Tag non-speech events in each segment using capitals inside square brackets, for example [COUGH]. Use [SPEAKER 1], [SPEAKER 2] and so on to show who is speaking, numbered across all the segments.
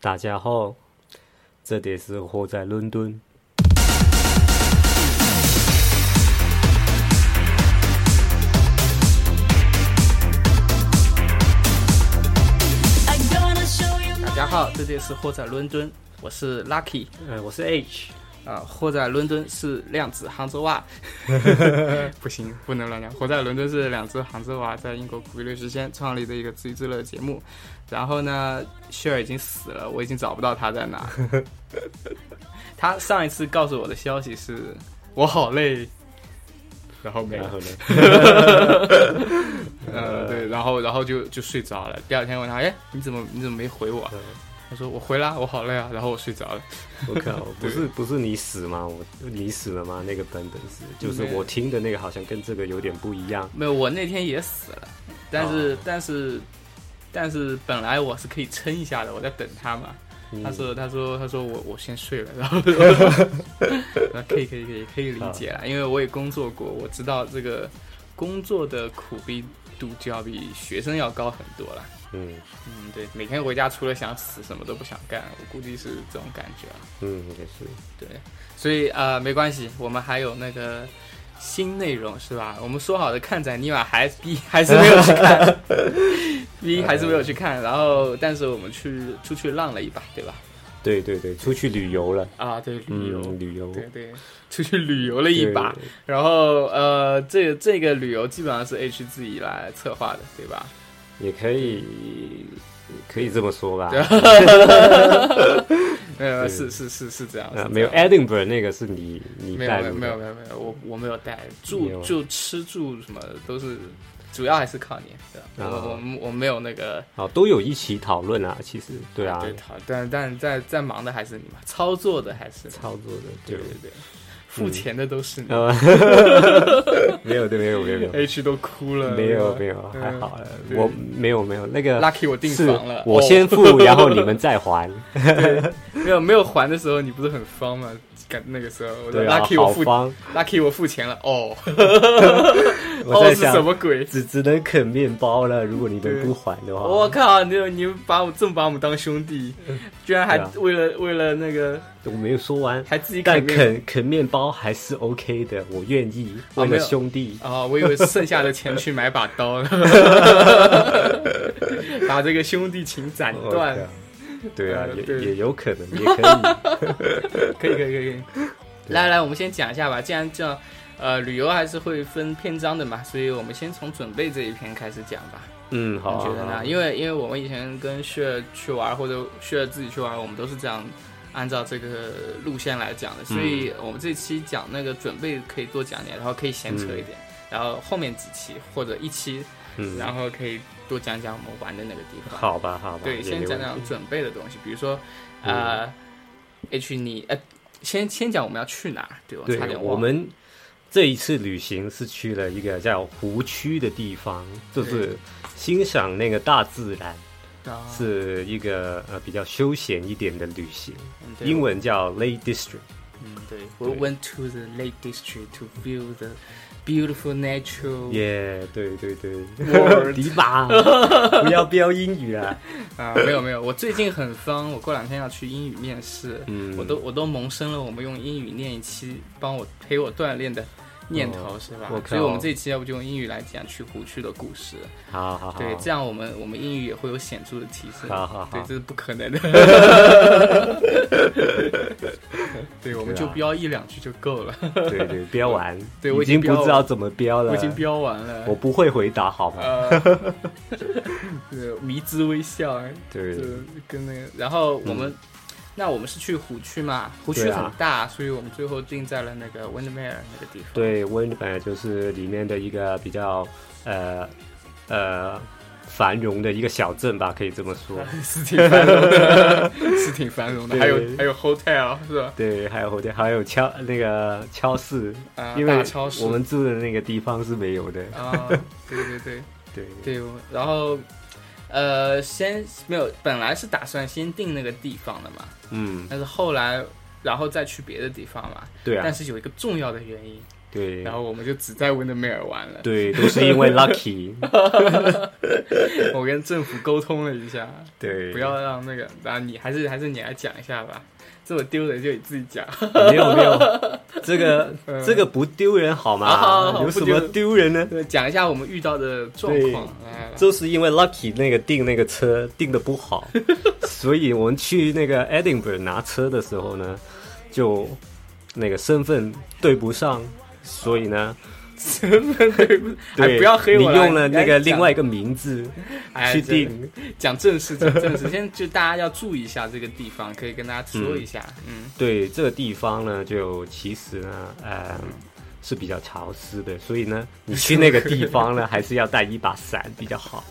[SPEAKER 1] 大家好，这里是活在伦敦。
[SPEAKER 2] 大家好，这里是货在伦敦，我是 Lucky
[SPEAKER 1] 呃，我是 H，
[SPEAKER 2] 啊、货在伦敦是两只杭州 [LAUGHS] 娃，不行，不能乱讲。活在伦敦是两只杭州娃在英国苦逼的时间创立的一个自娱自乐节目。然后呢，雪儿已经死了，我已经找不到他在哪。 [LAUGHS] 他上一次告诉我的消息是，我好累，然后没
[SPEAKER 1] 然
[SPEAKER 2] 了。 [LAUGHS]
[SPEAKER 1] 后呢，
[SPEAKER 2] 嗯，对，然后然后就就睡着了。第二天问他，哎，你怎么你怎么没回我啊？
[SPEAKER 1] 嗯
[SPEAKER 2] 他说我回啦，我好累啊。然后我睡着了。
[SPEAKER 1] 我靠，不是不是你死吗？我你死了吗？那个版本是，就是我听的那个好像跟这个有点不一样。
[SPEAKER 2] 没有，我那天也死了，但是、
[SPEAKER 1] 哦
[SPEAKER 2] 但是但是本来我是可以撑一下的，我在等他嘛。
[SPEAKER 1] 嗯
[SPEAKER 2] 他说他说他说我我先睡了，
[SPEAKER 1] [LAUGHS]
[SPEAKER 2] 然后然后可以可以可以可以理解了，因为我也工作过，我知道这个工作的苦逼度就要比学生要高很多了。
[SPEAKER 1] 嗯
[SPEAKER 2] 嗯，对，每天回家除了想死，什么都不想干，我估计是这种感觉啊。
[SPEAKER 1] 嗯，也是。
[SPEAKER 2] 对，所以呃，没关系，我们还有那个新内容是吧？我们说好的看展，尼玛还逼还是没有去 [LAUGHS] 看，逼还是没有去看。然后，但是我们去出去浪了一把，对吧？
[SPEAKER 1] 对对对，出去旅游了，
[SPEAKER 2] 啊，对，旅游，
[SPEAKER 1] 嗯，旅游
[SPEAKER 2] 对对，出去旅游了一把。，然后呃，这个这个旅游基本上是 H 自己来策划的，对吧？
[SPEAKER 1] 对也可以可以这么说吧。
[SPEAKER 2] 呃，
[SPEAKER 1] 对
[SPEAKER 2] 是是是是这样，是 [LAUGHS]
[SPEAKER 1] 呃，
[SPEAKER 2] 这
[SPEAKER 1] 没有
[SPEAKER 2] 样
[SPEAKER 1] Edinburgh 那个是你你
[SPEAKER 2] 没有
[SPEAKER 1] 带
[SPEAKER 2] 没有
[SPEAKER 1] 路
[SPEAKER 2] 没有
[SPEAKER 1] 的，
[SPEAKER 2] 没有没有，我我没有带
[SPEAKER 1] 没有
[SPEAKER 2] 住
[SPEAKER 1] 啊
[SPEAKER 2] 就吃住什么都是，主要还是靠你。对吧？
[SPEAKER 1] 啊
[SPEAKER 2] 我我我没有那个
[SPEAKER 1] 哦，都有一起讨论啊，其实对啊，
[SPEAKER 2] 对讨，但但在在忙的还是你嘛，操作的还是你
[SPEAKER 1] 操嗯作的
[SPEAKER 2] 对对对，付钱的都是你。
[SPEAKER 1] 呃，没有对没有没有没有
[SPEAKER 2] H 都哭了，
[SPEAKER 1] 没有没
[SPEAKER 2] 有
[SPEAKER 1] 有
[SPEAKER 2] 嗯
[SPEAKER 1] 还好了，
[SPEAKER 2] 对
[SPEAKER 1] 我没有没有那个
[SPEAKER 2] ，Lucky 我订
[SPEAKER 1] 是
[SPEAKER 2] 房了，
[SPEAKER 1] 我
[SPEAKER 2] 哦
[SPEAKER 1] 先付，然后你们再
[SPEAKER 2] [LAUGHS]
[SPEAKER 1] 还，
[SPEAKER 2] 没有没有还的时候，你不是很方吗？感那个时候，我说
[SPEAKER 1] 对啊，
[SPEAKER 2] Lucky 我
[SPEAKER 1] 好
[SPEAKER 2] 付
[SPEAKER 1] 方，
[SPEAKER 2] Lucky 我付钱了，哦
[SPEAKER 1] [LAUGHS] 我
[SPEAKER 2] 哦
[SPEAKER 1] 在
[SPEAKER 2] 是什
[SPEAKER 1] 想
[SPEAKER 2] 么鬼？
[SPEAKER 1] 只只能啃面包了，如果你
[SPEAKER 2] 对
[SPEAKER 1] 们不还的话，
[SPEAKER 2] 我靠！你你把我这么把我们当兄弟，居然还
[SPEAKER 1] 对啊
[SPEAKER 2] 为了、为了那个
[SPEAKER 1] 我没有说完，
[SPEAKER 2] 还自己
[SPEAKER 1] 但
[SPEAKER 2] 面
[SPEAKER 1] 啃啃面包还是 OK 的，我愿意，为
[SPEAKER 2] 啊没
[SPEAKER 1] 了
[SPEAKER 2] 有
[SPEAKER 1] 兄弟，
[SPEAKER 2] 啊、我以为剩下的钱去买把刀，
[SPEAKER 1] [LAUGHS]
[SPEAKER 2] 把这个兄弟情斩
[SPEAKER 1] 我
[SPEAKER 2] 断。
[SPEAKER 1] 靠哦对啊，
[SPEAKER 2] 呃
[SPEAKER 1] 也
[SPEAKER 2] 对
[SPEAKER 1] 也有可能，也可以。
[SPEAKER 2] 可以可以可以可以。来来，我们先讲一下吧。既然这样，呃，旅游还是会分篇章的嘛，所以我们先从准备这一篇开始讲吧。
[SPEAKER 1] 嗯，好啊，
[SPEAKER 2] [LAUGHS] 你觉得
[SPEAKER 1] 好啊
[SPEAKER 2] 呢？因为因为我们以前跟雪去玩或者雪自己去玩，我们都是这样按照这个路线来讲的，
[SPEAKER 1] 嗯
[SPEAKER 2] 所以我们这期讲那个准备可以多讲点，然后可以闲扯一点，然后后面几期或者一期，
[SPEAKER 1] 嗯，
[SPEAKER 2] 然后可以多讲讲我们玩的那个地方。
[SPEAKER 1] 好吧，好吧，
[SPEAKER 2] 对，
[SPEAKER 1] 啊也
[SPEAKER 2] 先
[SPEAKER 1] 没
[SPEAKER 2] 讲
[SPEAKER 1] 问
[SPEAKER 2] 讲
[SPEAKER 1] 题嗯
[SPEAKER 2] 准备的东西，比如说，呃、h 你呃，先先讲我们要去哪儿，对我
[SPEAKER 1] 对，
[SPEAKER 2] 差点忘了。
[SPEAKER 1] 我们这一次旅行是去了一个叫湖区的地方，就是欣赏那个大自然，
[SPEAKER 2] 啊
[SPEAKER 1] 是一个呃比较休闲一点的旅行，
[SPEAKER 2] 嗯对
[SPEAKER 1] 英文叫 Lake District。
[SPEAKER 2] 嗯对，We went to the Lake District to view the beautiful natural
[SPEAKER 1] 耶、对对对，
[SPEAKER 2] 嗯
[SPEAKER 1] [LAUGHS]
[SPEAKER 2] Word
[SPEAKER 1] 迪
[SPEAKER 2] [LAUGHS]
[SPEAKER 1] 吧，不要标英语啦。
[SPEAKER 2] 啊，没有没有，我最近很方，我过两天要去英语面试，
[SPEAKER 1] 嗯
[SPEAKER 2] 我都我都萌生了我们用英语念一期，帮我陪我锻炼的。念头
[SPEAKER 1] 哦
[SPEAKER 2] 是吧
[SPEAKER 1] 我？靠
[SPEAKER 2] 所以，我们这期要不就用英语来讲去湖区的故事。
[SPEAKER 1] 好好好，
[SPEAKER 2] 对，这样我们我们英语也会有显著的提升。
[SPEAKER 1] 啊好好好
[SPEAKER 2] 对，这是不可
[SPEAKER 1] [LAUGHS]
[SPEAKER 2] 能的。对，
[SPEAKER 1] 啊
[SPEAKER 2] 我们就标一两句就够了。
[SPEAKER 1] 对对标完，
[SPEAKER 2] 对我
[SPEAKER 1] 已
[SPEAKER 2] 已经
[SPEAKER 1] 经不
[SPEAKER 2] 标
[SPEAKER 1] 知道怎么标了，
[SPEAKER 2] 我已经标完了。
[SPEAKER 1] 我不会回答好吗？
[SPEAKER 2] 呃，对，迷之微笑，啊就
[SPEAKER 1] 对，
[SPEAKER 2] 跟那个。然后我们，那我们是去湖区嘛？湖区
[SPEAKER 1] 嗯对啊
[SPEAKER 2] 很大，所以我们最后定在了那个 Windmere 那个地方。
[SPEAKER 1] 对，温本来就是里面的一个比较呃呃繁荣的一个小镇吧，可以这么说。
[SPEAKER 2] [LAUGHS] [LAUGHS] 是挺繁荣的，是挺繁荣的。
[SPEAKER 1] 对
[SPEAKER 2] 还有还有 hotel 是吧？
[SPEAKER 1] 对，还有火店，还有敲那个超市，
[SPEAKER 2] 啊，
[SPEAKER 1] 因为
[SPEAKER 2] 大超市
[SPEAKER 1] 我们住的那个地方是没有的。
[SPEAKER 2] 啊，对对对。
[SPEAKER 1] 对，
[SPEAKER 2] 对，我然后呃，先没有，本来是打算先定那个地方的嘛，
[SPEAKER 1] 嗯，
[SPEAKER 2] 但是后来然后再去别的地方嘛。
[SPEAKER 1] 对啊
[SPEAKER 2] 但，是有一个重要的原因，
[SPEAKER 1] 对
[SPEAKER 2] 然后我们就只在温德梅尔玩了。
[SPEAKER 1] 对，都是因为 Lucky，
[SPEAKER 2] [LAUGHS] 我跟政府沟通了一下，
[SPEAKER 1] 对，
[SPEAKER 2] 不要让那个，然后你还是还是你来讲一下吧，这么丢人就你自己讲。
[SPEAKER 1] 没有没有，这
[SPEAKER 2] [LAUGHS]
[SPEAKER 1] 个 [LAUGHS] 这个不丢人好
[SPEAKER 2] 好嗯啊好
[SPEAKER 1] 吗？
[SPEAKER 2] 好
[SPEAKER 1] 有什么
[SPEAKER 2] 不
[SPEAKER 1] 丢人呢？
[SPEAKER 2] 对，讲一下我们遇到的状况。哎来来
[SPEAKER 1] 就是因为 Lucky 那个订那个车订的不
[SPEAKER 2] [LAUGHS]
[SPEAKER 1] 好，所以我们去那个 Edinburgh 拿车的时候呢，就那个身份对不上，所以呢，
[SPEAKER 2] 身份对不？哎，
[SPEAKER 1] 对，
[SPEAKER 2] 不要黑我
[SPEAKER 1] 你
[SPEAKER 2] 啦
[SPEAKER 1] 用了那个另外一
[SPEAKER 2] 你
[SPEAKER 1] 个名字
[SPEAKER 2] 哎
[SPEAKER 1] 去
[SPEAKER 2] 真的
[SPEAKER 1] 订，
[SPEAKER 2] 讲正事，讲正事。先就大家要注意一下这个地方，可以跟大家说一下。嗯，
[SPEAKER 1] 对这个地方呢，就其实呢，呃，是比较潮湿的，所以
[SPEAKER 2] [LAUGHS]
[SPEAKER 1] 呢，你去那个地方呢，还是要带一把伞比较
[SPEAKER 2] [LAUGHS]
[SPEAKER 1] 好。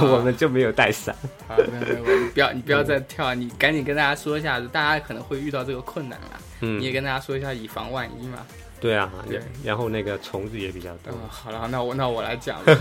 [SPEAKER 1] 我们就没有带伞，
[SPEAKER 2] 好，那那我们不要你不要再跳，你赶紧跟大家说一下，大家可能会遇到这个困难啦。
[SPEAKER 1] 嗯
[SPEAKER 2] 你也跟大家说一下，以防万一嘛。
[SPEAKER 1] 对啊，
[SPEAKER 2] 对
[SPEAKER 1] 然然后那个虫子也比较多
[SPEAKER 2] 嗯，，好了，那我那我来讲吧。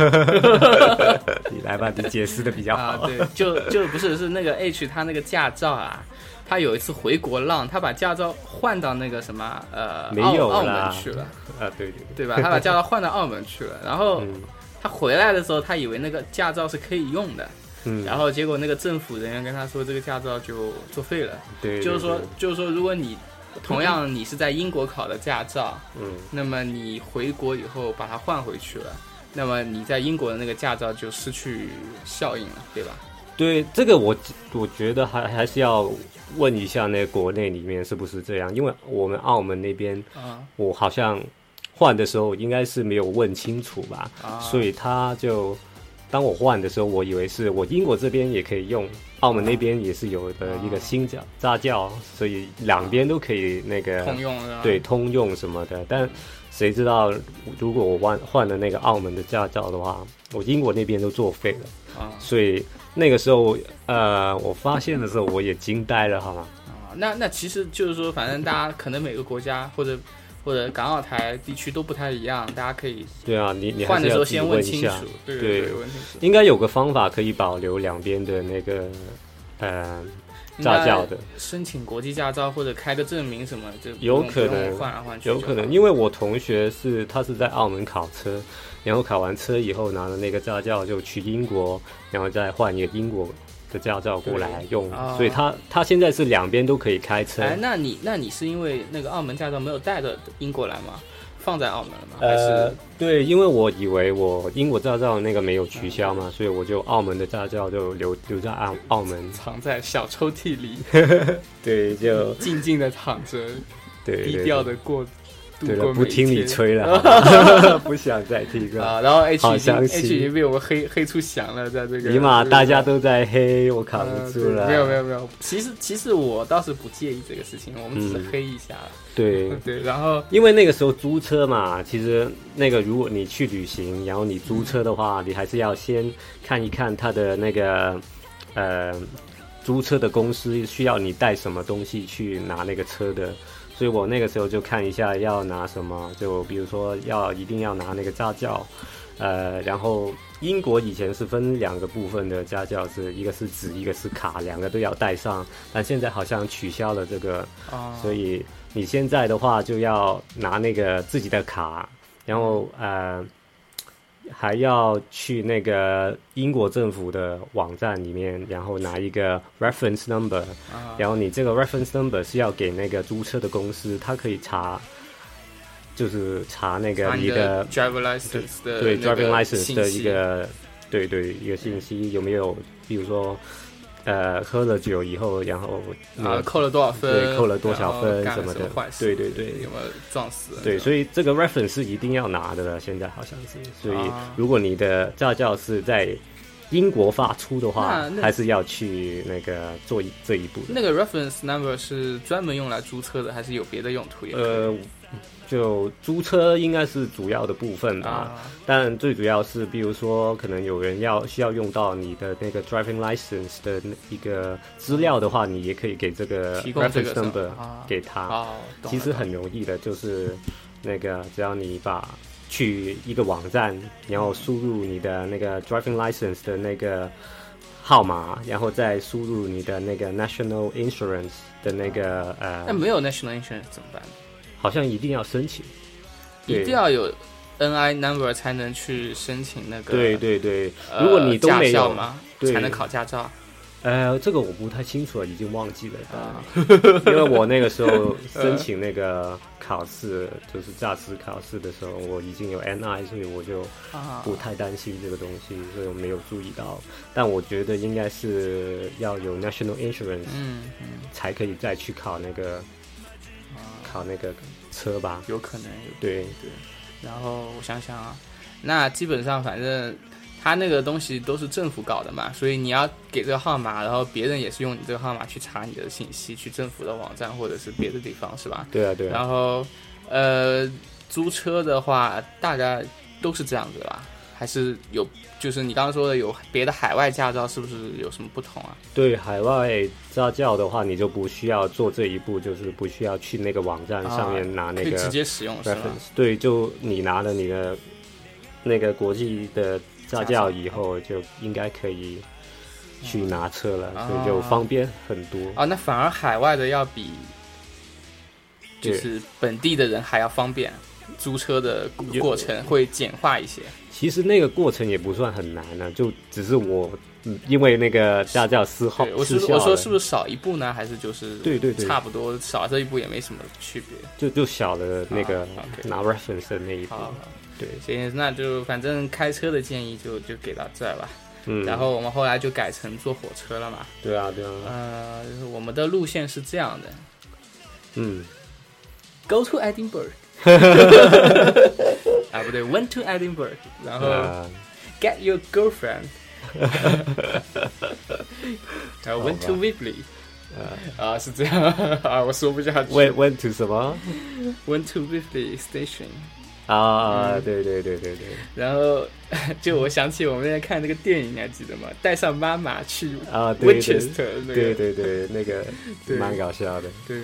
[SPEAKER 1] 你来吧，你解释的比较
[SPEAKER 2] 啊，
[SPEAKER 1] 好。
[SPEAKER 2] 对，就就不是是那个 H 他那个驾照啊，他有一次回国浪，他把驾照换到那个什么呃
[SPEAKER 1] 没
[SPEAKER 2] 澳
[SPEAKER 1] 有
[SPEAKER 2] 澳
[SPEAKER 1] 啦
[SPEAKER 2] 门去了，
[SPEAKER 1] 啊，对对对，
[SPEAKER 2] 对吧？他把驾照换到澳门去了，然后
[SPEAKER 1] 嗯
[SPEAKER 2] 他回来的时候，他以为那个驾照是可以用的，
[SPEAKER 1] 嗯，
[SPEAKER 2] 然后结果那个政府人员跟他说这个驾照就作废了，
[SPEAKER 1] 对，
[SPEAKER 2] 就是说
[SPEAKER 1] 对，
[SPEAKER 2] 就是说如果你同样你是在英国考的驾照，
[SPEAKER 1] 对嗯，
[SPEAKER 2] 那么你回国以后把它换回去了。那么你在英国的那个驾照就失去效应了，对吧？
[SPEAKER 1] 对，这个我我觉得还还是要问一下那国内里面是不是这样，因为我们澳门那边
[SPEAKER 2] 啊、
[SPEAKER 1] 我好像换的时候应该是没有问清楚吧，
[SPEAKER 2] 啊，
[SPEAKER 1] 所以他就当我换的时候，我以为是我英国这边也可以用，澳门那边也是有的一个新教大教，所以两边都可以那个
[SPEAKER 2] 通用是吧？
[SPEAKER 1] 对通用什么的，但。谁知道，如果我换换了那个澳门的驾照的话，我英国那边都作废了。
[SPEAKER 2] 啊、
[SPEAKER 1] 所以那个时候，呃，我发现的时候我也惊呆了，好吗？
[SPEAKER 2] 啊，那那其实就是说，反正大家可能每个国家或者或者港澳台地区都不太一样，大家可以
[SPEAKER 1] 对啊，你你还
[SPEAKER 2] 换
[SPEAKER 1] 是
[SPEAKER 2] 的
[SPEAKER 1] 要
[SPEAKER 2] 时候
[SPEAKER 1] 自己
[SPEAKER 2] 先
[SPEAKER 1] 问一
[SPEAKER 2] 清
[SPEAKER 1] 下
[SPEAKER 2] 楚，，对
[SPEAKER 1] 对
[SPEAKER 2] 对，问清楚。
[SPEAKER 1] 应该有个方法可以保留两边的那个呃驾照的，
[SPEAKER 2] 申请国际驾照或者开个证明什么，就不
[SPEAKER 1] 有
[SPEAKER 2] 用
[SPEAKER 1] 可
[SPEAKER 2] 不用
[SPEAKER 1] 能
[SPEAKER 2] 换来换去就
[SPEAKER 1] 有
[SPEAKER 2] 好，
[SPEAKER 1] 可能，因为我同学是他是在澳门考车，然后考完车以后拿了那个驾照就去英国，然后再换一个英国的驾照过来用，
[SPEAKER 2] 啊
[SPEAKER 1] 所以他他现在是两边都可以开车。
[SPEAKER 2] 哎，那你那你是因为那个澳门驾照没有带到英国来吗？放在澳门了吗？还
[SPEAKER 1] 呃
[SPEAKER 2] 是，
[SPEAKER 1] 对，因为我以为我英国驾照那个没有取消
[SPEAKER 2] 嗯
[SPEAKER 1] 嘛，所以我就澳门的驾照就留留在澳澳门。
[SPEAKER 2] 藏在小抽屉里，
[SPEAKER 1] 对，就
[SPEAKER 2] 静静的躺着，
[SPEAKER 1] [LAUGHS] 对
[SPEAKER 2] 低调，的过度
[SPEAKER 1] 对对
[SPEAKER 2] 过
[SPEAKER 1] 了，不
[SPEAKER 2] 每一
[SPEAKER 1] 听你
[SPEAKER 2] 天
[SPEAKER 1] 吹了好吧，不 [LAUGHS] 想再听了。
[SPEAKER 2] [LAUGHS] 啊，然后 H
[SPEAKER 1] 好
[SPEAKER 2] 已经
[SPEAKER 1] 详细
[SPEAKER 2] H 已经被我们黑黑出翔了，在这个
[SPEAKER 1] 尼玛，
[SPEAKER 2] 这个
[SPEAKER 1] 大家都在黑，我扛
[SPEAKER 2] 呃
[SPEAKER 1] 不住了。
[SPEAKER 2] 对没有没，有没有，其实其实我倒是不介意这个事情，我们只是黑一下了。
[SPEAKER 1] 嗯对，
[SPEAKER 2] 对，然后
[SPEAKER 1] 因为那个时候租车嘛，其实那个如果你去旅行，然后你租车的话，你还是要先看一看它的那个呃租车的公司需要你带什么东西去拿那个车的。所以我那个时候就看一下要拿什么，就比如说要一定要拿那个驾照，呃，然后英国以前是分两个部分的驾照，是一个是纸，一个是卡，两个都要带上，但现在好像取消了这个
[SPEAKER 2] 啊，
[SPEAKER 1] 所以你现在的话就要拿那个自己的卡，然后呃，还要去那个英国政府的网站里面，然后拿一个 reference number，
[SPEAKER 2] 啊
[SPEAKER 1] 然后你这个 reference number 是要给那个租车的公司，他可以查，就是查那个
[SPEAKER 2] 把啊你
[SPEAKER 1] 你的
[SPEAKER 2] driver license 的
[SPEAKER 1] 对
[SPEAKER 2] 那个
[SPEAKER 1] driving license
[SPEAKER 2] 信
[SPEAKER 1] 的
[SPEAKER 2] 息
[SPEAKER 1] 一个对对一个信息有没有，比如说。呃，喝了酒以后，然后那
[SPEAKER 2] 啊
[SPEAKER 1] 个
[SPEAKER 2] 扣了多少分，
[SPEAKER 1] 对，扣了多少分
[SPEAKER 2] 然后干了
[SPEAKER 1] 么
[SPEAKER 2] 什
[SPEAKER 1] 的
[SPEAKER 2] 坏，事，
[SPEAKER 1] 对对对
[SPEAKER 2] 有没有撞死？
[SPEAKER 1] 对，
[SPEAKER 2] 以
[SPEAKER 1] 所以这个 reference 是一定要拿的了，现在好像是，所以
[SPEAKER 2] 啊
[SPEAKER 1] 如果你的驾照是在英国发出的话
[SPEAKER 2] 那，那
[SPEAKER 1] 还是要去那个做一这一步的。
[SPEAKER 2] 那个 reference number 是专门用来租车的，还是有别的用途也可以？
[SPEAKER 1] 呃，就租车应该是主要的部分吧，
[SPEAKER 2] 啊，
[SPEAKER 1] 但最主要是，比如说，可能有人要需要用到你的那个 driving license 的那一个资料的话，你也可以给这个
[SPEAKER 2] 提供这个
[SPEAKER 1] 呃 reference
[SPEAKER 2] 是吧
[SPEAKER 1] number
[SPEAKER 2] 啊
[SPEAKER 1] 给他。
[SPEAKER 2] 哦，懂
[SPEAKER 1] 其
[SPEAKER 2] 了
[SPEAKER 1] 实
[SPEAKER 2] 懂了
[SPEAKER 1] 很容易的，就是那个只要你把去一个网站，然后输入你的那个 driving license 的那个号码，然后再输入你的那个 national insurance 的那个
[SPEAKER 2] 那
[SPEAKER 1] 呃，
[SPEAKER 2] 没有 national insurance 怎么办？
[SPEAKER 1] 好像一定要申请。
[SPEAKER 2] 一
[SPEAKER 1] 对
[SPEAKER 2] 定要有 NI number 才能去申请那个
[SPEAKER 1] 对对对，
[SPEAKER 2] 呃
[SPEAKER 1] 如果你都
[SPEAKER 2] 驾
[SPEAKER 1] 没
[SPEAKER 2] 校
[SPEAKER 1] 有，
[SPEAKER 2] 嘛，
[SPEAKER 1] 对
[SPEAKER 2] 才能考驾照
[SPEAKER 1] 呃，这个我不太清楚了，已经忘记了，
[SPEAKER 2] 啊。嗯
[SPEAKER 1] 因为我那个时
[SPEAKER 2] [LAUGHS]
[SPEAKER 1] 候申请那个考试，就是驾驶考试的时候，我已经有 NI，所以我就
[SPEAKER 2] 啊
[SPEAKER 1] 不太担心这个东西，所以我没有注意到。但我觉得应该是要有 National Insurance
[SPEAKER 2] 嗯嗯，
[SPEAKER 1] 才可以再去考那个
[SPEAKER 2] 啊
[SPEAKER 1] 考那个车吧。
[SPEAKER 2] 有可能有。
[SPEAKER 1] 对，
[SPEAKER 2] 然后我想想啊，那基本上反正他那个东西都是政府搞的嘛，所以你要给这个号码，然后别人也是用你这个号码去查你的信息，去政府的网站或者是别的地方，是吧？
[SPEAKER 1] 对啊，对啊。
[SPEAKER 2] 然后，呃，租车的话大概都是这样子吧，还是有，就是你刚刚说的有别的海外驾照，是不是有什么不同啊？
[SPEAKER 1] 对海外驾照的话，你就不需要做这一步，就是不需要去那个网站上面拿那
[SPEAKER 2] 啊可以
[SPEAKER 1] 个
[SPEAKER 2] 直接使用是吗？
[SPEAKER 1] reference。对，就你拿了你的那个国际的驾照以后，就应该可以去拿车了，
[SPEAKER 2] 啊
[SPEAKER 1] 所以就方便很多。
[SPEAKER 2] 啊，那反而海外的要比就是本地的人还要方便，租车的
[SPEAKER 1] 有
[SPEAKER 2] 过程会简化一些。
[SPEAKER 1] 其实那个过程也不算很难呢、就只是我嗯因为那个驾照失效
[SPEAKER 2] 对，，我是
[SPEAKER 1] 失效
[SPEAKER 2] 我说
[SPEAKER 1] 了
[SPEAKER 2] 是不是少一步呢？还是就是
[SPEAKER 1] 对对对
[SPEAKER 2] 差不多少这一步也没什么区别。
[SPEAKER 1] 就就小了那个
[SPEAKER 2] 啊，OK
[SPEAKER 1] 拿 reference 的那一步
[SPEAKER 2] 好。，好
[SPEAKER 1] 嗯对，
[SPEAKER 2] 行，那就反正开车的建议就就给到这儿吧。
[SPEAKER 1] 嗯，
[SPEAKER 2] 然后我们后来就改成坐火车了嘛。
[SPEAKER 1] 对啊，对啊，
[SPEAKER 2] 呃，我们的路线是这样的
[SPEAKER 1] 嗯，
[SPEAKER 2] ：Go
[SPEAKER 1] [LAUGHS]
[SPEAKER 2] to Edinburgh，啊不对，Went to Edinburgh，然后
[SPEAKER 1] 啊
[SPEAKER 2] Get your girlfriend，然后 Went to Weebly，啊是这样 [LAUGHS] 啊，我说不下去。
[SPEAKER 1] went went to 什么？
[SPEAKER 2] Went to Weebly Station，嗯
[SPEAKER 1] 啊，对对对对对，
[SPEAKER 2] 然后就我想起我们那天看那个电影，你还记得吗？带上妈妈去
[SPEAKER 1] 啊，对对
[SPEAKER 2] Winchester 那
[SPEAKER 1] 对
[SPEAKER 2] 个，
[SPEAKER 1] 对对，那个
[SPEAKER 2] 对
[SPEAKER 1] 蛮搞笑的，
[SPEAKER 2] 对。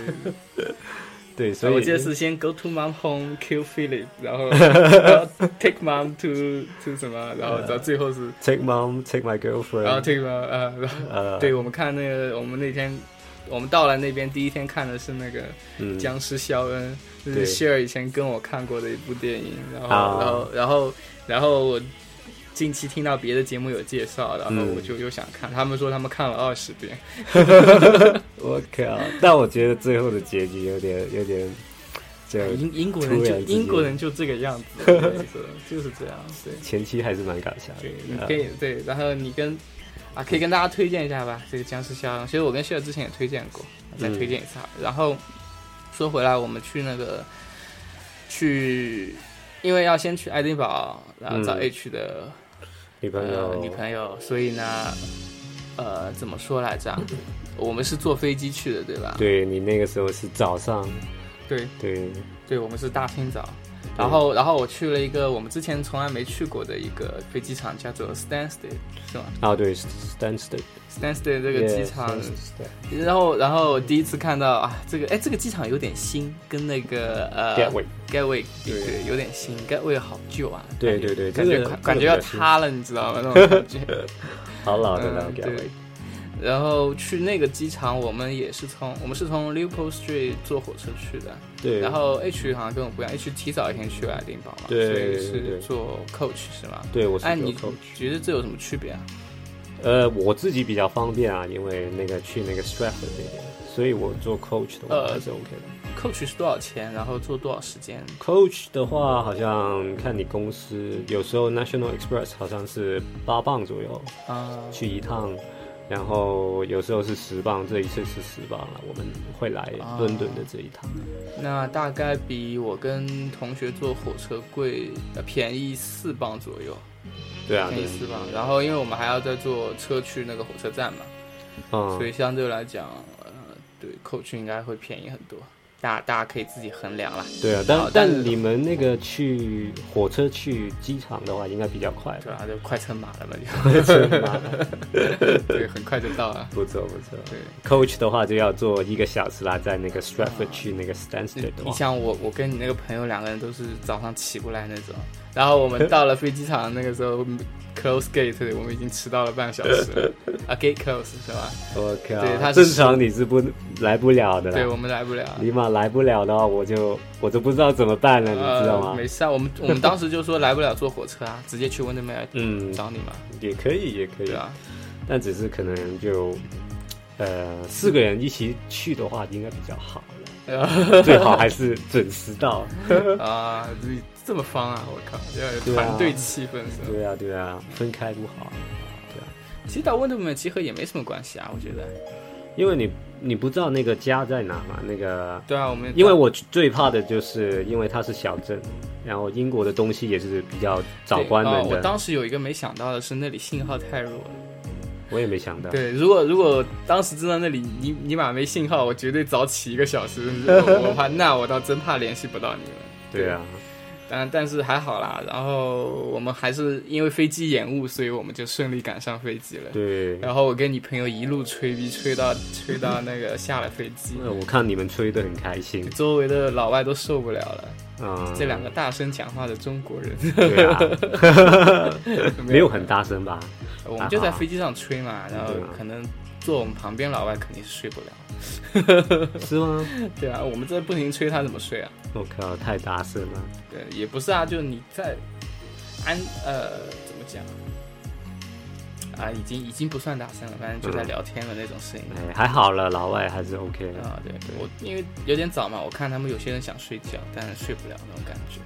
[SPEAKER 1] 对，
[SPEAKER 2] 所
[SPEAKER 1] 所
[SPEAKER 2] 以
[SPEAKER 1] 以
[SPEAKER 2] 我记得是先 go to mom home kill Philip，
[SPEAKER 1] [LAUGHS]
[SPEAKER 2] 然后然后 take mom to to 什么，然后到最后是，
[SPEAKER 1] take mom take my
[SPEAKER 2] 然后
[SPEAKER 1] girlfriend，
[SPEAKER 2] take mom 呃，然后
[SPEAKER 1] 呃，
[SPEAKER 2] 对，我们看那个，我们那天我们到了那边第一天看的是那个
[SPEAKER 1] 嗯，
[SPEAKER 2] 僵尸肖恩，就
[SPEAKER 1] 对
[SPEAKER 2] 是谢尔以前跟我看过的一部电影，然后
[SPEAKER 1] 啊
[SPEAKER 2] 然后然后然后我近期听到别的节目有介绍，然后
[SPEAKER 1] 嗯
[SPEAKER 2] 我就又想看，他们说他们看了二十遍，
[SPEAKER 1] 我靠，但我觉得最后的结局有点有点就
[SPEAKER 2] 英英国人
[SPEAKER 1] 突
[SPEAKER 2] 就
[SPEAKER 1] 然之间
[SPEAKER 2] 英国人就这个样子，对是就是这样，对。
[SPEAKER 1] 前期还是蛮搞笑
[SPEAKER 2] 对，你
[SPEAKER 1] 的，啊
[SPEAKER 2] 可以对，然后你跟啊，可以跟大家推荐一下吧，这个僵尸肖恩。其实我跟谢尔之前也推荐过，再推荐一次好了。啊
[SPEAKER 1] 嗯
[SPEAKER 2] 然后说回来，我们去那个去，因为要先去爱丁堡，然后找
[SPEAKER 1] 嗯
[SPEAKER 2] H 的、
[SPEAKER 1] 女朋
[SPEAKER 2] 呃
[SPEAKER 1] 友
[SPEAKER 2] 女朋友，所以呢，呃，怎么说来着？我们是坐飞机去的，对吧？
[SPEAKER 1] 对你那个时候是早上，
[SPEAKER 2] 对
[SPEAKER 1] 对，
[SPEAKER 2] 对，我们是大清早。然后，然后我去了一个我们之前从来没去过的一个飞机场，叫做 Stansted，是吗？
[SPEAKER 1] 啊对，Stansted
[SPEAKER 2] Stansted 这
[SPEAKER 1] 这
[SPEAKER 2] 个机场然后然后我第一次看到啊，这个哎，这个机场有点新，跟那个呃
[SPEAKER 1] Gatwick，
[SPEAKER 2] Gatwick
[SPEAKER 1] 对
[SPEAKER 2] 对有点新，Gatwick 好旧啊，
[SPEAKER 1] 对对对，
[SPEAKER 2] 感
[SPEAKER 1] 这
[SPEAKER 2] 觉
[SPEAKER 1] 个
[SPEAKER 2] 快
[SPEAKER 1] 这个
[SPEAKER 2] 感觉要
[SPEAKER 1] 比较新
[SPEAKER 2] 塌了，你知道吗？那种
[SPEAKER 1] [LAUGHS]
[SPEAKER 2] 感觉，
[SPEAKER 1] 好老的那
[SPEAKER 2] 嗯
[SPEAKER 1] 种感
[SPEAKER 2] 对。然后去那个机场，我们也是从我们是从 Liverpool Street 坐火车去的，
[SPEAKER 1] 对，
[SPEAKER 2] 然后 H 好像跟我不一样，H 提早一天去了爱丁堡嘛，
[SPEAKER 1] 对
[SPEAKER 2] 所以
[SPEAKER 1] 对
[SPEAKER 2] 是
[SPEAKER 1] 对
[SPEAKER 2] 坐 coach 是吗？
[SPEAKER 1] 对我是
[SPEAKER 2] 哎，
[SPEAKER 1] 做
[SPEAKER 2] 你
[SPEAKER 1] coach
[SPEAKER 2] 觉得这有什么区别啊？
[SPEAKER 1] 呃，我自己比较方便啊，因为那个去那个 Stratford 那边，所以我做 coach 的话
[SPEAKER 2] 呃
[SPEAKER 1] 还是 OK 的。
[SPEAKER 2] coach 是多少钱？然后坐多少时间？
[SPEAKER 1] coach 的话，好像看你公司，有时候 National Express 好像是八磅左右
[SPEAKER 2] 啊、
[SPEAKER 1] 去一趟，然后有时候是十磅，这一次是十磅了。我们会来
[SPEAKER 2] 啊
[SPEAKER 1] 伦敦的这一趟，
[SPEAKER 2] 那大概比我跟同学坐火车贵，呃，便宜四磅左右，
[SPEAKER 1] 对啊，
[SPEAKER 2] 便宜
[SPEAKER 1] 对，
[SPEAKER 2] 四磅。然后因为我们还要再坐车去那个火车站嘛，所
[SPEAKER 1] 嗯，
[SPEAKER 2] 以相对来讲，呃，对，coach 应该会便宜很多。大家大家可以自己衡量啦，
[SPEAKER 1] 对啊，
[SPEAKER 2] 好
[SPEAKER 1] 但
[SPEAKER 2] 但是
[SPEAKER 1] 但你们那个去火车去机场的话，应该比较快
[SPEAKER 2] 对
[SPEAKER 1] 吧？
[SPEAKER 2] 吧？就快车马了
[SPEAKER 1] [LAUGHS]
[SPEAKER 2] 嘛，
[SPEAKER 1] 是
[SPEAKER 2] 啊
[SPEAKER 1] 吗
[SPEAKER 2] 就对，很快就到了。
[SPEAKER 1] 不错不错。
[SPEAKER 2] 对，
[SPEAKER 1] Coach 的话就要坐一个小时啦，在那个 Stratford 去那个 Stansted 的
[SPEAKER 2] 你
[SPEAKER 1] 话，
[SPEAKER 2] 像我，我跟你那个朋友两个人都是早上起不来那种，然后我们到了飞机场，那个时候 close gate，我们已经迟到了半小时
[SPEAKER 1] [LAUGHS]
[SPEAKER 2] 了啊，gate close 是吧？
[SPEAKER 1] 我靠，
[SPEAKER 2] 对他是
[SPEAKER 1] 啊正常你是不来不了的
[SPEAKER 2] 对
[SPEAKER 1] 啦。
[SPEAKER 2] 我们来不了。
[SPEAKER 1] 尼玛来不了的话，我就我都不知道怎么办了，你知道
[SPEAKER 2] 呃，
[SPEAKER 1] 吗
[SPEAKER 2] 没？事啊，我们我们当时就说来不了坐火车啊，直接去温德梅尔
[SPEAKER 1] 嗯，
[SPEAKER 2] 找你嘛，
[SPEAKER 1] 也可以，也可以 [LAUGHS]
[SPEAKER 2] 对，啊，
[SPEAKER 1] 但只是可能就，呃，四个人一起去的话，应该比较好了。
[SPEAKER 2] [LAUGHS]
[SPEAKER 1] 最好还是准时到。
[SPEAKER 2] 啊，这这么方啊，我靠，要有
[SPEAKER 1] 对啊
[SPEAKER 2] 团队气氛是吧？
[SPEAKER 1] 对啊，对啊，分开不好，
[SPEAKER 2] 其实到温德梅尔集合也没什么关系啊，我觉得。
[SPEAKER 1] 因为你你不知道那个家在哪嘛，那个。
[SPEAKER 2] 对啊，我们
[SPEAKER 1] 因为我最怕的就是，因为它是小镇，然后英国的东西也是比较早
[SPEAKER 2] 对
[SPEAKER 1] 关
[SPEAKER 2] 啊
[SPEAKER 1] 门
[SPEAKER 2] 我
[SPEAKER 1] 的，嗯
[SPEAKER 2] 当时有一个没想到的是，那里信号太弱了。
[SPEAKER 1] 我也没想到。
[SPEAKER 2] 对，如果如果当时知道那里尼尼玛没信号，我绝对早起一个小时。我我怕，那我倒真怕联系不到你们。
[SPEAKER 1] 对啊，
[SPEAKER 2] 但但是还好啦，然后我们还是因为飞机延误，所以我们就顺利赶上飞机了。
[SPEAKER 1] 对。
[SPEAKER 2] 然后我跟你朋友一路吹逼，吹到吹到那个下了飞机，
[SPEAKER 1] 那我看你们吹得很开心
[SPEAKER 2] 周围的老外都受不了了。
[SPEAKER 1] 啊，嗯
[SPEAKER 2] 这两个大声讲话的中国人，
[SPEAKER 1] 对啊，
[SPEAKER 2] [LAUGHS]
[SPEAKER 1] 没有很大声吧？
[SPEAKER 2] 我们就在飞机上吹嘛，然后
[SPEAKER 1] 对啊
[SPEAKER 2] 可能坐我们旁边老外肯定是睡不了。 [LAUGHS]
[SPEAKER 1] 是吗？
[SPEAKER 2] 对啊，我们这不停吹，他怎么睡啊？
[SPEAKER 1] 我靠，太大声了！
[SPEAKER 2] 对，也不是啊，就你在安呃怎么讲啊，已经已经不算大声了，反正就在
[SPEAKER 1] 嗯
[SPEAKER 2] 聊天的那种声音。
[SPEAKER 1] 哎，还好了，老外还是 OK 的。
[SPEAKER 2] 啊，对我因为有点早嘛，我看他们有些人想睡觉，但是睡不了那种感觉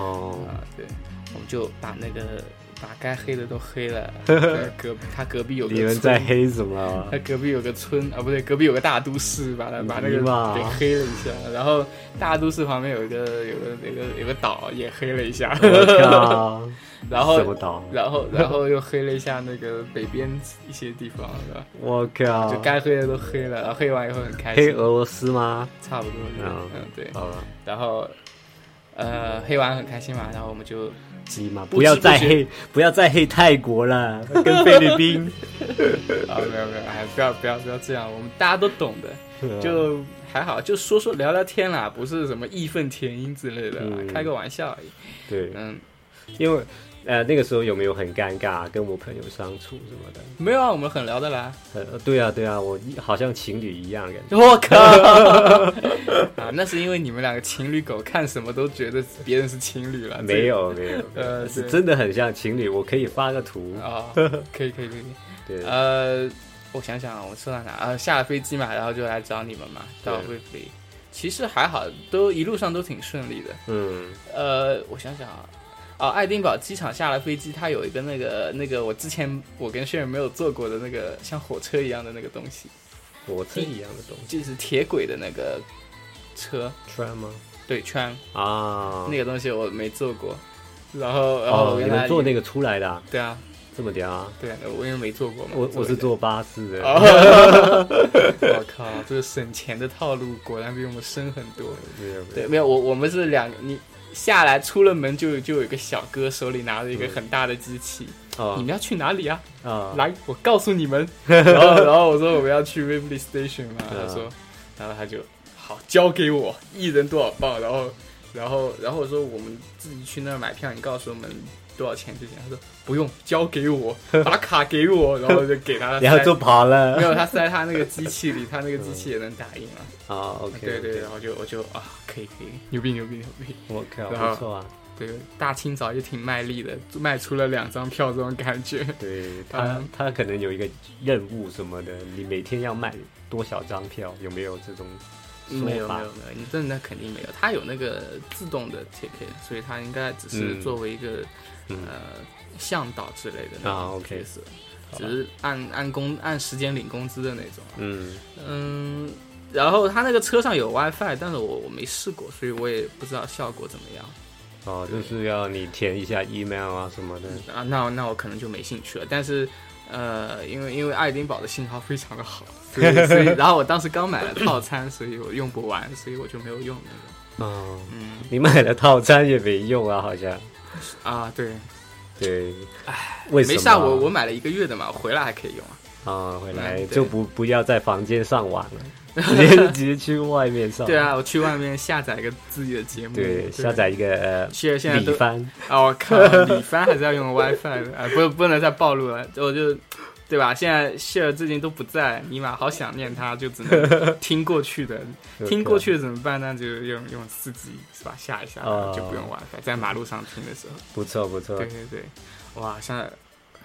[SPEAKER 1] 哦，
[SPEAKER 2] 啊。对，我们就把那个把该黑的都黑
[SPEAKER 1] [LAUGHS]
[SPEAKER 2] 了，对隔他隔壁有个
[SPEAKER 1] 你们
[SPEAKER 2] 村
[SPEAKER 1] 在黑什么？
[SPEAKER 2] [LAUGHS] 他隔壁有个村啊，不对，隔壁有个大都市，把它把那个
[SPEAKER 1] 泥巴
[SPEAKER 2] 给黑了一下。然后大都市旁边有一个有个有个有个岛也黑了一下，
[SPEAKER 1] 我靠，
[SPEAKER 2] 然
[SPEAKER 1] 什呃么
[SPEAKER 2] 后
[SPEAKER 1] 岛？
[SPEAKER 2] 然后然后又黑了一下那个北边一些地方，是吧？
[SPEAKER 1] 我靠，
[SPEAKER 2] 就该黑的都黑了，然后黑完以后很开
[SPEAKER 1] 哦黑
[SPEAKER 2] 心，
[SPEAKER 1] 俄罗斯吗？
[SPEAKER 2] 差不多就是
[SPEAKER 1] 嗯
[SPEAKER 2] 嗯对，
[SPEAKER 1] 好了，
[SPEAKER 2] 然后呃黑完很开心嘛，然后我们就
[SPEAKER 1] 鸡嘛，
[SPEAKER 2] 不
[SPEAKER 1] 不要
[SPEAKER 2] 知不
[SPEAKER 1] 再
[SPEAKER 2] 觉
[SPEAKER 1] 黑， [LAUGHS] 不要再黑泰国了，跟菲律
[SPEAKER 2] [LAUGHS]
[SPEAKER 1] 宾。
[SPEAKER 2] 啊没有没有，哎不要不要不要这样，我们大家都懂的。
[SPEAKER 1] 啊
[SPEAKER 2] 就还好，就说说聊聊天啦，不是什么义愤填膺之类的啦，
[SPEAKER 1] 嗯
[SPEAKER 2] 开个玩笑而已。
[SPEAKER 1] 对，
[SPEAKER 2] 嗯，
[SPEAKER 1] 因为呃那个时候有没有很尴尬，跟我朋友相处什么的？
[SPEAKER 2] 没有啊，我们很聊
[SPEAKER 1] [LAUGHS]
[SPEAKER 2] 得来。
[SPEAKER 1] 呃，对啊对啊，我一好像情侣一样感觉。
[SPEAKER 2] 我靠！啊，那是因为你们两个情侣狗，看什么都觉得别人是情侣了。
[SPEAKER 1] 没有没有，
[SPEAKER 2] 啊呃
[SPEAKER 1] 是
[SPEAKER 2] 对
[SPEAKER 1] 真的很像情侣，我可以发个图 [LAUGHS]
[SPEAKER 2] 这。啊、可以可以可以。
[SPEAKER 1] 对，
[SPEAKER 2] 呃，我想想啊，我说到哪？啊，下了飞机嘛，然后就来找你们嘛，到
[SPEAKER 1] 对
[SPEAKER 2] w e e 其实还好，都一路上都挺顺利的。
[SPEAKER 1] 嗯，
[SPEAKER 2] 呃，我想想啊，啊，爱丁堡机场下了飞机，它有一个那个那个，我之前我跟 s h 没有坐过的那个像火车一样的那个东西，
[SPEAKER 1] 火车一样的东西
[SPEAKER 2] 就是铁轨的那个车，
[SPEAKER 1] 穿吗？
[SPEAKER 2] 对，圈
[SPEAKER 1] 啊，
[SPEAKER 2] 那个东西我没坐过。然后，然后
[SPEAKER 1] 哦
[SPEAKER 2] 我，跟
[SPEAKER 1] 你
[SPEAKER 2] 他、
[SPEAKER 1] 们坐那个出来的啊，
[SPEAKER 2] 对啊，
[SPEAKER 1] 这么屌啊！
[SPEAKER 2] 对啊，我因为没坐过嘛，
[SPEAKER 1] 我我是
[SPEAKER 2] 坐
[SPEAKER 1] 坐巴士
[SPEAKER 2] 一
[SPEAKER 1] 的，
[SPEAKER 2] 下。哦 [LAUGHS] 我靠，这个省钱的套路果然比我们深很多。
[SPEAKER 1] 没有没
[SPEAKER 2] 对，
[SPEAKER 1] 有，
[SPEAKER 2] 没有我我们是两个，你下来出了门就就有一个小哥手里拿着一个
[SPEAKER 1] 嗯
[SPEAKER 2] 很大的机器，你
[SPEAKER 1] 哦
[SPEAKER 2] 们要去哪里啊？
[SPEAKER 1] 啊，
[SPEAKER 2] 来，我告诉你 [LAUGHS] 们。然后，然后我说我们要去 Ripley Station 嘛，
[SPEAKER 1] 对啊
[SPEAKER 2] 他说，然后他就好交给我，一人多少磅，然后，然后，然后我说我们自己去那儿买票，你告诉我们多少钱就行。他说不用，交给 [LAUGHS] 我，把卡给我，然后就给 [LAUGHS] 他塞。
[SPEAKER 1] 然后就跑
[SPEAKER 2] 没
[SPEAKER 1] 了。
[SPEAKER 2] 有，他塞他那个机器里，他那个机器也能打印啊。
[SPEAKER 1] 啊，OK，
[SPEAKER 2] 对对，然后就我就啊，可以可以，牛逼牛逼牛逼。
[SPEAKER 1] 我靠，
[SPEAKER 2] 然后
[SPEAKER 1] 不错啊。
[SPEAKER 2] 对，大清早也挺卖力的，卖出了两张票，这种感觉。
[SPEAKER 1] 对他
[SPEAKER 2] 嗯，
[SPEAKER 1] 他可能有一个任务什么的，你每天要卖多少张票？有没有这种说法？
[SPEAKER 2] 没有没有没有，你这那肯定没有。它有那个自动的 ticket，所以它应该只是
[SPEAKER 1] 嗯
[SPEAKER 2] 作为一个、
[SPEAKER 1] 嗯
[SPEAKER 2] 呃向导之类的那
[SPEAKER 1] 啊
[SPEAKER 2] 种
[SPEAKER 1] ，OK
[SPEAKER 2] 角色，
[SPEAKER 1] 好吧
[SPEAKER 2] 只是按按工按时间领工资的那种。
[SPEAKER 1] 嗯，
[SPEAKER 2] 嗯，然后它那个车上有 WiFi，但是我我没试过，所以我也不知道效果怎么样。
[SPEAKER 1] 哦，就是要你填一下 email 啊什么的。
[SPEAKER 2] 啊，那那我可能就没兴趣了。但是，呃，因为因为爱丁堡的信号非常的好，所 [LAUGHS] 以所以，然后我当时刚买了套餐，所以我用不完，所以我就没有用那个。
[SPEAKER 1] 哦，
[SPEAKER 2] 嗯
[SPEAKER 1] 你买了套餐也没用啊，好像。
[SPEAKER 2] 啊，对，
[SPEAKER 1] 对，为什么？
[SPEAKER 2] 没事啊，我我买了一个月的嘛，我回来还可以用啊。
[SPEAKER 1] 啊，回来
[SPEAKER 2] 嗯对
[SPEAKER 1] 就不不要在房间上网了，直
[SPEAKER 2] [LAUGHS]
[SPEAKER 1] 接直接去外面上。
[SPEAKER 2] 对，啊，我去外面下载个自己的节目，
[SPEAKER 1] 嗯对，下载一个呃
[SPEAKER 2] 现在现在
[SPEAKER 1] 李
[SPEAKER 2] 都
[SPEAKER 1] 帆，
[SPEAKER 2] 啊，我
[SPEAKER 1] [LAUGHS]
[SPEAKER 2] 靠，李帆还是要用 WiFi 的，啊，不不能再暴露了，我就。对吧？现在谢尔最近都不在，尼玛好想念他，就只能
[SPEAKER 1] [LAUGHS]
[SPEAKER 2] 听过去的， [LAUGHS] 听过去的怎么办呢？就用用四 G 是吧？下一下、
[SPEAKER 1] 哦
[SPEAKER 2] 就不用 WiFi，在马路上听的时候。
[SPEAKER 1] 不错不错
[SPEAKER 2] 对，对对，哇，现在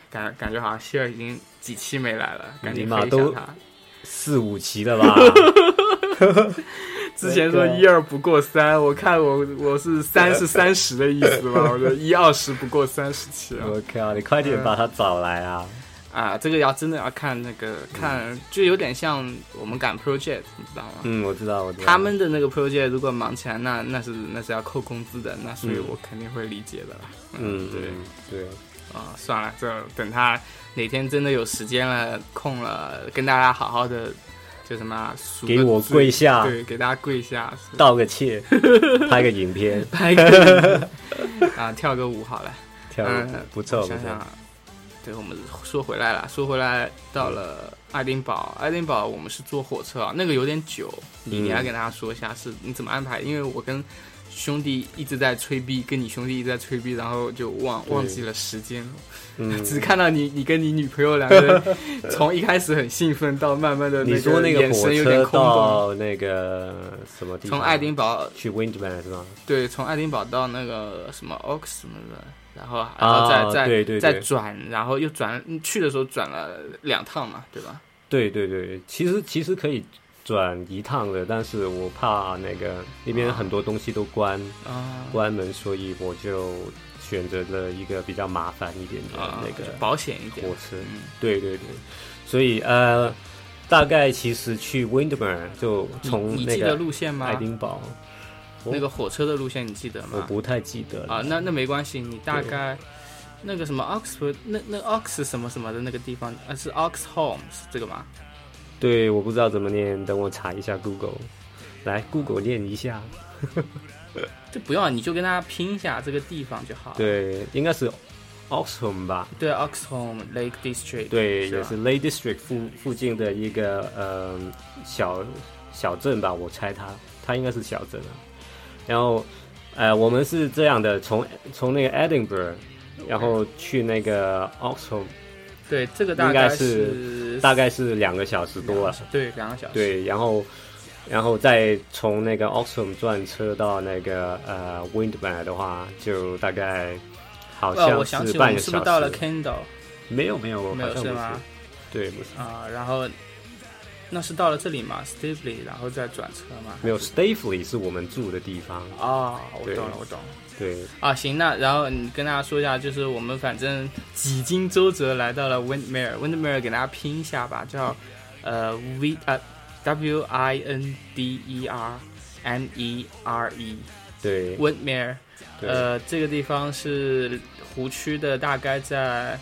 [SPEAKER 2] 感感觉好像希尔已经几期没来了，赶紧
[SPEAKER 1] 尼玛
[SPEAKER 2] 可以
[SPEAKER 1] 都
[SPEAKER 2] 想他。
[SPEAKER 1] 四五期了
[SPEAKER 2] [LAUGHS]
[SPEAKER 1] 吧？
[SPEAKER 2] 之前说一二不过三，我看我我是
[SPEAKER 1] [LAUGHS]
[SPEAKER 2] 三是三十的意思吧， [LAUGHS] 我说一二十不过三十期啊
[SPEAKER 1] 我靠，你快点把他找来啊！
[SPEAKER 2] 啊，这个要真的要看那个
[SPEAKER 1] 嗯
[SPEAKER 2] 看，就有点像我们赶 project，你知道吗？
[SPEAKER 1] 嗯，我知道，我知道。
[SPEAKER 2] 他们的那个 project 如果忙起来，那那是那是要扣工资的，那所以
[SPEAKER 1] 嗯
[SPEAKER 2] 我肯定会理解的啦。
[SPEAKER 1] 嗯，
[SPEAKER 2] 对
[SPEAKER 1] 嗯对，
[SPEAKER 2] 啊、算了，这等他哪天真的有时间了、空了，跟大家好好的就什么啊数个
[SPEAKER 1] 给我跪下，
[SPEAKER 2] 对，给大家跪下，
[SPEAKER 1] 道个歉，
[SPEAKER 2] [LAUGHS]
[SPEAKER 1] 拍个影片，[LAUGHS]
[SPEAKER 2] 拍个啊，跳个舞好了。
[SPEAKER 1] 跳舞
[SPEAKER 2] 嗯
[SPEAKER 1] 不错不
[SPEAKER 2] 想想
[SPEAKER 1] 错。
[SPEAKER 2] 啊，对，我们说回来了，说回来到了爱丁堡，爱丁堡我们是坐火车啊，那个有点久，你
[SPEAKER 1] 嗯
[SPEAKER 2] 你来给大家说一下是你怎么安排，因为我跟兄弟一直在吹逼，跟你兄弟一直在吹逼，然后就忘
[SPEAKER 1] 对
[SPEAKER 2] 忘记了时间了，
[SPEAKER 1] 嗯，
[SPEAKER 2] 只看到你你跟你女朋友两个人从一开始很兴奋到慢慢的
[SPEAKER 1] [LAUGHS] 你说那个
[SPEAKER 2] 眼
[SPEAKER 1] 火
[SPEAKER 2] 神有
[SPEAKER 1] 车
[SPEAKER 2] 点空洞，
[SPEAKER 1] 到那个什么地方？
[SPEAKER 2] 从爱丁堡
[SPEAKER 1] 去 Windman 是吗？
[SPEAKER 2] 对，从爱丁堡到那个什么 Ox 什么的，然后然后再、再
[SPEAKER 1] 啊对对
[SPEAKER 2] 再
[SPEAKER 1] 对
[SPEAKER 2] 转，然后又转去的时候转了两趟嘛，对吧？
[SPEAKER 1] 对对对，其实其实可以转一趟的，但是我怕那个那边很多东西都关、
[SPEAKER 2] 啊
[SPEAKER 1] 关门，所以我就选择了一个比较麻烦一点的
[SPEAKER 2] 啊，
[SPEAKER 1] 那
[SPEAKER 2] 就
[SPEAKER 1] 个
[SPEAKER 2] 保险一点
[SPEAKER 1] 火，车。
[SPEAKER 2] 嗯
[SPEAKER 1] 对对对，所以呃，大概其实去 Windmer 就
[SPEAKER 2] 你
[SPEAKER 1] 从
[SPEAKER 2] 你
[SPEAKER 1] 那
[SPEAKER 2] 记得
[SPEAKER 1] 个
[SPEAKER 2] 路线吗
[SPEAKER 1] 爱？丁堡，
[SPEAKER 2] 那个火车的路线你记得
[SPEAKER 1] 我
[SPEAKER 2] 吗？
[SPEAKER 1] 不太记得了
[SPEAKER 2] 啊，那那没关系，你大
[SPEAKER 1] 对
[SPEAKER 2] 概那个什么 Oxford，那那 Ox 什么什么的那个地方，呃，是 Oxholm 是这个吗？
[SPEAKER 1] 对，我不知道怎么念，等我查一下 Google。来，Google 念一下，
[SPEAKER 2] 就不要，你就跟大家拼一下这个地方就好了。
[SPEAKER 1] 对，应该是 Oxholm 吧？
[SPEAKER 2] 对，Oxholm Lake District，
[SPEAKER 1] 对，
[SPEAKER 2] 是
[SPEAKER 1] 也
[SPEAKER 2] 吧
[SPEAKER 1] 是 Lake District 附附近的一个呃小小镇吧，我猜它它应该是小镇啊。然后呃，我们是这样的，从从那个 Edinburgh，然后去那个 Oxford，
[SPEAKER 2] 对，这个大
[SPEAKER 1] 应该
[SPEAKER 2] 概
[SPEAKER 1] 是
[SPEAKER 2] 是
[SPEAKER 1] 大概是两个小时多了。
[SPEAKER 2] 对，两个小时。
[SPEAKER 1] 对，然后然后再从那个 Oxford 转车到那个呃 Windman 的话，就大概好
[SPEAKER 2] 哦，我
[SPEAKER 1] 像
[SPEAKER 2] 想起我
[SPEAKER 1] 半
[SPEAKER 2] 们
[SPEAKER 1] 个
[SPEAKER 2] 是不
[SPEAKER 1] 小
[SPEAKER 2] 是
[SPEAKER 1] 时。
[SPEAKER 2] 到了 Kendall？
[SPEAKER 1] 没有没有，
[SPEAKER 2] 没
[SPEAKER 1] 好
[SPEAKER 2] 有
[SPEAKER 1] 像不
[SPEAKER 2] 吗？
[SPEAKER 1] 对，不是。
[SPEAKER 2] 啊，然后那是到了这里嘛 s t a b l y 然后再转车嘛。
[SPEAKER 1] 没有 s t a f e l y 是我们住的地方，
[SPEAKER 2] 哦，我
[SPEAKER 1] 对
[SPEAKER 2] 懂了，我懂了。
[SPEAKER 1] 对，
[SPEAKER 2] 啊，行，那然后你跟大家说一下，就是我们反正几经周折来到了 Windmere，Windmere 给大家拼一下吧，叫呃 V 呃 W I N D E R M E R E，Windmere。
[SPEAKER 1] 对，对，
[SPEAKER 2] 呃，这个地方是湖区的，大概在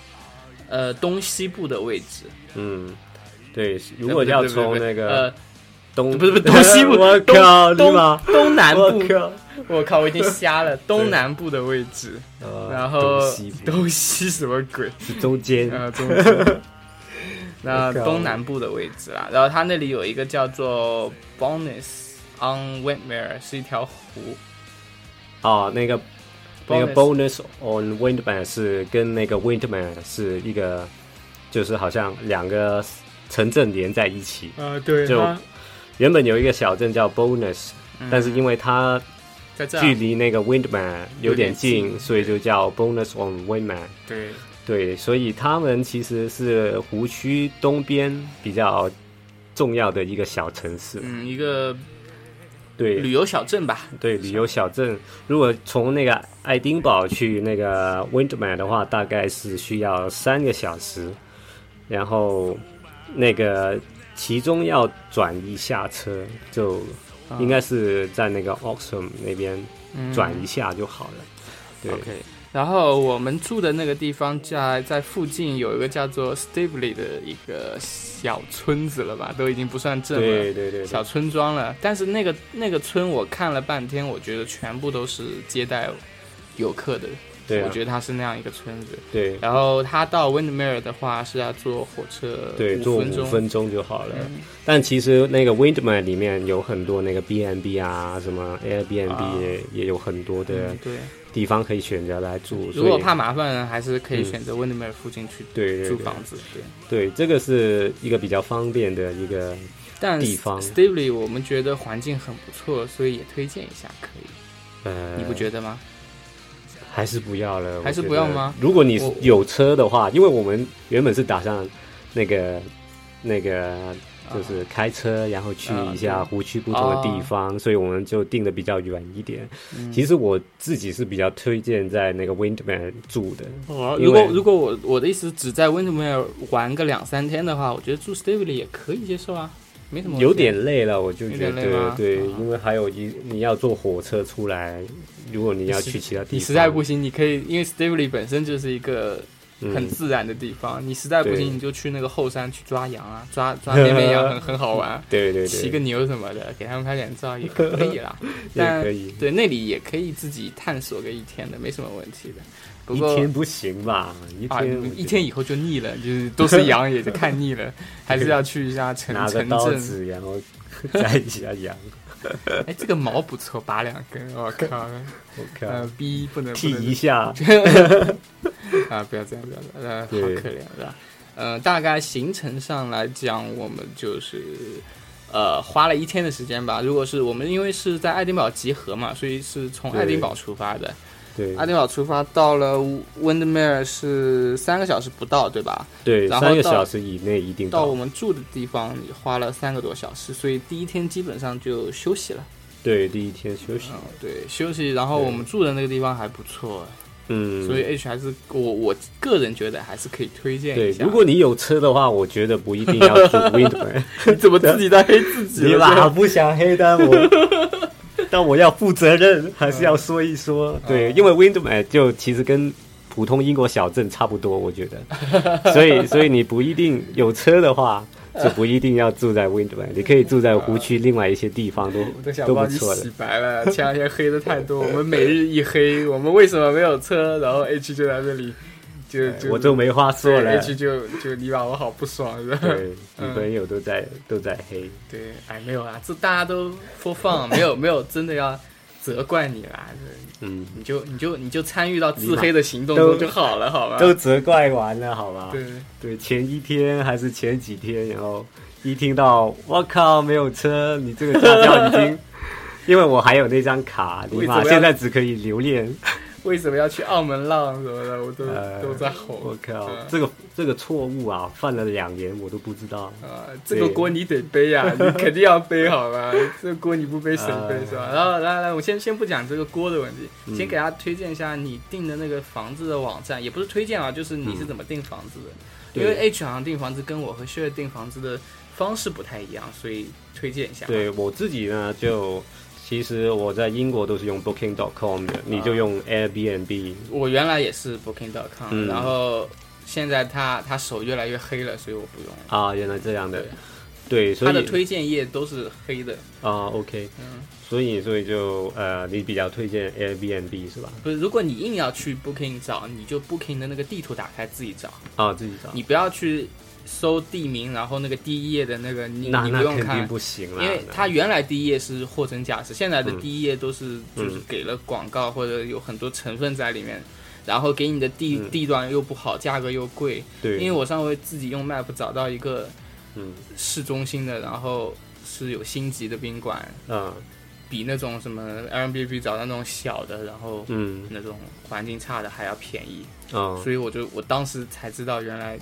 [SPEAKER 2] 呃东西部的位置。
[SPEAKER 1] 嗯，对，如果要从那个 [LAUGHS]
[SPEAKER 2] 呃
[SPEAKER 1] 东，
[SPEAKER 2] 不是不是东西部
[SPEAKER 1] [LAUGHS] 我靠，
[SPEAKER 2] 东
[SPEAKER 1] 对吗？
[SPEAKER 2] 东南
[SPEAKER 1] 我
[SPEAKER 2] 部，
[SPEAKER 1] 靠，
[SPEAKER 2] 我靠，我已经瞎了，东南部的位置，
[SPEAKER 1] 呃
[SPEAKER 2] 然后
[SPEAKER 1] 东西部
[SPEAKER 2] 东西什么鬼？
[SPEAKER 1] 是中间，
[SPEAKER 2] 呃，中间那
[SPEAKER 1] 我靠
[SPEAKER 2] 东南部的位置
[SPEAKER 1] [LAUGHS]
[SPEAKER 2] 啦，然后它那里有一个叫做 Bonus on Windmere，是一条湖。
[SPEAKER 1] 哦，那个那个
[SPEAKER 2] Bonus
[SPEAKER 1] bonus on Windman 是跟那个 Windman 是一个，就是好像两个城镇连在一起。
[SPEAKER 2] 呃，对
[SPEAKER 1] 就它原本有一个小镇叫 Bonus，但是因为它
[SPEAKER 2] 嗯在这儿
[SPEAKER 1] 距离那个 Windman 有点
[SPEAKER 2] 啊有点
[SPEAKER 1] 近，
[SPEAKER 2] 近
[SPEAKER 1] 所以就叫 Bonus on Windman。
[SPEAKER 2] 对
[SPEAKER 1] 对，所以他们其实是湖区东边比较重要的一个小城市。
[SPEAKER 2] 嗯一个
[SPEAKER 1] 对
[SPEAKER 2] 旅游小镇吧，
[SPEAKER 1] 对，旅游小镇，如果从那个爱丁堡去那个 Windman 的话，大概是需要三个小时，然后那个其中要转一下车，就应该是在那个 Oxham 那边
[SPEAKER 2] 啊嗯
[SPEAKER 1] 转一下就好了。对
[SPEAKER 2] OK，然后我们住的那个地方在在附近有一个叫做 Stabley 的一个小村子了吧，都已经不算镇了，
[SPEAKER 1] 对对对对
[SPEAKER 2] 小村庄了。但是那个那个村我看了半天，我觉得全部都是接待游客的，
[SPEAKER 1] 对啊
[SPEAKER 2] 我觉得它是那样一个村子。
[SPEAKER 1] 对
[SPEAKER 2] 然后它到温德梅尔的话是要坐火车
[SPEAKER 1] 对，
[SPEAKER 2] 五
[SPEAKER 1] 做
[SPEAKER 2] 分
[SPEAKER 1] 五
[SPEAKER 2] 钟，
[SPEAKER 1] 分钟就好了。
[SPEAKER 2] 嗯
[SPEAKER 1] 但其实那个 Windman 里面有很多那个 B&B 啊，什么 Airbnb
[SPEAKER 2] 啊
[SPEAKER 1] 也,、也有很多的
[SPEAKER 2] 嗯对。
[SPEAKER 1] 地方可以选择来住。
[SPEAKER 2] 嗯如果
[SPEAKER 1] 所以
[SPEAKER 2] 怕麻烦呢，还是可以
[SPEAKER 1] 嗯
[SPEAKER 2] 选择温德梅尔附近去
[SPEAKER 1] 对对
[SPEAKER 2] 租
[SPEAKER 1] 对
[SPEAKER 2] 房子。对，
[SPEAKER 1] 对，这个是一个比较方便的一个
[SPEAKER 2] 但
[SPEAKER 1] 地方
[SPEAKER 2] Stably 我们觉得环境很不错，所以也推荐一下，可以，
[SPEAKER 1] 呃，
[SPEAKER 2] 你不觉得吗？
[SPEAKER 1] 还是不要了，
[SPEAKER 2] 还是
[SPEAKER 1] 我觉得
[SPEAKER 2] 不要吗？
[SPEAKER 1] 如果你
[SPEAKER 2] 我
[SPEAKER 1] 有车的话，因为我们原本是打算那个那个就是开车，然后去一下
[SPEAKER 2] 啊哦
[SPEAKER 1] 湖区不同的地方，所以我们就定的比较远一点。
[SPEAKER 2] 嗯
[SPEAKER 1] 其实我自己是比较推荐在那个 Windman 住的，
[SPEAKER 2] 哦，
[SPEAKER 1] 因
[SPEAKER 2] 如果
[SPEAKER 1] 为
[SPEAKER 2] 如果我我的意思只在温 i 梅尔玩个两三天的话，我觉得住 Stably 也可以接受啊，没什么问题
[SPEAKER 1] 有点累了，我就觉
[SPEAKER 2] 有点累
[SPEAKER 1] 得
[SPEAKER 2] 吗
[SPEAKER 1] 对，
[SPEAKER 2] 啊
[SPEAKER 1] 因为还有一你要坐火车出来，如果你要去其他地方，
[SPEAKER 2] 你实在不行，你可以因为 Stably 本身就是一个很
[SPEAKER 1] 嗯
[SPEAKER 2] 自然的地方，你实在不
[SPEAKER 1] 对
[SPEAKER 2] 行你就去那个后山去抓羊啊，抓抓绵
[SPEAKER 1] [LAUGHS]
[SPEAKER 2] 绵羊很很好玩，
[SPEAKER 1] 对对
[SPEAKER 2] 骑个
[SPEAKER 1] 对，。
[SPEAKER 2] 牛什么的，给他们拍点照也可以啦
[SPEAKER 1] [LAUGHS] 也
[SPEAKER 2] 但
[SPEAKER 1] 可以。
[SPEAKER 2] 对那里也可以自己探索个一天的，没什么问题的。不
[SPEAKER 1] 一
[SPEAKER 2] 过
[SPEAKER 1] 天不行吧？一
[SPEAKER 2] 啊，
[SPEAKER 1] 天、
[SPEAKER 2] 一天以后就腻了，就是都是羊，也是看腻了，还是要去一下城
[SPEAKER 1] 拿个
[SPEAKER 2] 城
[SPEAKER 1] 刀
[SPEAKER 2] 镇。
[SPEAKER 1] 子，然后 [LAUGHS] 摘一下羊。
[SPEAKER 2] 哎，这个毛不错，拔两根，我靠，
[SPEAKER 1] 我
[SPEAKER 2] 呃
[SPEAKER 1] 靠，
[SPEAKER 2] 逼不能不
[SPEAKER 1] 剃
[SPEAKER 2] 能
[SPEAKER 1] 一下。
[SPEAKER 2] 啊，不要这样，不要这样，呃，好
[SPEAKER 1] 对
[SPEAKER 2] 可怜，对吧？呃，大概行程上来讲，我们就是呃花了一天的时间吧。如果是我们因为是在爱丁堡集合嘛，所以是从
[SPEAKER 1] 对
[SPEAKER 2] 爱丁堡出发的。 [LAUGHS]
[SPEAKER 1] 对
[SPEAKER 2] 爱丁堡出发到了温德梅尔是三个小时不到，对吧？
[SPEAKER 1] 对，
[SPEAKER 2] 然后
[SPEAKER 1] 三个
[SPEAKER 2] 到
[SPEAKER 1] 小时以内一定
[SPEAKER 2] 到
[SPEAKER 1] 到
[SPEAKER 2] 我。们住的地方花了三个多小时，所以第一天基本上就休息了。
[SPEAKER 1] 对，第一天休息
[SPEAKER 2] 嗯。，对，休息。然后我们住的那个地方还不错，
[SPEAKER 1] 嗯，
[SPEAKER 2] 所以 H 还是我我个人觉得还是可以推荐
[SPEAKER 1] 对，
[SPEAKER 2] 一下。
[SPEAKER 1] 如果你有车的话，我觉得不一定要
[SPEAKER 2] [LAUGHS]
[SPEAKER 1] 住 Windman。
[SPEAKER 2] 你怎么自己在黑自己 [LAUGHS]
[SPEAKER 1] 你
[SPEAKER 2] 了？
[SPEAKER 1] 啦，不想黑单我，
[SPEAKER 2] [LAUGHS]
[SPEAKER 1] 但我要负责任，还是要说一说。
[SPEAKER 2] 嗯
[SPEAKER 1] 对，因为 Windman 就其实跟普通英国小镇差不多，我觉得。
[SPEAKER 2] [LAUGHS]
[SPEAKER 1] 所以，所以你不一定有车的话，就不一定要住在 Windman，你可以住在湖区另外一些地方都
[SPEAKER 2] 我都想
[SPEAKER 1] 都不
[SPEAKER 2] 帮你
[SPEAKER 1] 错的
[SPEAKER 2] 洗。白了，前两天黑的太多，我们每日一黑，我们为什么没有 [LAUGHS] 车？然后 H 就在这里，就就
[SPEAKER 1] 我就没话说
[SPEAKER 2] 对
[SPEAKER 1] 了。
[SPEAKER 2] H 嗯就就你把我好不爽是吧？
[SPEAKER 1] 对，女朋友都在都在黑。
[SPEAKER 2] 对，哎，没有啦，这大家都播放，没 [LAUGHS] 有没有真的要责怪你啦，
[SPEAKER 1] 嗯，
[SPEAKER 2] 你就你就你就参与到
[SPEAKER 1] 你
[SPEAKER 2] 自
[SPEAKER 1] 把
[SPEAKER 2] 黑的行动
[SPEAKER 1] 都
[SPEAKER 2] 中就好了，好吧？
[SPEAKER 1] 都责怪完了，好吧？
[SPEAKER 2] 嗯对，
[SPEAKER 1] 对，前一天还是前几天，然后一听到我靠没有车，你这个驾照已经，因为我还有那张卡，你
[SPEAKER 2] 为什
[SPEAKER 1] 妈
[SPEAKER 2] 么要
[SPEAKER 1] 现在只可以留 [LAUGHS] 恋。
[SPEAKER 2] 为什么要去澳门浪什么的，我都、
[SPEAKER 1] 呃
[SPEAKER 2] 都在吼。
[SPEAKER 1] 我靠，
[SPEAKER 2] 嗯
[SPEAKER 1] 这个这个错误啊，犯了两年我都不知道。
[SPEAKER 2] 啊，这个锅你得背
[SPEAKER 1] [LAUGHS]
[SPEAKER 2] 呀、你肯定要背好吧？这个锅你不背谁
[SPEAKER 1] 啊
[SPEAKER 2] 背是吧？然后来来，我先先不讲这个锅的问
[SPEAKER 1] 嗯
[SPEAKER 2] 题，先给大家推荐一下你订的那个房子的网站，也不是推荐啊，就是你是怎么订房子的，
[SPEAKER 1] 嗯对
[SPEAKER 2] 因为 H 好像订房子跟我和 s h 订房子的方式不太一样，所以推荐一下。
[SPEAKER 1] 对我自己呢，就其实我在英国都是用 Booking.com 的，你就用 Airbnb。
[SPEAKER 2] 我原来也是 Booking.com，、
[SPEAKER 1] 嗯
[SPEAKER 2] 然后现在他他手越来越黑了，所以我不用了。
[SPEAKER 1] 啊，原来这样的，对，所
[SPEAKER 2] 他
[SPEAKER 1] 以
[SPEAKER 2] 的推荐页都是黑的，
[SPEAKER 1] 啊，OK，
[SPEAKER 2] 嗯
[SPEAKER 1] 所以所以就呃，你比较推荐 Airbnb 是吧？
[SPEAKER 2] 不是？如果你硬要去 Booking 找，你就 Booking 的那个地图打开自己找。
[SPEAKER 1] 啊，自己找，
[SPEAKER 2] 你不要去搜地名，然后那个第一页的那个你
[SPEAKER 1] 那
[SPEAKER 2] 你
[SPEAKER 1] 那
[SPEAKER 2] 不用
[SPEAKER 1] 肯定
[SPEAKER 2] 看，
[SPEAKER 1] 不行
[SPEAKER 2] 因
[SPEAKER 1] 啦，
[SPEAKER 2] 为
[SPEAKER 1] 那
[SPEAKER 2] 它原来第一页是货真价实，现在的
[SPEAKER 1] 嗯
[SPEAKER 2] 第一页都是就是
[SPEAKER 1] 嗯
[SPEAKER 2] 给了广告或者有很多成分在里面，然后给你的地
[SPEAKER 1] 嗯
[SPEAKER 2] 地段又不好，价格又贵。
[SPEAKER 1] 对，
[SPEAKER 2] 因为我上回自己用 map 找到一个
[SPEAKER 1] 嗯
[SPEAKER 2] 市中心的，然后是有星级的宾馆，
[SPEAKER 1] 啊
[SPEAKER 2] 比那种什么 Airbnb 找到那种小的，然后
[SPEAKER 1] 嗯
[SPEAKER 2] 那种环境差的还要便宜。
[SPEAKER 1] 啊，
[SPEAKER 2] 所以我就我当时才知道，原来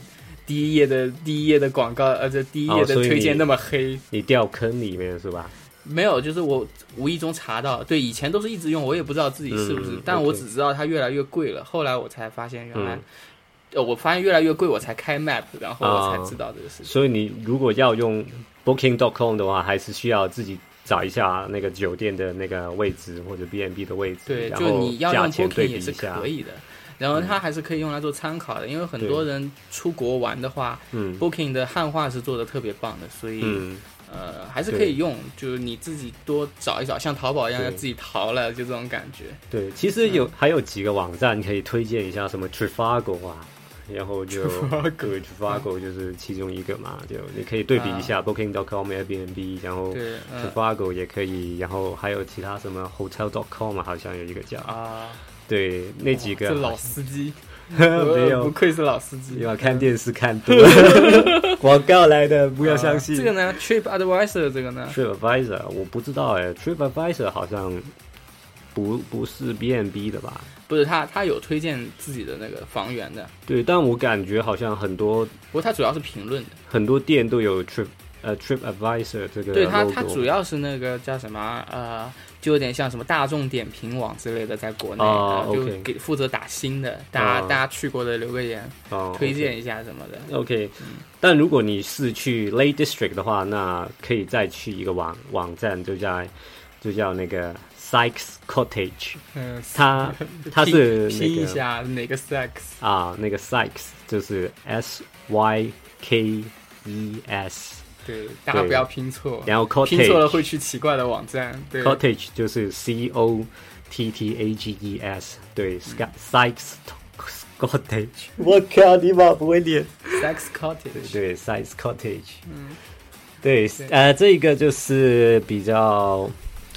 [SPEAKER 2] 第一页的第一页的广告，呃，这第一页的
[SPEAKER 1] 哦所以你
[SPEAKER 2] 推荐那么黑，
[SPEAKER 1] 你掉坑里面是吧？
[SPEAKER 2] 没有，就是我无意中查到，对，以前都是一直用，我也不知道自己是不是，
[SPEAKER 1] 嗯
[SPEAKER 2] 但我
[SPEAKER 1] OK
[SPEAKER 2] 只知道它越来越贵了，后来我才发现原来。
[SPEAKER 1] 嗯
[SPEAKER 2] 呃，我发现越来越贵，我才开 map，然后我才知道这个事情。
[SPEAKER 1] 所以你如果要用 Booking.com 的话，还是需要自己找一下那个酒店的那个位置或者 B&B 的位置，
[SPEAKER 2] 对，
[SPEAKER 1] 然
[SPEAKER 2] 就
[SPEAKER 1] 后
[SPEAKER 2] 你要
[SPEAKER 1] 价
[SPEAKER 2] 用
[SPEAKER 1] 钱对
[SPEAKER 2] Booking
[SPEAKER 1] 比
[SPEAKER 2] 也
[SPEAKER 1] 一
[SPEAKER 2] 是
[SPEAKER 1] 下嗯
[SPEAKER 2] 可，以的，然后它还是可以用来做参考的，因为很
[SPEAKER 1] 对
[SPEAKER 2] 多人出国玩的话
[SPEAKER 1] 嗯
[SPEAKER 2] ，Booking 的汉化是做的特别棒的，所以
[SPEAKER 1] 嗯
[SPEAKER 2] 呃，还是可以用，就是你自己多找一找，像淘宝一样要
[SPEAKER 1] 对
[SPEAKER 2] 自己淘了，就这种感觉。
[SPEAKER 1] 对，其实
[SPEAKER 2] 嗯
[SPEAKER 1] 有、还有几个网站可以推荐一下，什么 Trivago 啊，然后就
[SPEAKER 2] Trivago
[SPEAKER 1] 对 Trivago 就是其中一个嘛，就你可以对比一
[SPEAKER 2] 啊
[SPEAKER 1] 下 Booking.com、Airbnb，然后
[SPEAKER 2] 对，嗯
[SPEAKER 1] Trivago 也可以，然后还有其他什么 Hotel.com 嘛，好像有一个叫，
[SPEAKER 2] 啊，
[SPEAKER 1] 对，那几个
[SPEAKER 2] 哇这老司机，
[SPEAKER 1] [LAUGHS]
[SPEAKER 2] 呃
[SPEAKER 1] 没
[SPEAKER 2] 不
[SPEAKER 1] 有。
[SPEAKER 2] 愧是老司机
[SPEAKER 1] 你。 [LAUGHS] 要看电视看
[SPEAKER 2] [LAUGHS]
[SPEAKER 1] 多了，广告来的，不要相信。
[SPEAKER 2] 啊这个呢，Trip Advisor 这个呢，
[SPEAKER 1] TripAdvisor 我不知道哎，TripAdvisor 好像不不是 B&B 的吧？
[SPEAKER 2] 不是他，他有推荐自己的那个房源的，
[SPEAKER 1] 对，但我感觉好像很多
[SPEAKER 2] 不过他主要是评论的。
[SPEAKER 1] 很多店都有 Trip 呃 TripAdvisor 这个 logo。
[SPEAKER 2] 对它，它主要是那个叫什么啊呃，就有点像什么大众点评网之类的，在国内、
[SPEAKER 1] 哦
[SPEAKER 2] 呃就
[SPEAKER 1] OK
[SPEAKER 2] 给负责打新的，大家、
[SPEAKER 1] 哦
[SPEAKER 2] 大家去过的留个言，
[SPEAKER 1] 哦
[SPEAKER 2] 推荐一下什么的。
[SPEAKER 1] OK，, OK 但如果你是去 Lake District 的话，那可以再去一个网网站，就叫就叫那个 Sykes Cottage，
[SPEAKER 2] 嗯， [LAUGHS]
[SPEAKER 1] 它它
[SPEAKER 2] 拼
[SPEAKER 1] 是
[SPEAKER 2] 拼
[SPEAKER 1] 那
[SPEAKER 2] 一
[SPEAKER 1] 个。
[SPEAKER 2] 下哪个 sex
[SPEAKER 1] 啊，那个 Sykes 就是 S Y K E S，
[SPEAKER 2] 对，大家不要拼错，
[SPEAKER 1] 然后
[SPEAKER 2] 哦拼错了
[SPEAKER 1] Cottage
[SPEAKER 2] 会去奇怪的网站。对
[SPEAKER 1] Cottage 就是 C O T T A G E S，对，Sky- Sykes Cottage。我靠，你妈不会念。
[SPEAKER 2] ，sex cottage。
[SPEAKER 1] 对，Sykes Cottage。嗯，对，呃，这个就是比较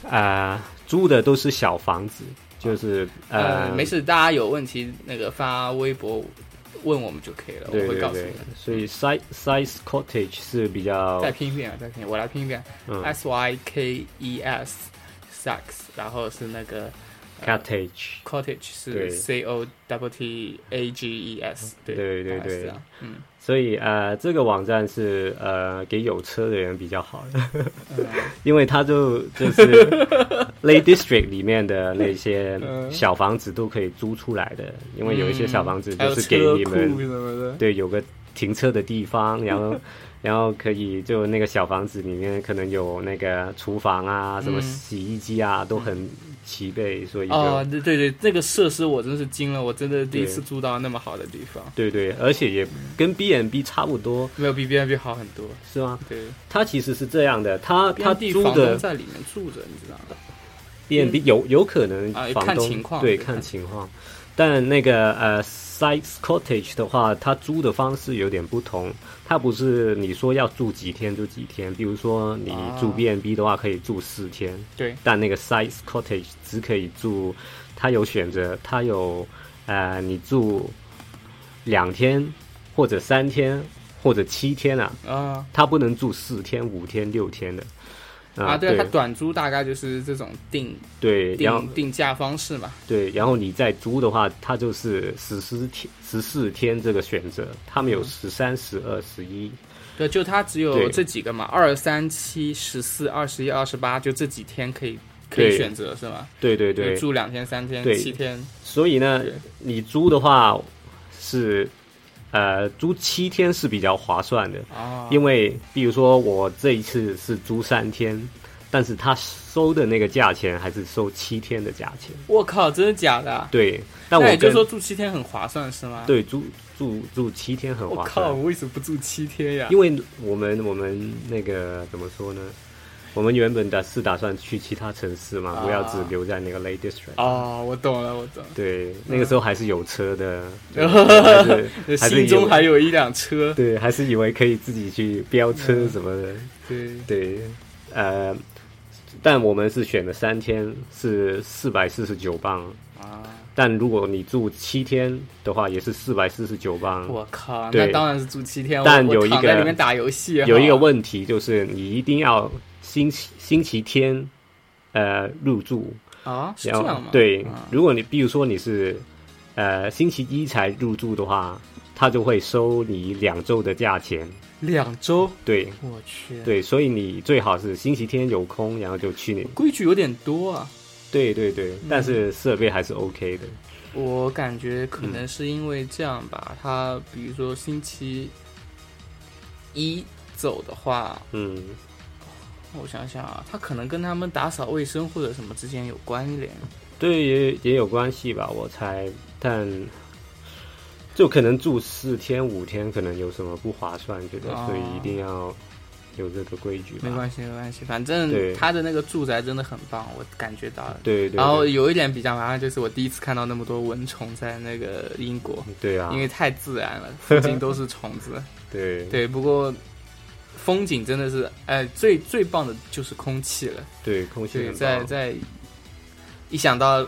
[SPEAKER 1] 啊、呃租的都是小房子，就是
[SPEAKER 2] 呃
[SPEAKER 1] 呃，，
[SPEAKER 2] 没事，大家有问题那个发微博问我们就可以了，
[SPEAKER 1] 对
[SPEAKER 2] 我会
[SPEAKER 1] 对
[SPEAKER 2] 告诉你
[SPEAKER 1] 对
[SPEAKER 2] 的。，
[SPEAKER 1] 所以 Sykes Sykes Cottage 是比较
[SPEAKER 2] 再拼一遍啊，再拼，我来拼一遍、
[SPEAKER 1] 嗯
[SPEAKER 2] s Y K E S sex，然后是那个呃
[SPEAKER 1] Cottage。
[SPEAKER 2] cottage 是
[SPEAKER 1] 对
[SPEAKER 2] C O W T A G E S，对
[SPEAKER 1] 对对
[SPEAKER 2] 大概是
[SPEAKER 1] 对
[SPEAKER 2] 这样嗯，
[SPEAKER 1] 所以呃，这个网站是呃给有车的人比较好的，
[SPEAKER 2] 嗯
[SPEAKER 1] [LAUGHS] 因为它就就是
[SPEAKER 2] [LAUGHS]
[SPEAKER 1] Lake District 里面的那些
[SPEAKER 2] 嗯
[SPEAKER 1] 小房子都可以租出来的，因为有一些小房子
[SPEAKER 2] 嗯还有
[SPEAKER 1] 就是给你
[SPEAKER 2] 车
[SPEAKER 1] 们
[SPEAKER 2] 库什么的，
[SPEAKER 1] 对有个停车的地
[SPEAKER 2] [LAUGHS]
[SPEAKER 1] 方，然后然后可以就那个小房子里面可能有那个厨房啊，什么
[SPEAKER 2] 嗯
[SPEAKER 1] 洗衣机啊都很齐备，所以就、
[SPEAKER 2] 哦，对对对，这个设施我真是惊了，我真的第一
[SPEAKER 1] 对
[SPEAKER 2] 次住到那么好的地方，
[SPEAKER 1] 对对，而且也跟 B&B 差不多
[SPEAKER 2] 没有比 B N B 好很多。
[SPEAKER 1] 是吗？
[SPEAKER 2] 对，
[SPEAKER 1] 它其实是这样的，它它
[SPEAKER 2] B&B
[SPEAKER 1] 租
[SPEAKER 2] 房
[SPEAKER 1] 的
[SPEAKER 2] 东在里面住着，你知道吗？
[SPEAKER 1] B&B 有有可能
[SPEAKER 2] 啊
[SPEAKER 1] 房
[SPEAKER 2] 看
[SPEAKER 1] 东、
[SPEAKER 2] 情况
[SPEAKER 1] 对
[SPEAKER 2] 对
[SPEAKER 1] 看
[SPEAKER 2] 看
[SPEAKER 1] 情况，但那个呃 Sykes Cottage 的话，它租的方式有点不同，它不是你说要住几天就几天，比如说你
[SPEAKER 2] 啊
[SPEAKER 1] 住 B&B 的话可以住四天，
[SPEAKER 2] 对，
[SPEAKER 1] 但那个 Sykes Cottage 只可以住，它有选择，它有呃你住两天或者三天或者七天啊，
[SPEAKER 2] 啊
[SPEAKER 1] 它不能住四天、五天、六天的。
[SPEAKER 2] 啊，对，
[SPEAKER 1] 对
[SPEAKER 2] 它短租大概就是这种定
[SPEAKER 1] 对，然后
[SPEAKER 2] 定定价方式嘛。
[SPEAKER 1] 对，然后你再租的话，它就是十四天、十四天这个选择，他们
[SPEAKER 2] 嗯
[SPEAKER 1] 有十三、十二、十一。
[SPEAKER 2] 对，就它只有
[SPEAKER 1] 对
[SPEAKER 2] 这几个嘛，二三七、十四、二十一、二十八，就这几天可以可以
[SPEAKER 1] 对
[SPEAKER 2] 选择是吗？
[SPEAKER 1] 对对
[SPEAKER 2] 就
[SPEAKER 1] 对，
[SPEAKER 2] 住两天、三天、
[SPEAKER 1] 对
[SPEAKER 2] 七天，
[SPEAKER 1] 所以呢
[SPEAKER 2] 对，
[SPEAKER 1] 你租的话是，呃，租七天是比较划算的，
[SPEAKER 2] 哦，
[SPEAKER 1] 因为比如说我这一次是租三天，但是他收的那个价钱还是收七天的价钱。
[SPEAKER 2] 我靠，真的假的啊？
[SPEAKER 1] 对，但我
[SPEAKER 2] 那也就是
[SPEAKER 1] 跟
[SPEAKER 2] 说住七天很划算是吗？，
[SPEAKER 1] 对租住住七天很
[SPEAKER 2] 我
[SPEAKER 1] 划算
[SPEAKER 2] 靠，。我为什么不住七天呀？
[SPEAKER 1] 因为我们我们那个怎么说呢？我们原本打是打算去其他城市嘛，
[SPEAKER 2] 啊
[SPEAKER 1] 不要只留在那个 Lake District。
[SPEAKER 2] 哦，我懂了，我懂
[SPEAKER 1] 对，那个时候还是有车
[SPEAKER 2] [LAUGHS]
[SPEAKER 1] 的，对
[SPEAKER 2] 了，
[SPEAKER 1] 还是
[SPEAKER 2] 心中
[SPEAKER 1] 有
[SPEAKER 2] 还有一辆车。
[SPEAKER 1] 对，还是以为可以自己去飙车什么的。
[SPEAKER 2] 对，
[SPEAKER 1] 对，呃，但我们是选了三天，是四百四十九磅。
[SPEAKER 2] 啊，
[SPEAKER 1] 但如果你住七天的话，也是四百四十九磅。
[SPEAKER 2] 我靠，那
[SPEAKER 1] 对
[SPEAKER 2] 当然是住七天。我
[SPEAKER 1] 但
[SPEAKER 2] 我
[SPEAKER 1] 有一
[SPEAKER 2] 躺在
[SPEAKER 1] 个
[SPEAKER 2] 里面打游戏，
[SPEAKER 1] 有一个
[SPEAKER 2] 好吧
[SPEAKER 1] 问题就是，你一定要星期星期天，呃，入住。
[SPEAKER 2] 啊，是
[SPEAKER 1] 然
[SPEAKER 2] 这
[SPEAKER 1] 后
[SPEAKER 2] 样吗？
[SPEAKER 1] 对
[SPEAKER 2] 啊，
[SPEAKER 1] 如果你比如说你是，呃，星期一才入住的话，他就会收你两周的价钱。
[SPEAKER 2] 两周，
[SPEAKER 1] 对
[SPEAKER 2] 我去，
[SPEAKER 1] 对，所以你最好是星期天有空，然后就去你。
[SPEAKER 2] 规矩有点多啊。
[SPEAKER 1] 对对对，
[SPEAKER 2] 嗯
[SPEAKER 1] 但是设备还是 OK 的。
[SPEAKER 2] 我感觉可能是因为这样吧，他比如说星期一走的话，
[SPEAKER 1] 嗯，
[SPEAKER 2] 我想想啊，他可能跟他们打扫卫生或者什么之间有关联。
[SPEAKER 1] 对，也也有关系吧，我猜。但就可能住四天五天，可能有什么不划算，觉得，
[SPEAKER 2] 哦
[SPEAKER 1] 所以一定要有这个规矩吧。
[SPEAKER 2] 没关系，没关系，反正
[SPEAKER 1] 对
[SPEAKER 2] 他的那个住宅真的很棒，我感觉到了。
[SPEAKER 1] 对对对，
[SPEAKER 2] 然后有一点比较麻烦，就是我第一次看到那么多蚊虫在那个英国，
[SPEAKER 1] 对啊，
[SPEAKER 2] 因为太自然了，附
[SPEAKER 1] [LAUGHS]
[SPEAKER 2] 近都是虫子。
[SPEAKER 1] 对
[SPEAKER 2] 对，不过风景真的是，哎，最最棒的就是空气了。
[SPEAKER 1] 对，空气
[SPEAKER 2] 对，
[SPEAKER 1] 很
[SPEAKER 2] 在
[SPEAKER 1] 棒
[SPEAKER 2] 在一想到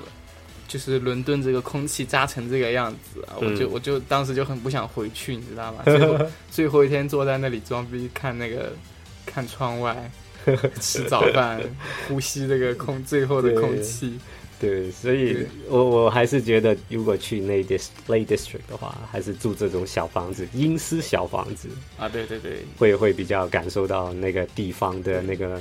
[SPEAKER 2] 就是伦敦这个空气渣成这个样子啊，我就
[SPEAKER 1] 嗯
[SPEAKER 2] 我就当时就很不想回去，你知道吗？
[SPEAKER 1] [LAUGHS]
[SPEAKER 2] 最后最后一天坐在那里装逼，看那个看
[SPEAKER 1] [LAUGHS]
[SPEAKER 2] 窗外，吃早饭，呼吸这个空最后的空
[SPEAKER 1] 对
[SPEAKER 2] 气。
[SPEAKER 1] 对，所以
[SPEAKER 2] 对
[SPEAKER 1] 我我还是觉得，如果去那 dis Lake District 的话，还是住这种小房子，英式小房子，
[SPEAKER 2] 啊，对对对，
[SPEAKER 1] 会会比较感受到那个地方的那个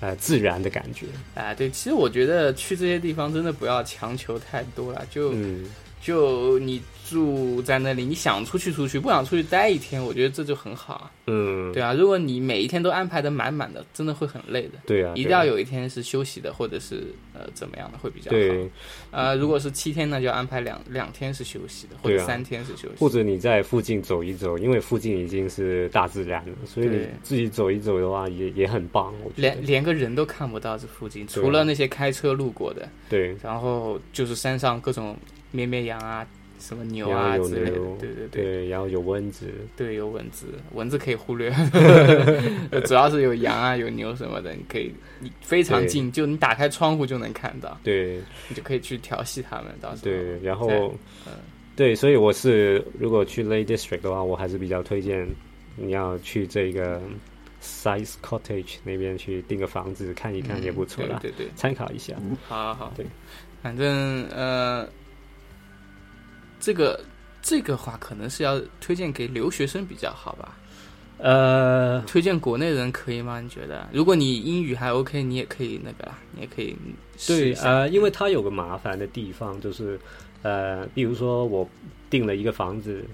[SPEAKER 1] 呃自然的感觉。
[SPEAKER 2] 啊对，其实我觉得去这些地方真的不要强求太多了，就、
[SPEAKER 1] 嗯，
[SPEAKER 2] 就你住在那里，你想出去出去，不想出去待一天，我觉得这就很好啊。
[SPEAKER 1] 嗯，
[SPEAKER 2] 对啊，如果你每一天都安排的满满的，真的会很累的。
[SPEAKER 1] 对啊，
[SPEAKER 2] 一定
[SPEAKER 1] 对啊
[SPEAKER 2] 要有一天是休息的，或者是呃怎么样的会比较好。
[SPEAKER 1] 对，
[SPEAKER 2] 呃，如果是七天，那就安排两两天是休息的，或
[SPEAKER 1] 对啊
[SPEAKER 2] 者三天是休息的。
[SPEAKER 1] 或者你在附近走一走，因为附近已经是大自然了，所以你
[SPEAKER 2] 对
[SPEAKER 1] 自己走一走的话也，也很棒。我觉
[SPEAKER 2] 连
[SPEAKER 1] 得
[SPEAKER 2] 连个人都看不到这附近，
[SPEAKER 1] 对啊
[SPEAKER 2] 除了那些开车路过的，
[SPEAKER 1] 对
[SPEAKER 2] 然后就是山上各种绵绵羊啊、什么牛啊
[SPEAKER 1] 然后有
[SPEAKER 2] 之类的
[SPEAKER 1] 牛，
[SPEAKER 2] 对对对
[SPEAKER 1] 对，然后有蚊子，
[SPEAKER 2] 对，有蚊子，蚊子可以
[SPEAKER 1] [LAUGHS]
[SPEAKER 2] 忽略，主要是有羊啊、 [LAUGHS] 有牛什么的，你可以你非常
[SPEAKER 1] 对
[SPEAKER 2] 近，就你打开窗户就能看到，
[SPEAKER 1] 对
[SPEAKER 2] 你就可以去调戏它们，到时候
[SPEAKER 1] 对，然后
[SPEAKER 2] 在嗯
[SPEAKER 1] 对，所以我是如果去 Lake District 的话，我还是比较推荐你要去这个 Size Cottage 那边去订个房子看一看，也不错
[SPEAKER 2] 嗯
[SPEAKER 1] 啦，
[SPEAKER 2] 对嗯对对。
[SPEAKER 1] 参考一下。
[SPEAKER 2] 好好好，
[SPEAKER 1] 对，
[SPEAKER 2] 反正呃，这个这个话可能是要推荐给留学生比较好吧？
[SPEAKER 1] 呃，
[SPEAKER 2] 推荐国内人可以吗？你觉得？如果你英语还 OK，你也可以那个啦，你也可以试
[SPEAKER 1] 对
[SPEAKER 2] 一，下。
[SPEAKER 1] 呃，因为它有个麻烦的地方就是，呃，比如说我订了一个房子，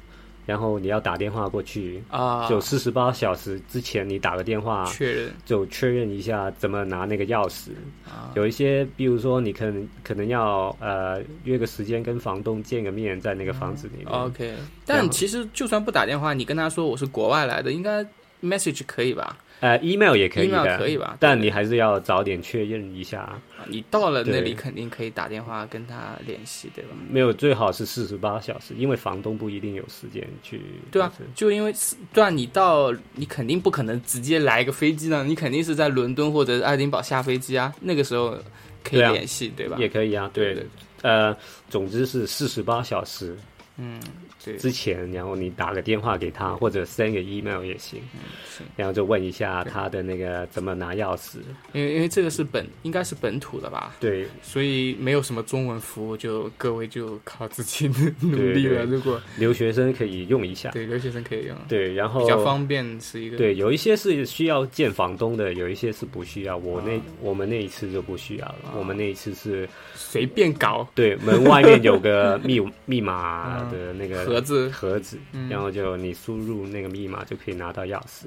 [SPEAKER 1] 然后你要打电话过去，
[SPEAKER 2] 啊，
[SPEAKER 1] 呃就啊四十八小时之前你打个电话。
[SPEAKER 2] 确认
[SPEAKER 1] 就确认一下怎么拿那个钥匙。
[SPEAKER 2] 啊，
[SPEAKER 1] 有一些，比如说你可能可能要呃约个时间跟房东见个面，在那个房子里面。
[SPEAKER 2] OK。但其实就算不打电话，你跟他说我是国外来的，应该 message 可以吧？
[SPEAKER 1] 呃，email 也可以
[SPEAKER 2] Email
[SPEAKER 1] 的，
[SPEAKER 2] 可以吧
[SPEAKER 1] 但你还是要早点确认一下，
[SPEAKER 2] 啊你到了那里
[SPEAKER 1] 对
[SPEAKER 2] 肯定可以打电话跟他联系，对吧？
[SPEAKER 1] 没有最好是四十八小时，因为房东不一定有时间去。
[SPEAKER 2] 对啊
[SPEAKER 1] 就是，
[SPEAKER 2] 就因为是对啊，你到你肯定不可能直接来一个飞机的，你肯定是在伦敦或者是爱丁堡下飞机啊，那个时候可以
[SPEAKER 1] 对啊
[SPEAKER 2] 联系，对吧？
[SPEAKER 1] 也可以啊，对
[SPEAKER 2] 对对
[SPEAKER 1] 呃，总之是四十八小时
[SPEAKER 2] 嗯，对，
[SPEAKER 1] 之前，然后你打个电话给他，或者 send 个 email 也行，
[SPEAKER 2] 是
[SPEAKER 1] 然后就问一下他的那个怎么拿钥匙。
[SPEAKER 2] 因为因为这个是本应该是本土的吧，
[SPEAKER 1] 对，
[SPEAKER 2] 所以没有什么中文服务，就各位就靠自己努力了。
[SPEAKER 1] 对
[SPEAKER 2] 如果
[SPEAKER 1] 留学生可以用一下。
[SPEAKER 2] 对留学生可以用，
[SPEAKER 1] 对，然后
[SPEAKER 2] 比较方便是一
[SPEAKER 1] 哦
[SPEAKER 2] 个
[SPEAKER 1] 对，有一些是需要见房东的，有一些是不需要。我那、
[SPEAKER 2] 啊
[SPEAKER 1] 我们那一次就不需要了，我们那一次是
[SPEAKER 2] 随便搞
[SPEAKER 1] 对门外面有个
[SPEAKER 2] [LAUGHS]
[SPEAKER 1] 密密码的那个
[SPEAKER 2] 盒子
[SPEAKER 1] 盒子，
[SPEAKER 2] 嗯
[SPEAKER 1] 然后就你输入那个密码就可以拿到钥匙，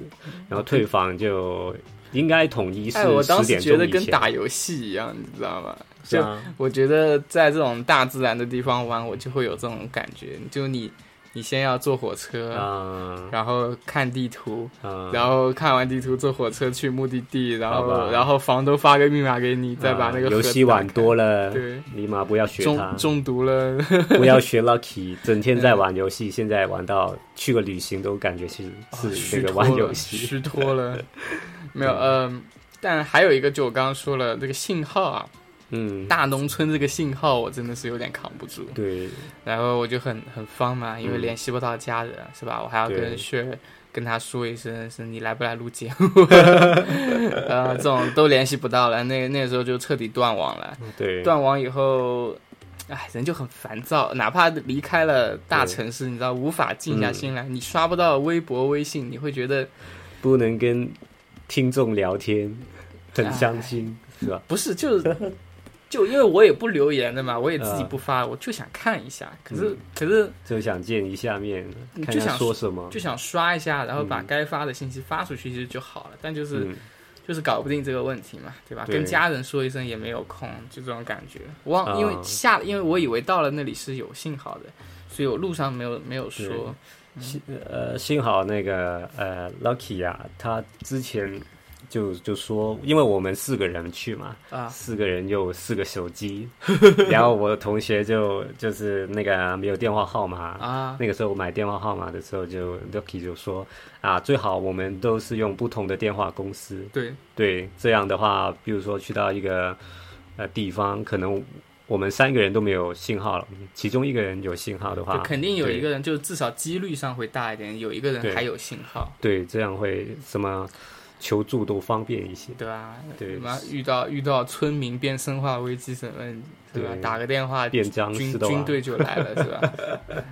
[SPEAKER 1] 然后退房就应该统一是
[SPEAKER 2] 嗯哎，我当
[SPEAKER 1] 十
[SPEAKER 2] 时
[SPEAKER 1] 点
[SPEAKER 2] 觉
[SPEAKER 1] 钟
[SPEAKER 2] 得
[SPEAKER 1] 以
[SPEAKER 2] 跟
[SPEAKER 1] 前。
[SPEAKER 2] 打游戏一样，你知道吗？
[SPEAKER 1] 是
[SPEAKER 2] 就
[SPEAKER 1] 啊，
[SPEAKER 2] 我觉得在这种大自然的地方玩，我就会有这种感觉。就你，你先要坐火车，
[SPEAKER 1] 啊
[SPEAKER 2] 然后看地图，
[SPEAKER 1] 啊，
[SPEAKER 2] 嗯然后看完地图坐火车去目的地，然
[SPEAKER 1] 好吧
[SPEAKER 2] 后然后房东发个密码给你，再把那个
[SPEAKER 1] 啊游
[SPEAKER 2] 盒子
[SPEAKER 1] 戏
[SPEAKER 2] 打
[SPEAKER 1] 玩
[SPEAKER 2] 开
[SPEAKER 1] 多了，
[SPEAKER 2] 对
[SPEAKER 1] 尼玛不要学他
[SPEAKER 2] 中，中毒了。
[SPEAKER 1] 不要学
[SPEAKER 2] [LAUGHS]
[SPEAKER 1] Lucky，整天在玩游戏，现在玩到去个旅行都感觉是 [LAUGHS] 是
[SPEAKER 2] 啊虚 [LAUGHS]
[SPEAKER 1] 那个
[SPEAKER 2] 脱
[SPEAKER 1] 玩
[SPEAKER 2] 了，
[SPEAKER 1] 游戏。
[SPEAKER 2] 虚
[SPEAKER 1] [LAUGHS]
[SPEAKER 2] 脱了。没有，嗯、但还有一个，就我刚刚说了，这个信号啊，
[SPEAKER 1] 嗯，
[SPEAKER 2] 大农村这个信号，我真的是有点扛不住。
[SPEAKER 1] 对
[SPEAKER 2] 然后我就很很方嘛，因为
[SPEAKER 1] 嗯
[SPEAKER 2] 联系不到家人，是吧？我还要跟
[SPEAKER 1] 对
[SPEAKER 2] 薛跟他说一声，是你来不来录节目？ [LAUGHS] 呃，这种都联系不到了，那那时候就彻底断网了。
[SPEAKER 1] 对
[SPEAKER 2] 断网以后，哎，人就很烦躁，哪怕离开了大城市，你知道，无法静下心来，你刷不到微博、微信，你会觉得
[SPEAKER 1] 不能跟听众聊天，很伤心，
[SPEAKER 2] 哎
[SPEAKER 1] 是吧？
[SPEAKER 2] 不是，就是就因为我也不留言的嘛，我也自己
[SPEAKER 1] 啊
[SPEAKER 2] 不发，我就想看一下，可是、可是。
[SPEAKER 1] 就想见一下面，
[SPEAKER 2] 你
[SPEAKER 1] 看
[SPEAKER 2] 就想
[SPEAKER 1] 他说什么
[SPEAKER 2] 就。想刷一下，然后把该发的信息发出去其实就好了。但就是、
[SPEAKER 1] 嗯，
[SPEAKER 2] 就是搞不定这个问题嘛，对吧？
[SPEAKER 1] 对
[SPEAKER 2] 跟家人说一声也没有空，就这种感觉。我忘，
[SPEAKER 1] 啊
[SPEAKER 2] 因为下，因为我以为到了那里是有信号的，所以我路上没有没有说。
[SPEAKER 1] 幸呃幸好那个呃 Lucky 啊，他之前就就说，因为我们四个人去嘛，
[SPEAKER 2] 啊，
[SPEAKER 1] 四个人有四个手
[SPEAKER 2] [LAUGHS]
[SPEAKER 1] 机，然后我同学就就是那个啊没有电话号码
[SPEAKER 2] 啊
[SPEAKER 1] 那个时候我买电话号码的时候就 Lucky 就说啊，最好我们都是用不同的电话公司，
[SPEAKER 2] 对，
[SPEAKER 1] 对，这样的话，比如说去到一个呃地方，可能我们三个人都没有信号了，其中一个人有信号的话，
[SPEAKER 2] 就肯定有
[SPEAKER 1] 对
[SPEAKER 2] 一个人，就至少几率上会大一点，有一个人
[SPEAKER 1] 对
[SPEAKER 2] 还有信号，
[SPEAKER 1] 对，这样会什么求助都方便一些。
[SPEAKER 2] 对吧？
[SPEAKER 1] 对
[SPEAKER 2] 什么遇到遇到村民变生化危机什么，对吧？
[SPEAKER 1] 对
[SPEAKER 2] 打个电话，
[SPEAKER 1] 变僵尸
[SPEAKER 2] 军
[SPEAKER 1] 的
[SPEAKER 2] 军
[SPEAKER 1] 话，
[SPEAKER 2] 队就来了，是吧？
[SPEAKER 1] [LAUGHS]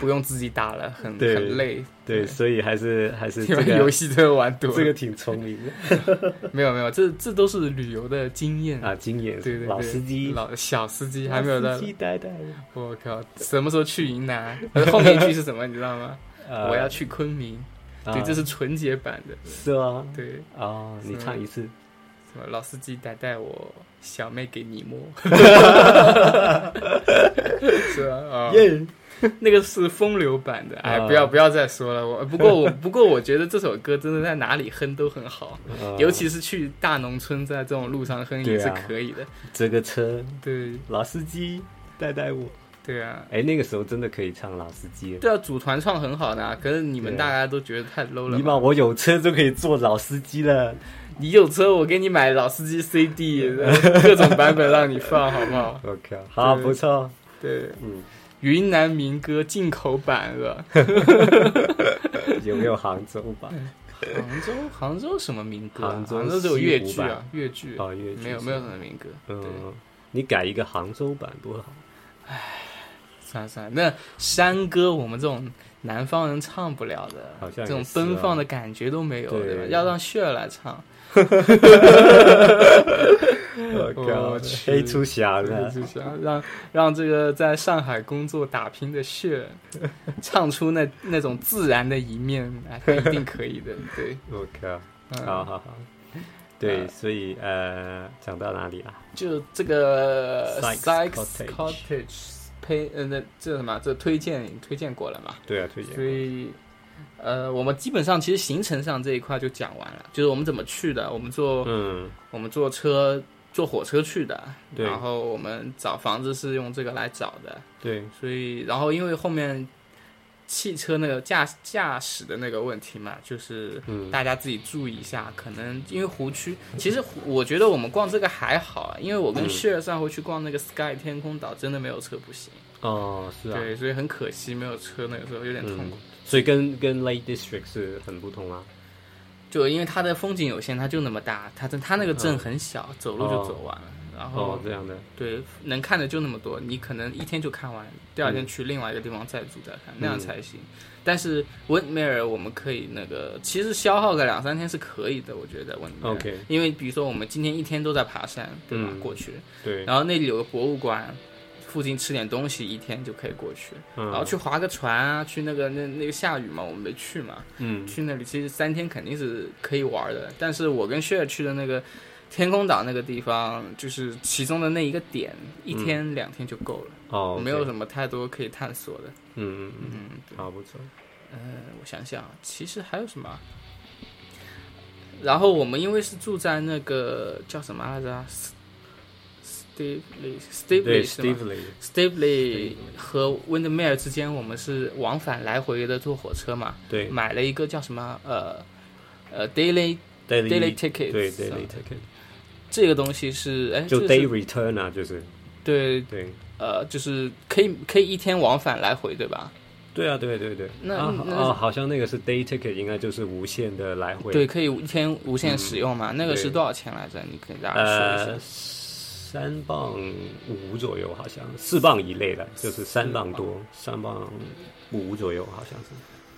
[SPEAKER 2] 不用自己打了，很
[SPEAKER 1] 对
[SPEAKER 2] 很累，
[SPEAKER 1] 对，所以还是还
[SPEAKER 2] [LAUGHS]
[SPEAKER 1] 是
[SPEAKER 2] 你
[SPEAKER 1] 这
[SPEAKER 2] 们游
[SPEAKER 1] 个
[SPEAKER 2] 戏真的玩多了。
[SPEAKER 1] 这个挺聪明的
[SPEAKER 2] 没有没有，这这都是旅游的经验。 [LAUGHS]
[SPEAKER 1] 啊，经验
[SPEAKER 2] 对对对，
[SPEAKER 1] 老司机，
[SPEAKER 2] 老小司机还没有到
[SPEAKER 1] 老司。机呆呆的。
[SPEAKER 2] 我靠，什么时候去云南？ [LAUGHS] 呃后面一句是什么？你知道吗？
[SPEAKER 1] 呃
[SPEAKER 2] [LAUGHS] 我要去昆明。
[SPEAKER 1] 啊
[SPEAKER 2] 对，这是纯洁版的。
[SPEAKER 1] 是吗？
[SPEAKER 2] 对，
[SPEAKER 1] 哦，你
[SPEAKER 2] 是
[SPEAKER 1] 唱一次。
[SPEAKER 2] 什么老司机带带我，小妹给你
[SPEAKER 1] [LAUGHS]
[SPEAKER 2] 摸。是吧？啊、 [LAUGHS]
[SPEAKER 1] 耶，
[SPEAKER 2] 那个是风流版的。哎，
[SPEAKER 1] 啊
[SPEAKER 2] 不要不要再说了。我不过我不过我觉得这首歌真的在哪里哼都很好，
[SPEAKER 1] 呃
[SPEAKER 2] 尤其是去大农村，在这种路上哼也
[SPEAKER 1] 对
[SPEAKER 2] 是
[SPEAKER 1] 啊
[SPEAKER 2] 可以的。
[SPEAKER 1] 这个车，
[SPEAKER 2] 对
[SPEAKER 1] 老司机带带我。
[SPEAKER 2] 对啊，
[SPEAKER 1] 哎，那个时候真的可以唱老司机了。
[SPEAKER 2] 对啊，组团创很好的、啊，可是你们
[SPEAKER 1] 对啊
[SPEAKER 2] 大家都觉得太 low 了
[SPEAKER 1] 尼
[SPEAKER 2] 嘛。
[SPEAKER 1] 玛，我有车就可以做老司机了。
[SPEAKER 2] 你有车，我给你买老司机 CD，各种版本让你放，好
[SPEAKER 1] [LAUGHS]
[SPEAKER 2] 不好？
[SPEAKER 1] 我靠，好
[SPEAKER 2] 对
[SPEAKER 1] 不错，
[SPEAKER 2] 对， [LAUGHS]
[SPEAKER 1] 嗯，
[SPEAKER 2] 云南民歌进口版的。
[SPEAKER 1] 有没有杭州吧？
[SPEAKER 2] [LAUGHS] 杭州，杭州什么民歌啊？
[SPEAKER 1] 杭州
[SPEAKER 2] 杭州只有
[SPEAKER 1] 西
[SPEAKER 2] 粤
[SPEAKER 1] 湖
[SPEAKER 2] 剧啊
[SPEAKER 1] 版，
[SPEAKER 2] 粤剧。
[SPEAKER 1] 哦，粤剧
[SPEAKER 2] 没有没有什么民歌，对，
[SPEAKER 1] 嗯，你改一个杭州版多好。
[SPEAKER 2] 算了算了，那山歌我们这种南方人唱不了的，
[SPEAKER 1] 好像也
[SPEAKER 2] 这种
[SPEAKER 1] 是
[SPEAKER 2] 奔
[SPEAKER 1] 啊
[SPEAKER 2] 放的感觉都没有，
[SPEAKER 1] 对
[SPEAKER 2] 对吧？要让雪儿来唱，
[SPEAKER 1] 我
[SPEAKER 2] 我
[SPEAKER 1] 靠，
[SPEAKER 2] 去
[SPEAKER 1] 黑出翔
[SPEAKER 2] 这个
[SPEAKER 1] 了。
[SPEAKER 2] 就想让让这个在上海工作打拼的雪儿 [LAUGHS] 唱出那那种自然的一面，啊，她一定可
[SPEAKER 1] [LAUGHS]
[SPEAKER 2] 以的，对，
[SPEAKER 1] 我靠，
[SPEAKER 2] 嗯，
[SPEAKER 1] 好好好。对，所以呃，讲到哪里啊？
[SPEAKER 2] 就这个
[SPEAKER 1] Sykes
[SPEAKER 2] Sykes
[SPEAKER 1] Cottage
[SPEAKER 2] Cottage 呸，呃，那这什么？这推荐推荐过了嘛？
[SPEAKER 1] 对啊，推
[SPEAKER 2] 所
[SPEAKER 1] 荐。
[SPEAKER 2] 以，呃，我们基本上其实行程上这一块就讲完了，就是我们怎么去的，我们坐、
[SPEAKER 1] 嗯，
[SPEAKER 2] 我们坐车坐火车去的，
[SPEAKER 1] 对
[SPEAKER 2] 然后我们找房子是用这个来找的，
[SPEAKER 1] 对，
[SPEAKER 2] 所以然后因为后面汽车那个驾驾驶的那个问题嘛，就是
[SPEAKER 1] 嗯
[SPEAKER 2] 大家自己注意一下，可能因为湖区，其实湖我觉得我们逛这个还好啊，因为我跟
[SPEAKER 1] 嗯
[SPEAKER 2] 谢上回去逛那个 Sky 天空岛，真的没有车不行，
[SPEAKER 1] 哦，是啊，
[SPEAKER 2] 对，所以很可惜没有车，那个时候有点痛苦。
[SPEAKER 1] 嗯，所以跟跟 Lake District 是很不同啊。
[SPEAKER 2] 就因为它的风景有限，它就那么大，它的它那个镇很小，走路就走完了。然后、
[SPEAKER 1] 嗯哦，这样的。
[SPEAKER 2] 对能看的就那么多，你可能一天就看完，第
[SPEAKER 1] 嗯
[SPEAKER 2] 二天去另外一个地方再住再看，那样才行。但是温梅尔我们可以那个，其实消耗个两三天是可以的，我觉得温梅尔。
[SPEAKER 1] OK
[SPEAKER 2] 因为比如说我们今天一天都在爬山，对吧？
[SPEAKER 1] 嗯
[SPEAKER 2] 过去，
[SPEAKER 1] 对，
[SPEAKER 2] 然后那里有个博物馆，附近吃点东西，一天就可以过去。然后
[SPEAKER 1] 嗯
[SPEAKER 2] 去划个船啊，去那个那那个下雨嘛，我们没去嘛。
[SPEAKER 1] 嗯，
[SPEAKER 2] 去那里其实三天肯定是可以玩的，但是我跟雪儿去的那个天空岛那个地方，就是其中的那一个点，一天两天就够了，
[SPEAKER 1] 哦，
[SPEAKER 2] 没有
[SPEAKER 1] 么，
[SPEAKER 2] 什么太多可以探索的。
[SPEAKER 1] 嗯嗯嗯，
[SPEAKER 2] 嗯，
[SPEAKER 1] 好不错。
[SPEAKER 2] 我想想啊，其实还有什么啊？然后我们因为是住在那个叫什么来着
[SPEAKER 1] 对
[SPEAKER 2] ，Stabley，Stabley 是吗
[SPEAKER 1] Steve Lee，
[SPEAKER 2] ？Stabley 和 Windmere 之间，我们是往返来回的坐火车嘛，
[SPEAKER 1] 对
[SPEAKER 2] 买了一个叫什么呃呃 daily daily
[SPEAKER 1] ，Daily
[SPEAKER 2] ticket，
[SPEAKER 1] 对 Daily Ticket。
[SPEAKER 2] 这个东西是哎，
[SPEAKER 1] 就
[SPEAKER 2] 这
[SPEAKER 1] day
[SPEAKER 2] 是
[SPEAKER 1] return 啊，就是
[SPEAKER 2] 对
[SPEAKER 1] 对
[SPEAKER 2] 呃，就是可以可以一天往返来回对吧？
[SPEAKER 1] 对啊，对对对。
[SPEAKER 2] 那
[SPEAKER 1] 啊
[SPEAKER 2] 那
[SPEAKER 1] 啊，好像那个是 day ticket，应该就是无限的来回。
[SPEAKER 2] 对，，可以一天无限使用嘛？那个是
[SPEAKER 1] 嗯对
[SPEAKER 2] 多少钱来着？你给大家说一下。
[SPEAKER 1] 呃，三磅五左右，好像四磅以内的，就是三磅多，三磅五左右，好像是。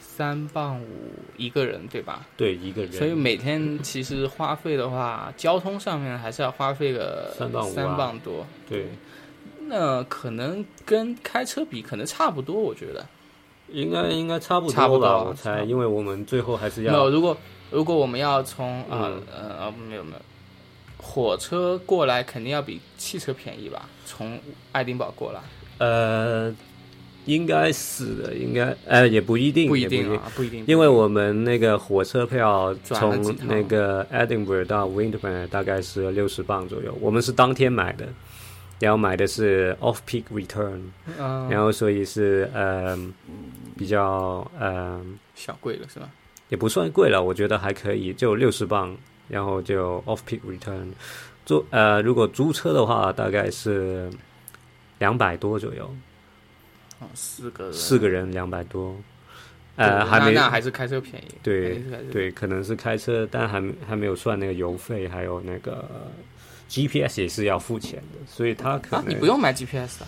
[SPEAKER 2] 三磅五一个人，对吧？
[SPEAKER 1] 对，一个人。
[SPEAKER 2] 所以每天其实花费的话，交通上面还是要花费个
[SPEAKER 1] 三磅五啊
[SPEAKER 2] 三磅多。
[SPEAKER 1] 对，
[SPEAKER 2] 那可能跟开车比，可能差不多，我觉得。
[SPEAKER 1] 应该应该差不
[SPEAKER 2] 差不
[SPEAKER 1] 多
[SPEAKER 2] 多
[SPEAKER 1] 吧，我
[SPEAKER 2] 差
[SPEAKER 1] 猜，
[SPEAKER 2] 不多
[SPEAKER 1] 因为我们最后还是
[SPEAKER 2] 没有，
[SPEAKER 1] 要
[SPEAKER 2] 如果如果我们要从啊
[SPEAKER 1] 嗯
[SPEAKER 2] 呃呃没有没有，火车过来肯定要比汽车便宜吧？从爱丁堡过来，
[SPEAKER 1] 呃，应该是的，应该呃也不一定，
[SPEAKER 2] 不
[SPEAKER 1] 也
[SPEAKER 2] 一
[SPEAKER 1] 不
[SPEAKER 2] 定啊，不一定。
[SPEAKER 1] 因为我们那个火车票
[SPEAKER 2] 转了几
[SPEAKER 1] 从
[SPEAKER 2] 趟
[SPEAKER 1] 那个 Edinburgh 到 Winterburn 大概是六十磅左右，我们是当天买的，然后买的是 off peak return，、
[SPEAKER 2] 嗯、
[SPEAKER 1] 然后所以是呃比较呃
[SPEAKER 2] 小贵了是吧？
[SPEAKER 1] 也不算贵了，我觉得还可以，就六十磅，然后就 off peak return，租呃如果租车的话大概是两百多左右，
[SPEAKER 2] 哦，四个人，
[SPEAKER 1] 四个人两百多，
[SPEAKER 2] 对
[SPEAKER 1] 呃还没
[SPEAKER 2] 那那还是开车便宜，
[SPEAKER 1] 对
[SPEAKER 2] 肯定是开车啊
[SPEAKER 1] 对，可能是开车，但还没还没有算那个油费，还有那个 GPS 也是要付钱的，所以他可
[SPEAKER 2] 啊，
[SPEAKER 1] 能、
[SPEAKER 2] 你不用买 GPS 的，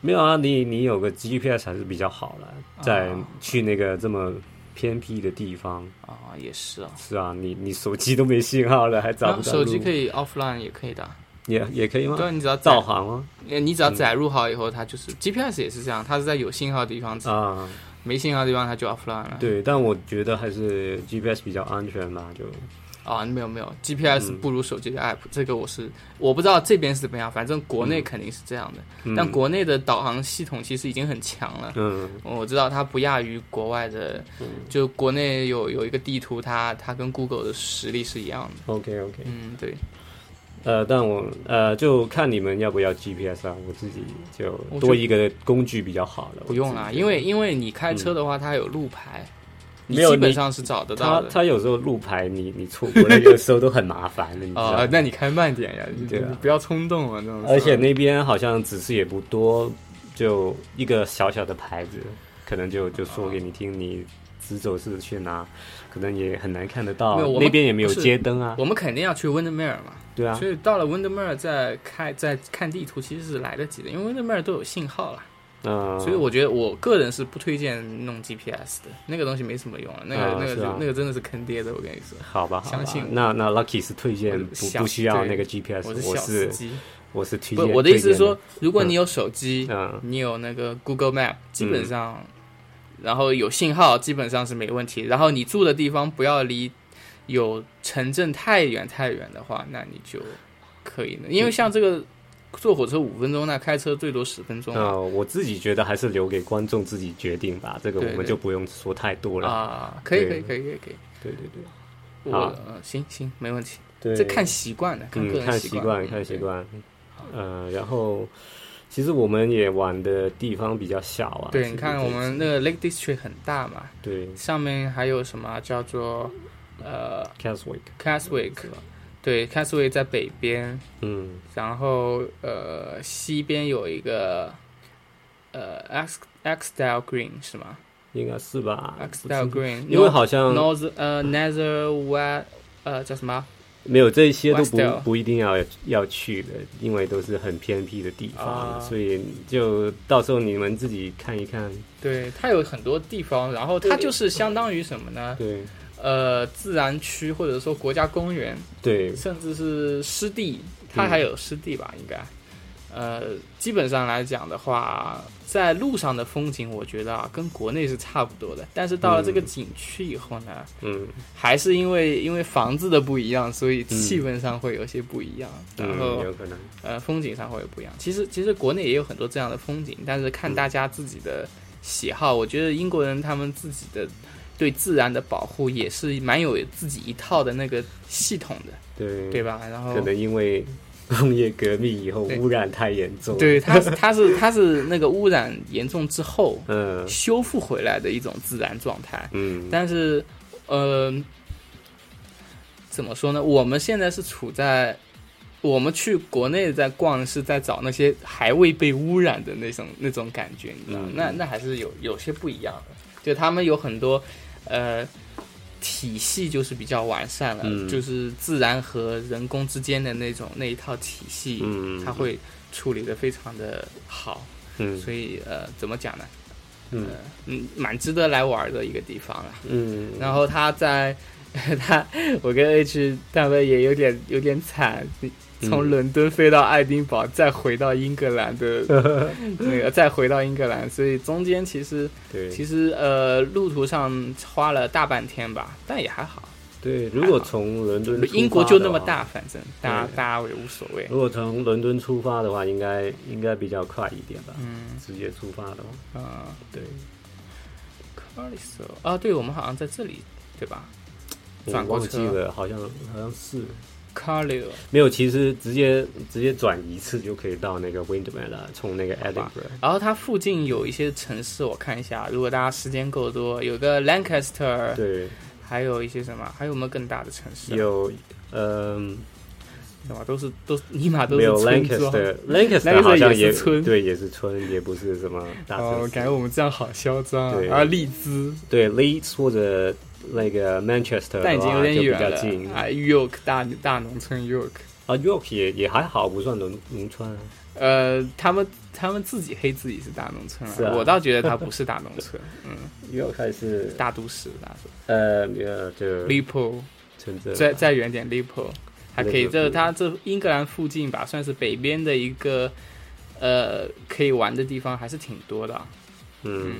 [SPEAKER 1] 没有啊，你你有个 GPS 还是比较好了，在
[SPEAKER 2] 啊
[SPEAKER 1] 去那个这么偏僻的地方，
[SPEAKER 2] 啊、也是啊，
[SPEAKER 1] 是啊，你你手机都没信号了，还找
[SPEAKER 2] 那
[SPEAKER 1] 不到
[SPEAKER 2] 啊手机
[SPEAKER 1] 路
[SPEAKER 2] 可以 offline 也可以的，
[SPEAKER 1] 也也可以吗？
[SPEAKER 2] 对，你只要载
[SPEAKER 1] 导，航吗？
[SPEAKER 2] 呃你只
[SPEAKER 1] 嗯
[SPEAKER 2] 要载入好以后，它就是 GPS 也是这样，它是在有信号的地方，
[SPEAKER 1] 啊，
[SPEAKER 2] 没信号的地方它就 offline 了。，
[SPEAKER 1] 对，但我觉得还是 GPS 比较安全吧，就
[SPEAKER 2] 啊、没有没有，GPS
[SPEAKER 1] 嗯
[SPEAKER 2] 不如手机的 app，、这个我是我不知道这边是怎么样，反正国内肯定是这样的，
[SPEAKER 1] 嗯
[SPEAKER 2] 但国内的导航系统其实已经很强了。
[SPEAKER 1] 嗯
[SPEAKER 2] 我知道它不亚于国外的，就国内有有一个地图它，它跟 Google 的实力是一样的。
[SPEAKER 1] ，OK OK，
[SPEAKER 2] 嗯，对，
[SPEAKER 1] 呃，但我呃，就看你们要不要 GPS 啊，我自己就
[SPEAKER 2] 我
[SPEAKER 1] 多
[SPEAKER 2] 就
[SPEAKER 1] 一个工具比较好了。
[SPEAKER 2] 不用啦，因为因为你开车的话，它有路牌，
[SPEAKER 1] 嗯
[SPEAKER 2] 你
[SPEAKER 1] 没有
[SPEAKER 2] 基本
[SPEAKER 1] 你
[SPEAKER 2] 上是找得到
[SPEAKER 1] 他
[SPEAKER 2] 的。
[SPEAKER 1] 他有时候路牌你 [LAUGHS] 你错过了，有时候都很麻烦的，你知道
[SPEAKER 2] 啊、
[SPEAKER 1] 吗？
[SPEAKER 2] 那你开慢点呀，你
[SPEAKER 1] 对啊
[SPEAKER 2] 你不要冲动啊，这种。
[SPEAKER 1] 而且，那边好像指示也不多，就一个小小的牌子，可能就就说给你听，你直走是去哪，可能也很难看得到
[SPEAKER 2] 没有我。们
[SPEAKER 1] 那边也没有
[SPEAKER 2] 不是
[SPEAKER 1] 街灯啊，
[SPEAKER 2] 我们肯定要去 Windermere 嘛，
[SPEAKER 1] 对啊
[SPEAKER 2] 所，以到了 Windermere 再开再看地图，其实是来得及的，因为 Windermere 都有信号啦。
[SPEAKER 1] 嗯，
[SPEAKER 2] 所以我觉得我个人是不推荐弄 GPS 的，那个东西没什么用了，那个、
[SPEAKER 1] 啊
[SPEAKER 2] 那个
[SPEAKER 1] 是
[SPEAKER 2] 就、
[SPEAKER 1] 啊
[SPEAKER 2] 那个真的是坑爹的，我跟你说。
[SPEAKER 1] 好吧，好吧
[SPEAKER 2] 相信我
[SPEAKER 1] 那那 Lucky 是推荐
[SPEAKER 2] 我
[SPEAKER 1] 不
[SPEAKER 2] 小
[SPEAKER 1] 不需要
[SPEAKER 2] 对
[SPEAKER 1] 那个 GPS，
[SPEAKER 2] 我
[SPEAKER 1] 我
[SPEAKER 2] 是小司
[SPEAKER 1] 是
[SPEAKER 2] 机，
[SPEAKER 1] 我是推
[SPEAKER 2] 不，
[SPEAKER 1] 荐。
[SPEAKER 2] 我的意思
[SPEAKER 1] 推荐
[SPEAKER 2] 是说，
[SPEAKER 1] [LAUGHS]
[SPEAKER 2] 如果你有手机，
[SPEAKER 1] 嗯
[SPEAKER 2] 你有那个 Google Map，基本上，然后有信号，基本上是没问题。然后你住的地方不要离有城镇太远太远的话，那你就可以了。因
[SPEAKER 1] 嗯
[SPEAKER 2] 为像这个坐火车五分钟，那开车最多十分钟啊。
[SPEAKER 1] 呃，我自己觉得还是留给观众自己决定吧，这个
[SPEAKER 2] 对
[SPEAKER 1] 我们
[SPEAKER 2] 对
[SPEAKER 1] 就不用说太多了。
[SPEAKER 2] 啊可以可
[SPEAKER 1] 对
[SPEAKER 2] 以可以可以可以，
[SPEAKER 1] 对对对，
[SPEAKER 2] 我
[SPEAKER 1] 好
[SPEAKER 2] 呃行行没问题，
[SPEAKER 1] 对
[SPEAKER 2] 这看习惯的，看个
[SPEAKER 1] 嗯
[SPEAKER 2] 人
[SPEAKER 1] 看
[SPEAKER 2] 习
[SPEAKER 1] 习惯看习。惯，呃，然后其实我们也玩的地方比较小啊。
[SPEAKER 2] 对，
[SPEAKER 1] 其
[SPEAKER 2] 你
[SPEAKER 1] 实
[SPEAKER 2] 看
[SPEAKER 1] 这
[SPEAKER 2] 我们那个 Lake District 很大嘛，
[SPEAKER 1] 对
[SPEAKER 2] 上面还有什么叫做呃
[SPEAKER 1] Caswick，
[SPEAKER 2] Caswick，对，Caswick 在北边，
[SPEAKER 1] 嗯
[SPEAKER 2] 然后呃西边有一个呃 X Xdale Green 是吗
[SPEAKER 1] 应该是吧。不
[SPEAKER 2] ？Xdale
[SPEAKER 1] 清楚
[SPEAKER 2] Green，
[SPEAKER 1] 因为好像
[SPEAKER 2] North 呃 Nether West 呃叫什么？
[SPEAKER 1] 没有这一些都不
[SPEAKER 2] Westdale
[SPEAKER 1] 不一定要要去的，因为都是很偏僻的地方，
[SPEAKER 2] 啊
[SPEAKER 1] 所以就到时候你们自己看一看。
[SPEAKER 2] 对，它有很多地方，然后它就是相当于什么呢？
[SPEAKER 1] 对
[SPEAKER 2] 呃，自然区或者说国家公园，
[SPEAKER 1] 对，
[SPEAKER 2] 甚至是湿地，它
[SPEAKER 1] 嗯
[SPEAKER 2] 还有湿地吧，应该。呃，基本上来讲的话，在路上的风景，我觉得啊，跟国内是差不多的。但是到了这个景区以后呢，
[SPEAKER 1] 嗯
[SPEAKER 2] 还是因为因为房子的不一样，所以气氛上会有些不一样，然
[SPEAKER 1] 嗯，
[SPEAKER 2] 后
[SPEAKER 1] 有可能。
[SPEAKER 2] 呃，风景上会有不一样。其实其实国内也有很多这样的风景，但是看大家自己的喜好。我觉得英国人他们自己的对自然的保护也是蛮有自己一套的那个系统的。
[SPEAKER 1] 对
[SPEAKER 2] 对吧？然后
[SPEAKER 1] 可能因为 [LAUGHS] 工业革命以后
[SPEAKER 2] 对
[SPEAKER 1] 污染太严重，
[SPEAKER 2] 对，它是它是它是那个污染严重之后
[SPEAKER 1] 嗯
[SPEAKER 2] 修复回来的一种自然状态，
[SPEAKER 1] 嗯，
[SPEAKER 2] 但是呃，怎么说呢？我们现在是处在。我们去国内在逛，是在找那些还未被污染的那种那种感觉，你知道吗？
[SPEAKER 1] 嗯
[SPEAKER 2] 那那还是有有些不一样的，就他们有很多呃体系就是比较完善了，
[SPEAKER 1] 嗯
[SPEAKER 2] 就是自然和人工之间的那种那一套体系，
[SPEAKER 1] 嗯
[SPEAKER 2] 它会处理的非常的好，
[SPEAKER 1] 嗯
[SPEAKER 2] 所以呃，怎么讲呢？
[SPEAKER 1] 嗯
[SPEAKER 2] 嗯，蛮值得来玩的一个地方了。
[SPEAKER 1] 嗯，
[SPEAKER 2] 然后他在 [LAUGHS] 他，我跟 H 他们也有点有点惨，从
[SPEAKER 1] 嗯
[SPEAKER 2] 伦敦飞到爱丁堡，再回到英格
[SPEAKER 1] [LAUGHS]
[SPEAKER 2] 兰的那个，再回到英格兰，所以中间其实
[SPEAKER 1] 对，
[SPEAKER 2] 其
[SPEAKER 1] 实
[SPEAKER 2] 实呃路途上花了大半天吧，但也还好。
[SPEAKER 1] 对，如果从伦敦出发的话
[SPEAKER 2] 英国就那么大，，反正大家大家也无所谓。
[SPEAKER 1] 如果从伦敦出发的话，应该应该比较快一点吧。嗯，直接出发的话，
[SPEAKER 2] 嗯
[SPEAKER 1] 对，
[SPEAKER 2] ，Carlisle 啊，对，我们好像在这里，对吧
[SPEAKER 1] 我
[SPEAKER 2] 转过
[SPEAKER 1] 忘
[SPEAKER 2] 车啊
[SPEAKER 1] 记了，好像好像是
[SPEAKER 2] ？Carlisle
[SPEAKER 1] 没有，其实直接直接转一次就可以到那个 Windmill 了，从那个 Edinburgh。
[SPEAKER 2] 然后它附近有一些城市，我看一下，如果大家时间够多，有个 Lancaster，
[SPEAKER 1] 对，
[SPEAKER 2] 还有一些什么，还有没有更大的城市？，啊
[SPEAKER 1] 有嗯，
[SPEAKER 2] 对吧？都是都尼玛都
[SPEAKER 1] 没
[SPEAKER 2] 是
[SPEAKER 1] 有
[SPEAKER 2] 村庄。
[SPEAKER 1] [LAUGHS] Lancaster，Lancaster 好像
[SPEAKER 2] 也是村
[SPEAKER 1] 对，也是村，也不是什么大城市。
[SPEAKER 2] 哦，感觉我们这样好嚣张
[SPEAKER 1] 对
[SPEAKER 2] 啊！啊，利兹，
[SPEAKER 1] 对 Leeds 或者那个 Manchester
[SPEAKER 2] 但已
[SPEAKER 1] 的
[SPEAKER 2] 经有
[SPEAKER 1] 话
[SPEAKER 2] 点
[SPEAKER 1] 就比
[SPEAKER 2] 远
[SPEAKER 1] 较近
[SPEAKER 2] 了啊。York 大大农村 York，
[SPEAKER 1] 啊，York 也也还好，不算农农村啊。
[SPEAKER 2] 呃，他们他们自己黑自己是大农村
[SPEAKER 1] 是
[SPEAKER 2] 了，
[SPEAKER 1] 啊
[SPEAKER 2] 我倒觉得它不是大农
[SPEAKER 1] [LAUGHS]
[SPEAKER 2] 村，嗯，
[SPEAKER 1] York 还是
[SPEAKER 2] 大都市大都市。
[SPEAKER 1] 呃呃，就
[SPEAKER 2] Lipo
[SPEAKER 1] 城镇
[SPEAKER 2] 再再远点 Lipo 还可以，
[SPEAKER 1] Liverpool
[SPEAKER 2] 这它这英格兰附近吧，算是北边的一个呃可以玩的地方还是挺多的啊。
[SPEAKER 1] 嗯，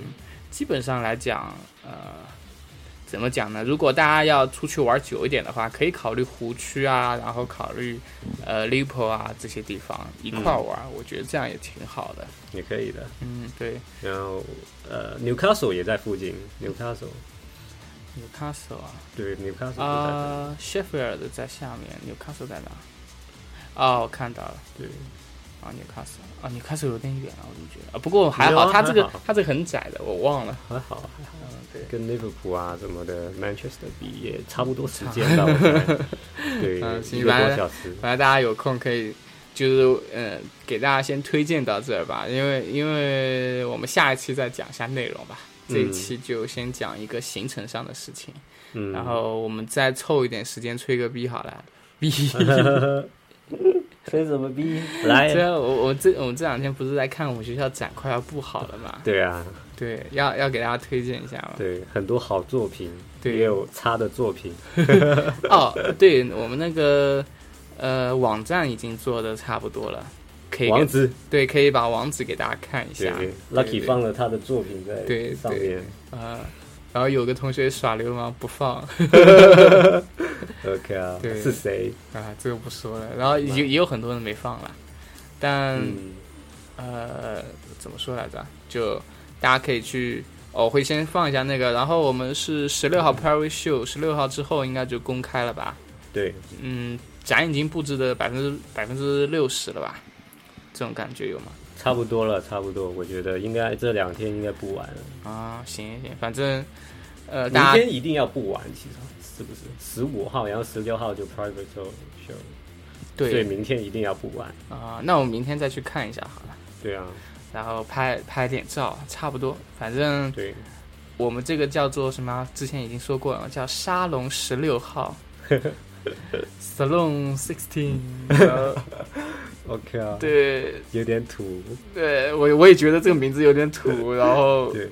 [SPEAKER 2] 基本上来讲，呃，怎么讲呢？如果大家要出去玩久一点的话，可以考虑湖区啊，然后考虑呃 Lipo 啊这些地方一块
[SPEAKER 1] 嗯
[SPEAKER 2] 儿玩，我觉得这样也挺好的。
[SPEAKER 1] 也可以的。
[SPEAKER 2] 嗯，对
[SPEAKER 1] 然后呃，Newcastle 也在附近，Newcastle
[SPEAKER 2] ，Newcastle 啊，
[SPEAKER 1] 对 Newcastle 就在
[SPEAKER 2] 啊、谢菲尔德在下面，Newcastle 在哪？哦，我看到了。
[SPEAKER 1] 这里
[SPEAKER 2] 啊，纽卡斯啊，纽卡斯有点远啊，我怎么觉得啊？不过还好，
[SPEAKER 1] 没有啊
[SPEAKER 2] 它这个
[SPEAKER 1] 还好
[SPEAKER 2] 它这个很窄的，我忘了。
[SPEAKER 1] 对，还好，
[SPEAKER 2] 嗯，对，
[SPEAKER 1] 跟 Liverpool 啊什么的 Manchester 比也差不多时间吧，我猜 [LAUGHS] 对，
[SPEAKER 2] 嗯行
[SPEAKER 1] 一个
[SPEAKER 2] 来
[SPEAKER 1] 多小时。
[SPEAKER 2] 反正大家有空可以，就是呃，给大家先推荐到这儿吧，因为因为我们下一期再讲一下内容吧。这一
[SPEAKER 1] 嗯
[SPEAKER 2] 期就先讲一个行程上的事情，
[SPEAKER 1] 嗯，
[SPEAKER 2] 然后我们再凑一点时间吹个逼好了。逼，
[SPEAKER 1] [LAUGHS] 吹什么逼？ [LAUGHS] 来，
[SPEAKER 2] 这我我这我们这两天不是在看我们学校展快要布好了嘛？
[SPEAKER 1] 对啊，
[SPEAKER 2] 对，要要给大家推荐一下嘛。
[SPEAKER 1] 对，很多好作品，
[SPEAKER 2] 对
[SPEAKER 1] 也有差的作品。 [LAUGHS]
[SPEAKER 2] 哦，对我们那个呃网站已经做的差不多了，可以给
[SPEAKER 1] 王子，
[SPEAKER 2] 对，可以把网址给大家看一
[SPEAKER 1] 对
[SPEAKER 2] 下。
[SPEAKER 1] ，Lucky 放了他的作品
[SPEAKER 2] 对
[SPEAKER 1] 在上面。
[SPEAKER 2] 呃，然后有个同学耍流氓不放啊、
[SPEAKER 1] OK 啊，
[SPEAKER 2] 对
[SPEAKER 1] 是谁？
[SPEAKER 2] 啊这个不说了。然后也也有很多人没放了，但、
[SPEAKER 1] 嗯，
[SPEAKER 2] 呃怎么说来着？就大家可以去。哦我会先放一下那个，然后我们是十
[SPEAKER 1] 嗯
[SPEAKER 2] 六号 Private Show，十六号之后应该就公开了吧？
[SPEAKER 1] 对，
[SPEAKER 2] 嗯，展已经布置的百分之百分之六十了吧？这种感觉有吗？
[SPEAKER 1] 差不多了，差不多。我觉得应该这两天应该不完了，
[SPEAKER 2] 啊，行行，反正呃，
[SPEAKER 1] 明
[SPEAKER 2] 大家
[SPEAKER 1] 天一定要不完，其实是不是？十五号，然后十六号就 private show show，所以
[SPEAKER 2] 对
[SPEAKER 1] 明天一定要不完。
[SPEAKER 2] 啊、那我们明天再去看一下好了，
[SPEAKER 1] 对啊，
[SPEAKER 2] 然后拍拍点照，差不多。反正 [LAUGHS]
[SPEAKER 1] 对，
[SPEAKER 2] 我们这个叫做什么？之前已经说过了，叫沙龙十六
[SPEAKER 1] [LAUGHS]
[SPEAKER 2] 号，Salon Sixteen 然后。
[SPEAKER 1] OK 啊，，
[SPEAKER 2] 对
[SPEAKER 1] 有点土，
[SPEAKER 2] 对，我我也觉得这个名字有
[SPEAKER 1] [LAUGHS]
[SPEAKER 2] 点土，然后
[SPEAKER 1] 对，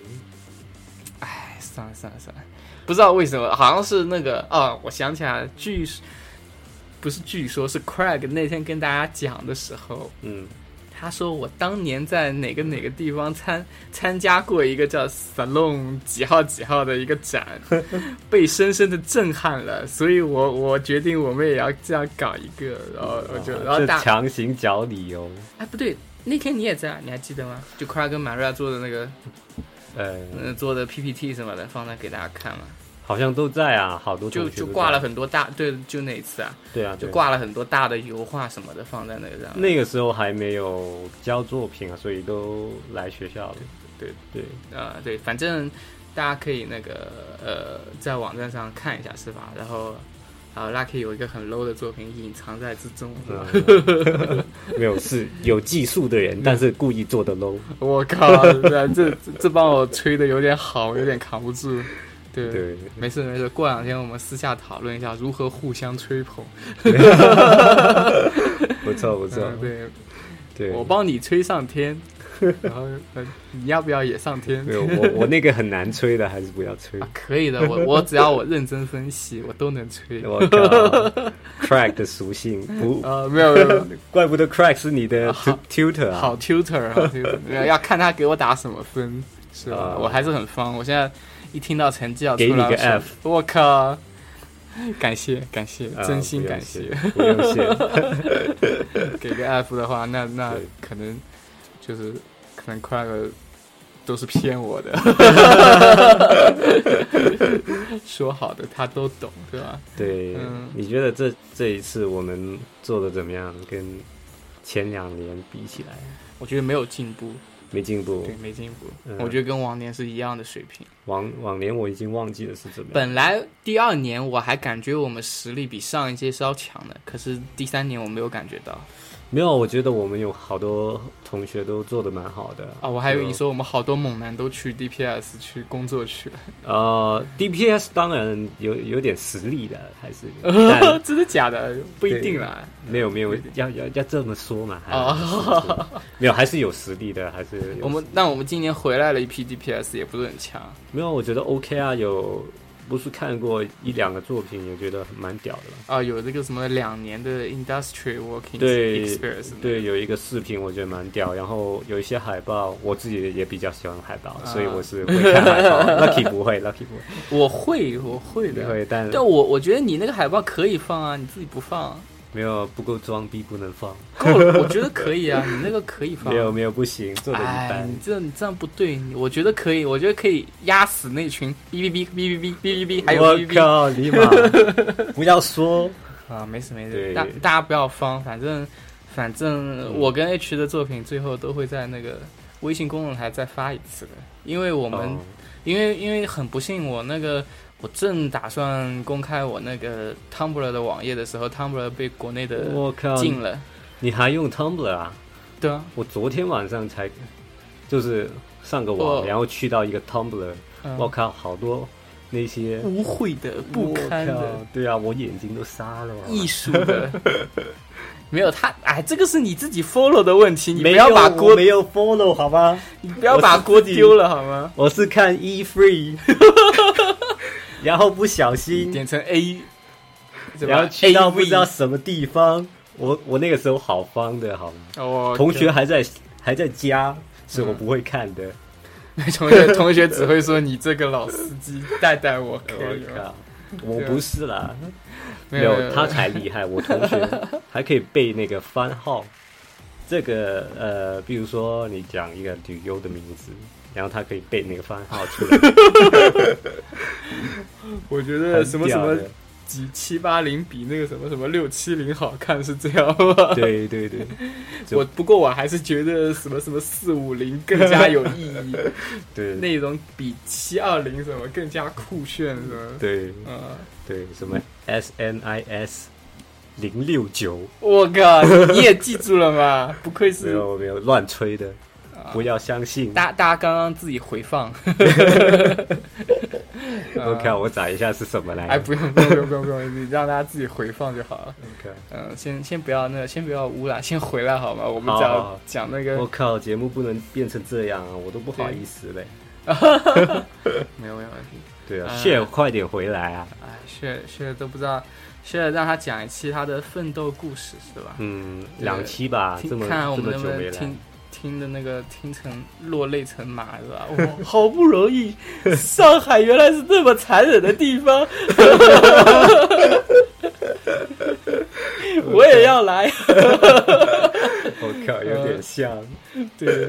[SPEAKER 2] 哎，算了算了算了，不知道为什么，好像是那个哦，我想起来了，据说不是据说，是 Craig 那天跟大家讲的时候，
[SPEAKER 1] 嗯，
[SPEAKER 2] 他说我当年在哪个哪个地方参参加过一个叫 Salon 几号几号的一个展， [LAUGHS] 被深深的震撼了，所以我我决定我们也要这样搞一个，然后我就然后
[SPEAKER 1] 啊这
[SPEAKER 2] 大
[SPEAKER 1] 强行找理由，
[SPEAKER 2] 哎不对，那天你也在，你还记得吗？就 Craig 跟 Maria 做的那个
[SPEAKER 1] 呃，
[SPEAKER 2] 嗯、做的 PPT 什么的放在给大家看嘛，
[SPEAKER 1] 好像都在啊，好多
[SPEAKER 2] 就
[SPEAKER 1] 同学
[SPEAKER 2] 就
[SPEAKER 1] 都
[SPEAKER 2] 挂
[SPEAKER 1] 在
[SPEAKER 2] 了，很多大对，就那一次啊，
[SPEAKER 1] 对啊，
[SPEAKER 2] 就
[SPEAKER 1] 对。
[SPEAKER 2] 挂了很多大的油画什么的放在那个上面。
[SPEAKER 1] 那个时候还没有交作品啊，所以都来学校了。
[SPEAKER 2] 对
[SPEAKER 1] 对，
[SPEAKER 2] 呃，对，反正大家可以那个呃，在网站上看一下是吧？然后，啊，Lucky 有一个很 low 的作品隐藏在之中，是吧？
[SPEAKER 1] 嗯 [LAUGHS] 没有是有技术的人，但是故意做的 low。
[SPEAKER 2] 我靠，啊这这这帮我吹的有点好，我有点扛不住。对，
[SPEAKER 1] 对，
[SPEAKER 2] 没事没事，过两天我们私下讨论一下如何互相吹捧。
[SPEAKER 1] 不错不错。
[SPEAKER 2] 嗯，对，
[SPEAKER 1] 啊对，
[SPEAKER 2] 我帮你吹上天，然后、呃、你要不要也上天
[SPEAKER 1] 没？有我我那个很难吹的，还是不要
[SPEAKER 2] [LAUGHS]
[SPEAKER 1] 吹
[SPEAKER 2] 啊。，可以的，我我只要我认真分析，我都
[SPEAKER 1] [LAUGHS]
[SPEAKER 2] 能吹。
[SPEAKER 1] 我靠，Crack 的属性
[SPEAKER 2] [LAUGHS]
[SPEAKER 1] 不，
[SPEAKER 2] 呃，没有没有没有，
[SPEAKER 1] 怪不得 Crack 是你的
[SPEAKER 2] 好
[SPEAKER 1] tu- tutor 啊。
[SPEAKER 2] 好 tutor，好
[SPEAKER 1] [LAUGHS]
[SPEAKER 2] tutor，没有要看他给我打什么分，是吧？
[SPEAKER 1] 啊
[SPEAKER 2] 我还是很方，我现在一听到成绩要
[SPEAKER 1] 给
[SPEAKER 2] 出
[SPEAKER 1] 你
[SPEAKER 2] 来，
[SPEAKER 1] 个
[SPEAKER 2] 我手我靠，感谢感谢，真心感谢。
[SPEAKER 1] [LAUGHS] 谢，啊不用谢。
[SPEAKER 2] 给个 F 的话，那那
[SPEAKER 1] 对
[SPEAKER 2] 可能就是可能快乐都是骗
[SPEAKER 1] [LAUGHS]
[SPEAKER 2] 我的。说好的他都懂，对吧？
[SPEAKER 1] 对，
[SPEAKER 2] 嗯
[SPEAKER 1] 你觉得这这一次我们做的怎么样？跟前两年比起来，
[SPEAKER 2] 我觉得没有进步，
[SPEAKER 1] 没进步
[SPEAKER 2] 对，。没进步。
[SPEAKER 1] 嗯
[SPEAKER 2] 我觉得跟往年是一样的水平。
[SPEAKER 1] 往往年我已经忘记了是怎么样。
[SPEAKER 2] 本来第二年我还感觉我们实力比上一届是要强的，可是第三年我没有感觉到
[SPEAKER 1] 没有，我觉得我们有好多同学都做的蛮好的
[SPEAKER 2] 啊！我还以为你
[SPEAKER 1] 就
[SPEAKER 2] 说我们好多猛男都
[SPEAKER 1] [LAUGHS]
[SPEAKER 2] 去 DPS 去工作去 [LAUGHS] 了，
[SPEAKER 1] 呃，DPS 当然有有点实力的，还
[SPEAKER 2] [LAUGHS]
[SPEAKER 1] 是但
[SPEAKER 2] 真的假的？不一定啦。
[SPEAKER 1] 没有没有
[SPEAKER 2] 有点
[SPEAKER 1] 要要要这么说嘛？还
[SPEAKER 2] 哦
[SPEAKER 1] 是说 [LAUGHS] 没有还是有实力的，还是有
[SPEAKER 2] 我们
[SPEAKER 1] 实力
[SPEAKER 2] 但我们今年回来了一批 DPS 也不是很强，
[SPEAKER 1] 没有，我觉得 OK 啊，有不是看过一两个作品，也觉得蛮屌的了。
[SPEAKER 2] 啊，有这个什么两年的 industry working
[SPEAKER 1] 对
[SPEAKER 2] experience，呢，
[SPEAKER 1] 对，有一个视频我觉得蛮屌，然后有一些海报，我自己也比较喜欢海报，
[SPEAKER 2] 啊
[SPEAKER 1] 所以我是会看海报。Lucky
[SPEAKER 2] [LAUGHS]
[SPEAKER 1] 不会，Lucky 不会，
[SPEAKER 2] 我会，我会
[SPEAKER 1] 不
[SPEAKER 2] 的。
[SPEAKER 1] 会，但
[SPEAKER 2] 但我我觉得你那个海报可以放啊，你自己不放，
[SPEAKER 1] 没有不够装逼，不能放，
[SPEAKER 2] 够了，我觉得可以啊，你那个可以放。
[SPEAKER 1] 没有没有不行，做的一
[SPEAKER 2] 哎，
[SPEAKER 1] 般
[SPEAKER 2] 你。这你这样不对，你我觉得可以，我觉得可以压死那群哔哔哔哔哔哔哎哔哔，还有
[SPEAKER 1] 我
[SPEAKER 2] 哔哔
[SPEAKER 1] 靠，尼
[SPEAKER 2] [LAUGHS]
[SPEAKER 1] 玛！不要说，
[SPEAKER 2] 哔啊，没事没事，
[SPEAKER 1] 对嗯
[SPEAKER 2] 大大家不要慌，反正反正我跟 H 的作品最后都会在那个微信公众台再发一次的，因为我
[SPEAKER 1] 我
[SPEAKER 2] 们、因为因为很不幸我那个。我正打算公开我那个 Tumblr 的网页的时候，Tumblr 被国内的
[SPEAKER 1] 我靠，
[SPEAKER 2] 禁了。
[SPEAKER 1] 你还用 Tumblr 啊？
[SPEAKER 2] 对啊，
[SPEAKER 1] 我昨天晚上才，就是上个网，
[SPEAKER 2] 我
[SPEAKER 1] 然后去到一个 Tumblr，
[SPEAKER 2] 嗯
[SPEAKER 1] 我靠，好多那些
[SPEAKER 2] 污秽的、不
[SPEAKER 1] 我
[SPEAKER 2] 堪的
[SPEAKER 1] 靠，对啊，我眼睛都瞎了。啊
[SPEAKER 2] 艺术的。 [LAUGHS] 没有他，哎，这个是你自己 follow 的问题，你不
[SPEAKER 1] 没
[SPEAKER 2] 要
[SPEAKER 1] 有
[SPEAKER 2] 把
[SPEAKER 1] 我
[SPEAKER 2] 锅，
[SPEAKER 1] 没有 follow 好吗？
[SPEAKER 2] 你不要把锅丢了好吗？
[SPEAKER 1] 我是看 E
[SPEAKER 2] [LAUGHS]
[SPEAKER 1] Free，然后不小心，
[SPEAKER 2] 点成 A，
[SPEAKER 1] 嗯
[SPEAKER 2] 对
[SPEAKER 1] 然
[SPEAKER 2] 吧哎
[SPEAKER 1] 后去
[SPEAKER 2] E
[SPEAKER 1] 到
[SPEAKER 2] AV
[SPEAKER 1] 不知道什么地方，我我那个时候好方的好吗？
[SPEAKER 2] 哦，
[SPEAKER 1] 同学还在还在家，是我
[SPEAKER 2] 嗯
[SPEAKER 1] 不会看的。
[SPEAKER 2] 对 [LAUGHS] 同学同学只会说你这个老司机带带我，可以
[SPEAKER 1] 我
[SPEAKER 2] 吗？
[SPEAKER 1] 靠！我不是啦，
[SPEAKER 2] 没
[SPEAKER 1] 没有他才厉害。我同学还可以背那个番号，这个呃，比如说你讲一个旅游的名字，然后他可以背那个番号出来，
[SPEAKER 2] 我觉
[SPEAKER 1] 很
[SPEAKER 2] 得 [LAUGHS] 什么什
[SPEAKER 1] 屌
[SPEAKER 2] 么
[SPEAKER 1] 的
[SPEAKER 2] 几七八零比那个什么什么六七零好看是这样吗？
[SPEAKER 1] 对对对，就
[SPEAKER 2] 我不过我还是觉得什么什么四五零更加有意义，
[SPEAKER 1] [LAUGHS] 对
[SPEAKER 2] 那种比七二零什么更加酷炫什么，
[SPEAKER 1] 对
[SPEAKER 2] 嗯。
[SPEAKER 1] 对，什么 S N I S 零六九，
[SPEAKER 2] [LAUGHS] 我靠，你也记住了吗？ [LAUGHS] 不愧
[SPEAKER 1] 没
[SPEAKER 2] 是
[SPEAKER 1] 有没有乱吹的，不要相信。
[SPEAKER 2] 嗯大大家刚刚自己回放。 [LAUGHS]
[SPEAKER 1] 我看我找一下是什么来
[SPEAKER 2] 呃哎，
[SPEAKER 1] 着。
[SPEAKER 2] 不用不用不用不用不用，你让大家自己回放就好了。
[SPEAKER 1] 我靠
[SPEAKER 2] 嗯，先先不要那个，先不要污染，先回来好吗？我们
[SPEAKER 1] 好好
[SPEAKER 2] 讲
[SPEAKER 1] 好
[SPEAKER 2] 讲那
[SPEAKER 1] 我
[SPEAKER 2] 个，
[SPEAKER 1] 靠，节目不能变成这样啊！我都不好意思嘞。
[SPEAKER 2] 没有没有问题。
[SPEAKER 1] 对啊，
[SPEAKER 2] 嗯
[SPEAKER 1] 谢快点回来啊！
[SPEAKER 2] 哎，雪雪都不知道，雪让他讲一期他的奋斗故事是吧？
[SPEAKER 1] 嗯，
[SPEAKER 2] 对
[SPEAKER 1] 两期吧，这
[SPEAKER 2] 呃听
[SPEAKER 1] 么
[SPEAKER 2] 看看我
[SPEAKER 1] 这
[SPEAKER 2] 们
[SPEAKER 1] 么
[SPEAKER 2] 能不
[SPEAKER 1] 久没
[SPEAKER 2] 能
[SPEAKER 1] 来
[SPEAKER 2] 听，听的那个听成落泪成马是吧？我 [LAUGHS] 好不容易，上海原来是这么残忍的地方， [LAUGHS] 我也要来。
[SPEAKER 1] [LAUGHS] 我靠，有点像。
[SPEAKER 2] [LAUGHS] 呃对，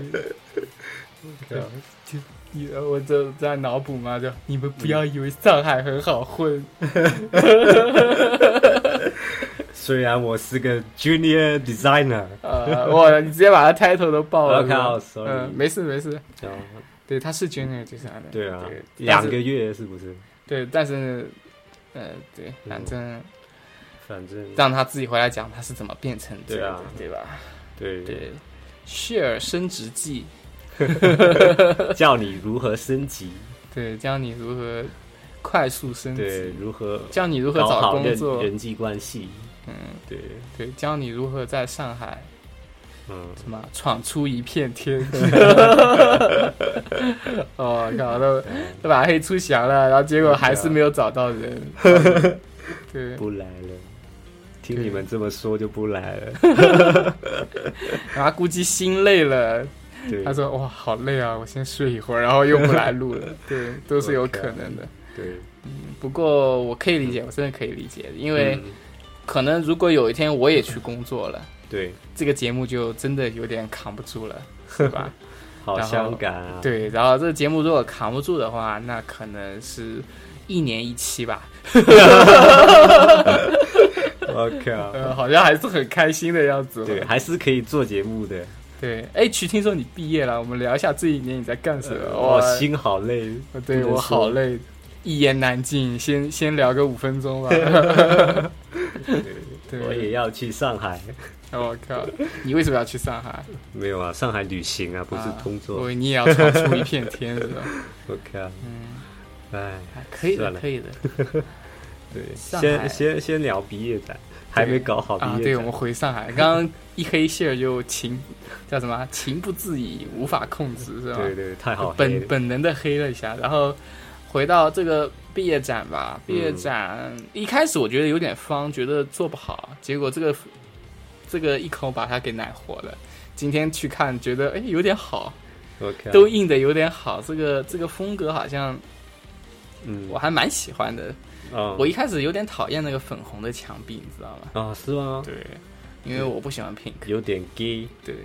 [SPEAKER 1] 对啊
[SPEAKER 2] 你我这在脑补嘛，就你们
[SPEAKER 1] 嗯
[SPEAKER 2] 不要以为上海很好混，
[SPEAKER 1] 虽然我是个 junior designer，
[SPEAKER 2] 呃，哇，你直接把他 title 都爆了。
[SPEAKER 1] 我靠
[SPEAKER 2] 哦是吧
[SPEAKER 1] 啊 sorry
[SPEAKER 2] 嗯，没事没事，
[SPEAKER 1] 然后
[SPEAKER 2] 对，他是 junior 就是的，
[SPEAKER 1] 对啊，
[SPEAKER 2] 但
[SPEAKER 1] 两
[SPEAKER 2] 是
[SPEAKER 1] 个月是不是？
[SPEAKER 2] 对，但是，呃，对，反
[SPEAKER 1] 嗯
[SPEAKER 2] 正
[SPEAKER 1] 反正
[SPEAKER 2] 让他自己回来讲他是怎么变成这
[SPEAKER 1] 啊
[SPEAKER 2] 样的，对吧？
[SPEAKER 1] 对
[SPEAKER 2] 对，share 升职记，
[SPEAKER 1] 教你如何升级，
[SPEAKER 2] 对，教你如何快速升
[SPEAKER 1] 对，
[SPEAKER 2] 职，
[SPEAKER 1] 如何
[SPEAKER 2] 教你嗯如何
[SPEAKER 1] 搞
[SPEAKER 2] 找
[SPEAKER 1] 好
[SPEAKER 2] 工
[SPEAKER 1] 人
[SPEAKER 2] 作，
[SPEAKER 1] 人际关系，
[SPEAKER 2] 嗯，
[SPEAKER 1] 对，
[SPEAKER 2] 对，教你如何在上海
[SPEAKER 1] 嗯，
[SPEAKER 2] 什么闯出一
[SPEAKER 1] [LAUGHS]
[SPEAKER 2] 片天。哦，靠，都都把黑出翔了，然后结果还是没有找到人。
[SPEAKER 1] [LAUGHS]
[SPEAKER 2] 对，
[SPEAKER 1] 不来了。
[SPEAKER 2] [LAUGHS]
[SPEAKER 1] 听你们这么说就不来了，
[SPEAKER 2] 然后估计心累了，
[SPEAKER 1] 对
[SPEAKER 2] 他， [LAUGHS] 说：“哇，好累啊，我先睡一会儿，然后又不来录了。”对，都是有可能的。
[SPEAKER 1] 对，
[SPEAKER 2] 不过我可以理解，我真的可以理解，因为可能如果有一天我也去工作了，
[SPEAKER 1] 对，
[SPEAKER 2] 这个节目就真的有点扛不住 [LAUGHS] 了，是吧？
[SPEAKER 1] 好
[SPEAKER 2] 然后
[SPEAKER 1] 伤感啊，
[SPEAKER 2] 对，然后这个节目如果扛不住的话，那可能是一年一期吧。
[SPEAKER 1] 我靠，
[SPEAKER 2] 呃，好像还是很开心的样子。
[SPEAKER 1] 对，还是可以做节目的，
[SPEAKER 2] 对，哎，曲，听说你毕业了，我们聊一下这一年你在干什么？
[SPEAKER 1] 我
[SPEAKER 2] 呃哇，
[SPEAKER 1] 心好累， [LAUGHS]
[SPEAKER 2] 对
[SPEAKER 1] 不能
[SPEAKER 2] 我好
[SPEAKER 1] 说，
[SPEAKER 2] 累，一言难尽。先 [LAUGHS] 先聊个五分钟吧。 [LAUGHS] 对，哦
[SPEAKER 1] 我也要去上海，
[SPEAKER 2] 我靠，你为什么要去上海？
[SPEAKER 1] 没有啊，上海旅行啊，不是工
[SPEAKER 2] 啊
[SPEAKER 1] 作，
[SPEAKER 2] 我你也要闯出一片天是
[SPEAKER 1] [LAUGHS]
[SPEAKER 2] 吧？
[SPEAKER 1] 我靠，
[SPEAKER 2] 嗯，
[SPEAKER 1] 哎，
[SPEAKER 2] 啊可以的
[SPEAKER 1] 算，了
[SPEAKER 2] 可以的。
[SPEAKER 1] 对，
[SPEAKER 2] 上
[SPEAKER 1] 先
[SPEAKER 2] 海
[SPEAKER 1] 先先聊毕业展，还没搞好
[SPEAKER 2] 啊，
[SPEAKER 1] 毕
[SPEAKER 2] 对，
[SPEAKER 1] 业
[SPEAKER 2] 我们
[SPEAKER 1] 展，
[SPEAKER 2] 回上海，刚刚一黑线儿就情叫什么啊？情不自已，无法控制是吧？
[SPEAKER 1] 对对，太好黑
[SPEAKER 2] 本
[SPEAKER 1] 了，
[SPEAKER 2] 本能哦的黑了一下，然后回到这个毕业展吧。毕业展、一开始我觉得有点方，觉得做不好，结果这个这个一口把它给奶活了。今天去看，觉得哎有点好，
[SPEAKER 1] 我靠，
[SPEAKER 2] 都印的有点好，这个这个风格好像
[SPEAKER 1] 嗯
[SPEAKER 2] 我还蛮喜欢的。
[SPEAKER 1] 哦
[SPEAKER 2] 我一开始有点讨厌那个粉红的墙壁，你知道吗？
[SPEAKER 1] 啊是吗？
[SPEAKER 2] 对，因为我不喜欢 pink，
[SPEAKER 1] 有点 gay，
[SPEAKER 2] 对，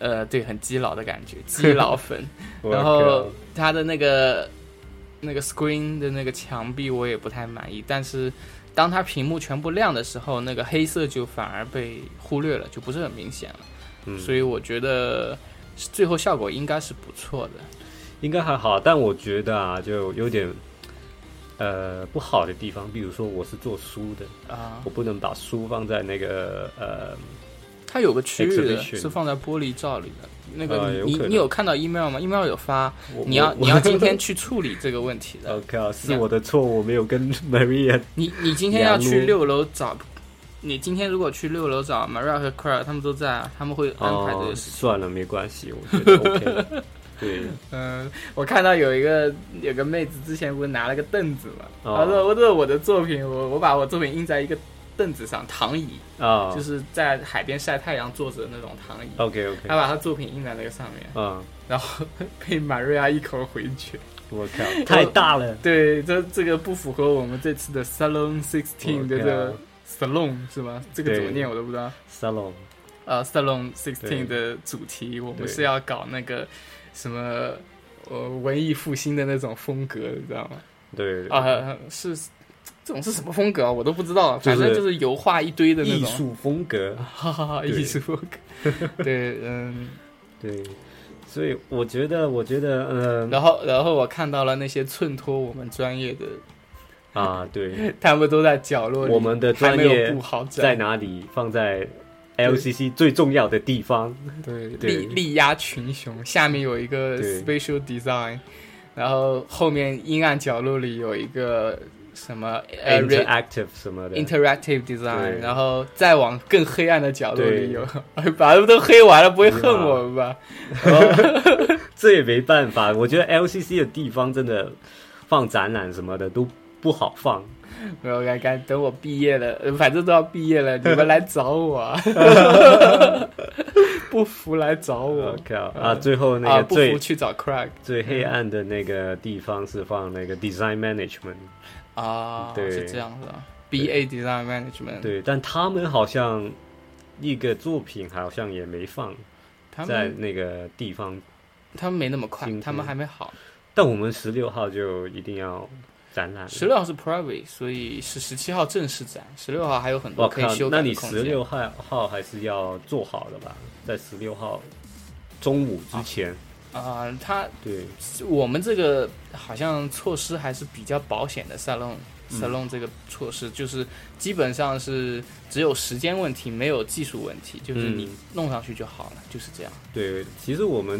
[SPEAKER 2] 呃，对，很基佬的感 [LAUGHS] 觉，基佬粉。
[SPEAKER 1] 我
[SPEAKER 2] 然后
[SPEAKER 1] 靠
[SPEAKER 2] 它的那个那个 screen 的那个墙壁我也不太满意，但是当它屏幕全部亮的时候，那个黑色就反而被忽略了，就不是很明显了。
[SPEAKER 1] 嗯
[SPEAKER 2] 所以我觉得最后效果应该是不错的。
[SPEAKER 1] 应该还好，但我觉得啊，就有点呃不好的地方，比如说我是做书的，
[SPEAKER 2] 啊
[SPEAKER 1] 我，不能把书放在那个呃，
[SPEAKER 2] 它有个区域的
[SPEAKER 1] Exhibition
[SPEAKER 2] 是放在玻璃罩里的，那个
[SPEAKER 1] 啊
[SPEAKER 2] 你、
[SPEAKER 1] 有
[SPEAKER 2] 你
[SPEAKER 1] 可能
[SPEAKER 2] 你有看到 email 吗？email 有发，
[SPEAKER 1] 我
[SPEAKER 2] 你要
[SPEAKER 1] 我 [LAUGHS] 哦
[SPEAKER 2] 你要今天去处理这个问题的
[SPEAKER 1] 我。靠，是我的错，我没有跟 Maria
[SPEAKER 2] 你你今天要去六楼找，你今天如果去六楼找 Maria 和 c r a 他们都在啊，他们会 [LAUGHS] 安排这
[SPEAKER 1] 哦
[SPEAKER 2] 个，事情。
[SPEAKER 1] 算了，没关系，我觉得
[SPEAKER 2] [LAUGHS]
[SPEAKER 1] OK，对，
[SPEAKER 2] 嗯、我看到有一个有个妹子之前不是拿了个凳子嘛，
[SPEAKER 1] 哦
[SPEAKER 2] 她说我这是我的作品，我我把我作品印在一个凳子上，躺椅，
[SPEAKER 1] 啊，
[SPEAKER 2] 就是在海边晒太阳坐着的那种躺椅。
[SPEAKER 1] OK OK，
[SPEAKER 2] 她把她作品印在那个上面，
[SPEAKER 1] 啊，
[SPEAKER 2] 然后被马瑞亚一口回绝。
[SPEAKER 1] 我
[SPEAKER 2] [LAUGHS]
[SPEAKER 1] 靠，太大了，
[SPEAKER 2] 对，这这个不符合我们这次的 Salon Sixteen 的这个 Salon 是吧？这个怎么
[SPEAKER 1] 对
[SPEAKER 2] 念我都不知道。
[SPEAKER 1] salon，
[SPEAKER 2] 呃 Salon
[SPEAKER 1] 对
[SPEAKER 2] Sixteen 的主题，我们
[SPEAKER 1] 对
[SPEAKER 2] 是要搞那个什么呃文艺复兴的那种风格，你知道吗？
[SPEAKER 1] 对，
[SPEAKER 2] 啊、是这种是什么风格啊？我都不知道，
[SPEAKER 1] 就
[SPEAKER 2] 反
[SPEAKER 1] 是
[SPEAKER 2] 正就是油画一堆的那
[SPEAKER 1] 艺
[SPEAKER 2] 种，
[SPEAKER 1] 术风格，
[SPEAKER 2] 哈哈哈，
[SPEAKER 1] 对
[SPEAKER 2] 艺术风格。
[SPEAKER 1] [LAUGHS]
[SPEAKER 2] 对，嗯，
[SPEAKER 1] 对，所以我觉得，我觉得，嗯、
[SPEAKER 2] 然后然后我看到了那些衬托我们专业的，
[SPEAKER 1] 啊，对，
[SPEAKER 2] 他们都在角落里，
[SPEAKER 1] 我们的
[SPEAKER 2] 还
[SPEAKER 1] 专
[SPEAKER 2] 没有
[SPEAKER 1] 业
[SPEAKER 2] 布好
[SPEAKER 1] 在
[SPEAKER 2] 展，
[SPEAKER 1] 哪里？放在 LCC 最重要的地方。
[SPEAKER 2] 对，
[SPEAKER 1] 对
[SPEAKER 2] 力力压群雄，下面有一个
[SPEAKER 1] 对
[SPEAKER 2] special design，然后后面阴暗角落里有一个什么
[SPEAKER 1] 哎
[SPEAKER 2] 呃 re-
[SPEAKER 1] interactive 什么 [LAUGHS] 的。
[SPEAKER 2] interactive design，
[SPEAKER 1] 对
[SPEAKER 2] 然后再往更黑暗的角落里
[SPEAKER 1] 对
[SPEAKER 2] 有，哎把他们都黑完了，不会恨我们吧？然后
[SPEAKER 1] [LAUGHS] 这也没办法，我觉得 LCC 的地方真的放展览什么的都不好放。
[SPEAKER 2] 没有，该该等我毕业了，呃反正都要毕业了，你们来找
[SPEAKER 1] [LAUGHS]
[SPEAKER 2] 我啊，不服来找我
[SPEAKER 1] 我。靠啊！最后那
[SPEAKER 2] 啊！
[SPEAKER 1] 个
[SPEAKER 2] 不服嗯
[SPEAKER 1] 最
[SPEAKER 2] 去找 Craig
[SPEAKER 1] 最黑暗的那个地方是放那个 design management，
[SPEAKER 2] 啊，
[SPEAKER 1] 对
[SPEAKER 2] 是这样子啊，BA Design Management，，
[SPEAKER 1] 对，但他们好像一个作品好像也没放
[SPEAKER 2] 他
[SPEAKER 1] 在
[SPEAKER 2] 们
[SPEAKER 1] 那个地方，
[SPEAKER 2] 他们没那么快
[SPEAKER 1] 今，天
[SPEAKER 2] 他们还没好。
[SPEAKER 1] 但我们十六号就一定要展览了。
[SPEAKER 2] 十六号是 private，所以是十七号正式展，十六号还有很多
[SPEAKER 1] 我
[SPEAKER 2] 可以
[SPEAKER 1] 靠
[SPEAKER 2] 修，改
[SPEAKER 1] 那
[SPEAKER 2] 的
[SPEAKER 1] 你
[SPEAKER 2] 空
[SPEAKER 1] 十
[SPEAKER 2] 间。
[SPEAKER 1] 六号号还是要做好的吧，在十六号中午之前。
[SPEAKER 2] 啊，他
[SPEAKER 1] 对，
[SPEAKER 2] 我们这个好像措施还是比较保险的，salon
[SPEAKER 1] 嗯
[SPEAKER 2] salon 这个措施就是基本上是只有时间问题，没有技术问题，就是
[SPEAKER 1] 嗯
[SPEAKER 2] 你弄上去就好了，就是这样。
[SPEAKER 1] 对，其实我们